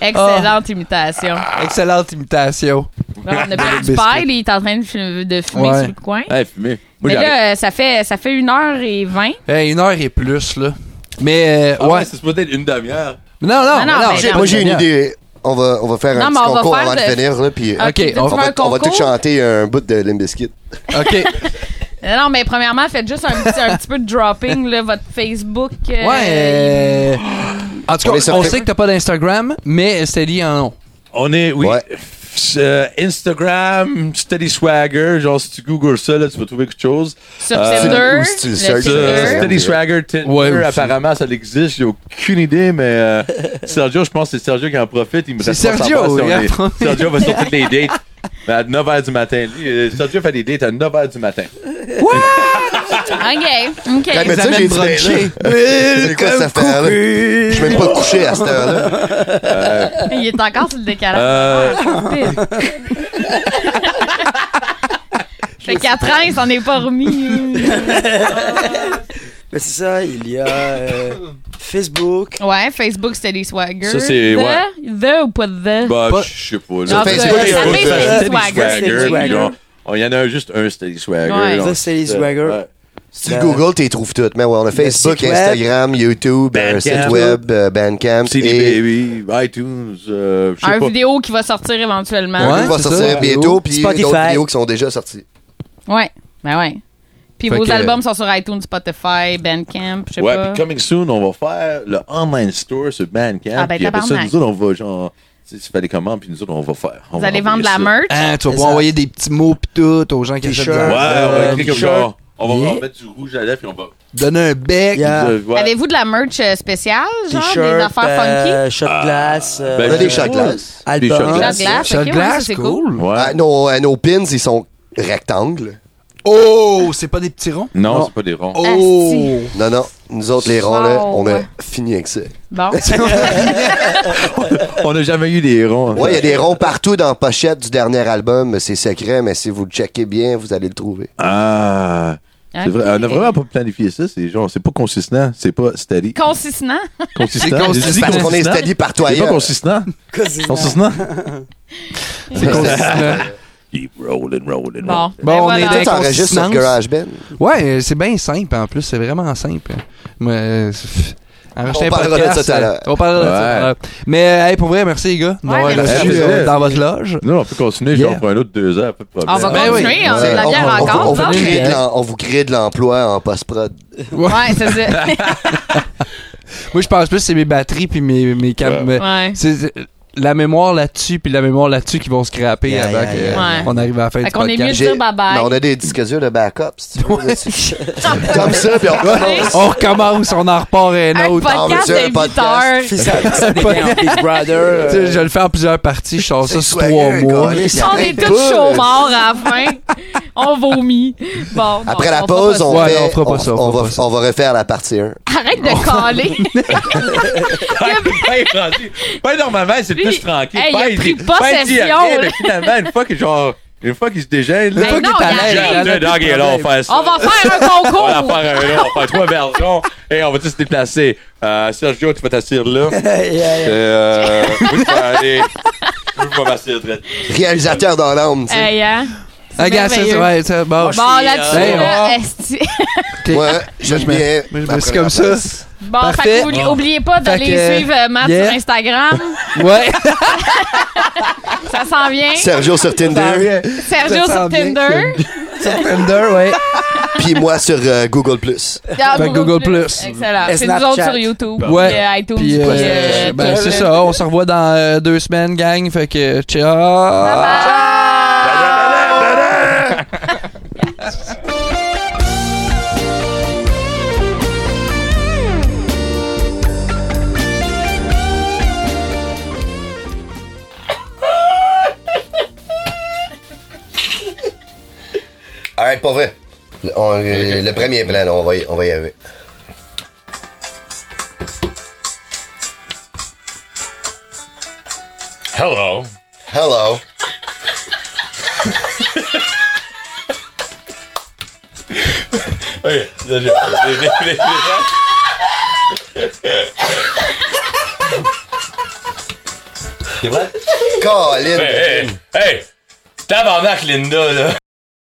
Speaker 3: Excellente imitation.
Speaker 1: Ah.
Speaker 4: Ah.
Speaker 6: Excellente imitation.
Speaker 3: Là, on a plus du
Speaker 6: Biscuit.
Speaker 3: pile, il est en train de fumer, de fumer
Speaker 6: Ouais.
Speaker 3: sur le coin.
Speaker 9: Hey, fumé.
Speaker 3: Mais là, euh, ça fait, ça fait 1h20.
Speaker 6: Eh, une heure et plus, là. Mais, euh, ouais.
Speaker 9: Ah c'est peut-être une demi-heure.
Speaker 3: Non,
Speaker 6: Non, non,
Speaker 3: non,
Speaker 6: non.
Speaker 3: mais Ah, ben,
Speaker 6: c'est
Speaker 3: non.
Speaker 6: pas
Speaker 4: Moi, j'ai une
Speaker 6: génial.
Speaker 4: idée. On va, on va faire
Speaker 3: Non,
Speaker 4: un
Speaker 3: mais
Speaker 4: petit
Speaker 3: on va
Speaker 4: concours
Speaker 3: faire
Speaker 4: avant de
Speaker 3: le-
Speaker 4: finir, là, puis euh,
Speaker 3: Ah,
Speaker 6: Ok,
Speaker 3: tu veux
Speaker 6: on
Speaker 4: on
Speaker 3: faire
Speaker 4: va, on
Speaker 3: un
Speaker 4: va tout
Speaker 3: concours?
Speaker 4: chanter un bout de Limbiskit.
Speaker 6: Ok.
Speaker 3: Non, non, mais premièrement, faites juste un petit, un petit peu de dropping, là, votre Facebook. euh,
Speaker 6: Ouais. euh, En tout
Speaker 4: On est
Speaker 6: cas,
Speaker 4: sur-
Speaker 6: on, sait que t'as pas d'Instagram, mais c'est lié en nom.
Speaker 9: On est, oui.
Speaker 4: Ouais.
Speaker 9: F- euh, Instagram, Steady Swagger, genre si tu googles ça, là, tu vas trouver quelque chose.
Speaker 3: Sur
Speaker 9: Euh,
Speaker 3: Tinder.
Speaker 4: ou si tu le
Speaker 3: le
Speaker 4: searches,
Speaker 9: Sur
Speaker 4: euh,
Speaker 3: Tinder.
Speaker 9: Steady Swagger, Tinder,
Speaker 6: Ouais, aussi.
Speaker 9: apparemment ça existe, j'ai aucune idée, mais euh, Sergio, je pense que c'est Sergio qui en profite. Il me
Speaker 6: C'est
Speaker 9: reste pas
Speaker 6: Sergio,
Speaker 9: savoir si on
Speaker 6: il
Speaker 9: est-
Speaker 6: a promis.
Speaker 9: Sergio va sur toutes les dates. mais À 9h du matin. Lui, euh, Sergio fait des dates à 9h du matin.
Speaker 3: OK, OK.
Speaker 4: Quand même- Mais ça, j'ai dit, C'est quoi cette affaire-là? Je suis même pas couché à cette heure-là.
Speaker 3: Il est encore sur le décalage.
Speaker 9: Euh,
Speaker 3: fait 4 ans, il s'en est pas remis.
Speaker 2: Mais c'est ça, il y a euh, Facebook.
Speaker 3: ouais, Facebook, c'était des swaggers.
Speaker 9: Ça, c'est-
Speaker 3: The?
Speaker 9: ouais.
Speaker 3: The ou pas The?
Speaker 9: bah,
Speaker 6: Pas-
Speaker 9: je sais
Speaker 4: Sur
Speaker 9: pas. Là.
Speaker 3: Ah,
Speaker 4: Facebook,
Speaker 3: ça,
Speaker 4: il y a
Speaker 3: ça
Speaker 4: beaucoup
Speaker 3: fait
Speaker 4: de-
Speaker 3: Steady
Speaker 9: Steady
Speaker 3: Swagger.
Speaker 9: Swagger.
Speaker 2: Steady
Speaker 9: puis
Speaker 2: Swagger.
Speaker 9: genre, on- Il y en a juste un Steady Swagger.
Speaker 3: Ouais.
Speaker 9: genre.
Speaker 2: Ça, Steady Swagger.
Speaker 9: Ouais.
Speaker 4: Si tu Google, t'y trouves toutes. Mais ouais, on a Facebook,
Speaker 2: site web.
Speaker 4: Instagram, YouTube, un
Speaker 9: Bandcamp.
Speaker 4: site web, euh, Bandcamp.
Speaker 9: CD
Speaker 4: et-
Speaker 9: Baby, iTunes, euh, je sais
Speaker 3: Un
Speaker 9: pas.
Speaker 3: vidéo qui va sortir éventuellement.
Speaker 6: Ouais.
Speaker 4: Il va
Speaker 6: c'est
Speaker 4: sortir
Speaker 6: ça.
Speaker 4: bientôt, puis il y a d'autres
Speaker 2: Spotify.
Speaker 4: vidéos qui sont déjà sorties.
Speaker 3: Ouais, ben ouais. Puis
Speaker 6: Fait
Speaker 3: vos
Speaker 6: que-
Speaker 3: albums sont sur iTunes, Spotify, Bandcamp, je sais
Speaker 9: Ouais,
Speaker 3: pas.
Speaker 9: puis coming soon, on va faire le online store sur Bandcamp.
Speaker 3: Ah, ben,
Speaker 9: puis après ça,
Speaker 3: tabarnak.
Speaker 9: nous autres, on va genre. Tu sais, tu fais des commandes, puis nous autres, on va faire. On
Speaker 3: Vous
Speaker 9: va
Speaker 3: allez vendre
Speaker 9: envoyer
Speaker 3: de la
Speaker 9: ça. Ah,
Speaker 3: merch.
Speaker 6: Hein, tu vas
Speaker 2: C'est
Speaker 6: pouvoir
Speaker 2: ça.
Speaker 6: envoyer des petits mots pis tout aux gens qui achètent
Speaker 2: T-shirt.
Speaker 6: des
Speaker 9: Ouais,
Speaker 6: affaires.
Speaker 9: on va
Speaker 6: Euh,
Speaker 9: écrire comme
Speaker 2: t-shirt.
Speaker 9: genre. On va
Speaker 2: Yeah.
Speaker 9: en mettre du rouge à lèvres, puis on va.
Speaker 6: Donner un bec.
Speaker 2: Yeah.
Speaker 9: Euh, ouais.
Speaker 3: Avez-vous de la merch euh, spéciale, genre
Speaker 2: T-shirt,
Speaker 3: des affaires funky?
Speaker 2: euh, shot glass. euh,
Speaker 9: Ben,
Speaker 4: On a des
Speaker 9: euh,
Speaker 4: shot glass.
Speaker 9: Des
Speaker 2: album.
Speaker 9: shot glass.
Speaker 3: Shot glass, ok, ouais,
Speaker 6: Shot
Speaker 3: Ah, ça,
Speaker 6: glass,
Speaker 3: c'est cool.
Speaker 6: cool.
Speaker 9: Ouais.
Speaker 4: Ah, nos, euh, nos pins, ils sont rectangles.
Speaker 1: Oh, c'est pas des petits ronds?
Speaker 9: Non,
Speaker 4: Non.
Speaker 9: c'est pas des ronds.
Speaker 1: Oh!
Speaker 4: Non, non, nous autres, les ronds, là,
Speaker 11: Wow.
Speaker 4: on a fini avec ça.
Speaker 3: Bon.
Speaker 9: On n'a jamais eu des ronds.
Speaker 4: Ouais, il y a des ronds partout dans la pochette du dernier album, mais c'est secret, mais si vous le checkez bien, vous allez le trouver.
Speaker 9: Ah. C'est vrai, on a vraiment pas planifié ça, c'est genre, c'est pas consistant, c'est pas steady.
Speaker 11: Consistant.
Speaker 1: C'est
Speaker 9: Consistant. J'ai dit
Speaker 1: consistant.
Speaker 4: Parce qu'on est
Speaker 9: consistant.
Speaker 4: installé partout
Speaker 9: C'est pas
Speaker 4: ailleurs.
Speaker 9: consistant.
Speaker 2: Cousin.
Speaker 9: Consistant.
Speaker 4: C'est
Speaker 1: consistant.
Speaker 9: Keep rolling, rolling,
Speaker 3: Bon.
Speaker 9: rolling.
Speaker 3: Ben
Speaker 1: Bon, on
Speaker 3: voilà.
Speaker 1: est
Speaker 4: Tout s'enregistre sur
Speaker 1: Consistance.
Speaker 4: GarageBand.
Speaker 1: Ouais, c'est bien simple en plus, c'est vraiment simple. Mais, euh, pff, enregistrer
Speaker 4: On
Speaker 1: un
Speaker 4: parlera
Speaker 1: podcast,
Speaker 4: de ça tout à l'heure.
Speaker 1: euh, On parlera de ça
Speaker 9: Ouais.
Speaker 1: tout à l'heure. Mais euh, hey, pour vrai, merci les gars d'avoir
Speaker 3: Ouais, merci.
Speaker 1: reçu,
Speaker 9: Hey,
Speaker 1: euh,
Speaker 9: plaisir.
Speaker 1: dans votre loge.
Speaker 9: Non, on peut continuer,
Speaker 1: Yeah.
Speaker 9: genre, pour un autre deux heures, pas de problème.
Speaker 3: On va
Speaker 1: Ben
Speaker 3: continuer,
Speaker 1: oui.
Speaker 3: on a de la
Speaker 4: Ouais,
Speaker 3: bière
Speaker 4: on- on-
Speaker 3: encore.
Speaker 4: on vous
Speaker 3: non?
Speaker 4: crée de
Speaker 1: Ouais.
Speaker 4: l'en- On vous crée de l'emploi en post-prod.
Speaker 3: Ouais, c'est ça.
Speaker 1: Moi, je pense plus que c'est mes batteries puis mes, mes cam-
Speaker 9: Ouais.
Speaker 1: euh,
Speaker 3: Ouais.
Speaker 1: C'est c'est la mémoire là-dessus puis la mémoire là-dessus qui vont scraper
Speaker 4: Yeah,
Speaker 1: avant
Speaker 4: yeah,
Speaker 1: que,
Speaker 4: yeah,
Speaker 1: euh,
Speaker 3: yeah.
Speaker 1: on arrive à la fin
Speaker 3: Fait
Speaker 1: du
Speaker 3: qu'on est
Speaker 1: podcast.
Speaker 3: mieux sur bye
Speaker 4: Mais
Speaker 3: bye.
Speaker 4: on a des disques durs de backup, si tu veux. Comme ça, puis on recommence.
Speaker 1: On recommence, on en repart un
Speaker 3: Un
Speaker 1: autre.
Speaker 4: Ah, mais
Speaker 3: podcast
Speaker 4: c'est un
Speaker 3: de 8
Speaker 4: podcast.
Speaker 3: heures.
Speaker 2: Puis ça, ça devient un Big
Speaker 1: Tu
Speaker 2: Brother.
Speaker 1: sais,
Speaker 2: euh,
Speaker 1: je vais le fais en plusieurs parties, je sors ça sur
Speaker 4: Soyeux, Ben
Speaker 1: trois mois.
Speaker 4: câlisse,
Speaker 3: On
Speaker 4: arrête
Speaker 3: est
Speaker 4: pas,
Speaker 3: tous chauds
Speaker 4: là.
Speaker 3: morts à la fin. On vomit. Bon, non,
Speaker 4: Après la
Speaker 3: fera
Speaker 4: pause,
Speaker 3: pas
Speaker 4: on,
Speaker 1: Ouais,
Speaker 4: fait-
Speaker 1: non, on fera pas ça, on
Speaker 4: on
Speaker 1: fera
Speaker 4: va,
Speaker 1: pas ça.
Speaker 4: on va refaire la partie 1.
Speaker 3: ça. Arrête de caler.
Speaker 9: Ben, rendu- ben, normalement, c'est
Speaker 3: Lui,
Speaker 9: plus tranquille.
Speaker 3: hey, il
Speaker 9: Ben,
Speaker 3: a pris
Speaker 9: dit-
Speaker 3: possession,
Speaker 9: ben, il dit rien,
Speaker 3: là. Ben
Speaker 9: mais finalement, une fois que genre, une fois qu'il se dégèle,
Speaker 1: Une
Speaker 9: là,
Speaker 1: fois
Speaker 3: non,
Speaker 1: qu'il est à
Speaker 3: il
Speaker 1: l'aise,
Speaker 3: arrive.
Speaker 1: il y en a
Speaker 9: le
Speaker 1: plus de
Speaker 9: dog est là, on
Speaker 1: problème.
Speaker 9: fait ça.
Speaker 3: On va faire un
Speaker 9: On va
Speaker 3: concours.
Speaker 9: faire un là, on va faire trois versions et on va tous se déplacer. Euh, Sergio, tu vas t'asseoir là. Euh, moi, je vais aller. Moi, je vais m'asseoir très-
Speaker 4: Réalisateur dans l'âme, tu sais.
Speaker 3: Hey, hein?
Speaker 1: Ah, gars, ça,
Speaker 3: merveilleux.
Speaker 1: ouais, ça, bon.
Speaker 3: Bon, là-dessus,
Speaker 1: Hey,
Speaker 3: là, esti.
Speaker 1: Ok.
Speaker 4: Moi, j'aime
Speaker 1: me-
Speaker 4: bien.
Speaker 1: Moi, je
Speaker 4: ma
Speaker 1: me suis
Speaker 4: première
Speaker 1: comme ça.
Speaker 4: place.
Speaker 3: Bon,
Speaker 1: Parfait.
Speaker 3: fait que oublie- oubliez pas d'aller
Speaker 1: Fait que,
Speaker 3: suivre euh, Matt
Speaker 1: yeah.
Speaker 3: sur Instagram.
Speaker 1: Ouais.
Speaker 3: Ça s'en vient.
Speaker 4: Sergio sur Tinder,
Speaker 1: Ça
Speaker 3: Sergio sur
Speaker 1: sent bien,
Speaker 3: Tinder.
Speaker 1: Sur Tinder, ouais.
Speaker 4: puis moi sur euh, Google Plus.
Speaker 3: Ah,
Speaker 1: Fait que Google Plus.
Speaker 3: Excellent.
Speaker 2: Et
Speaker 3: C'est nous autres
Speaker 2: Snapchat.
Speaker 3: sur YouTube.
Speaker 1: Ouais.
Speaker 3: puis, euh, iTunes.
Speaker 1: Puis,
Speaker 3: puis,
Speaker 1: euh,
Speaker 3: euh,
Speaker 1: ben,
Speaker 3: tout
Speaker 1: c'est
Speaker 3: le-
Speaker 1: ça. On se revoit dans euh, deux semaines, gang. Fait que, ciao.
Speaker 4: Arrête, pour vrai. Le, on- euh, le premier plan, là, on va y, on va y arriver.
Speaker 5: Hello.
Speaker 4: Hello.
Speaker 5: Hey, Sergio.
Speaker 4: Colin.
Speaker 5: Ben, hey, hey, hey. Tabarnak, Linda, là.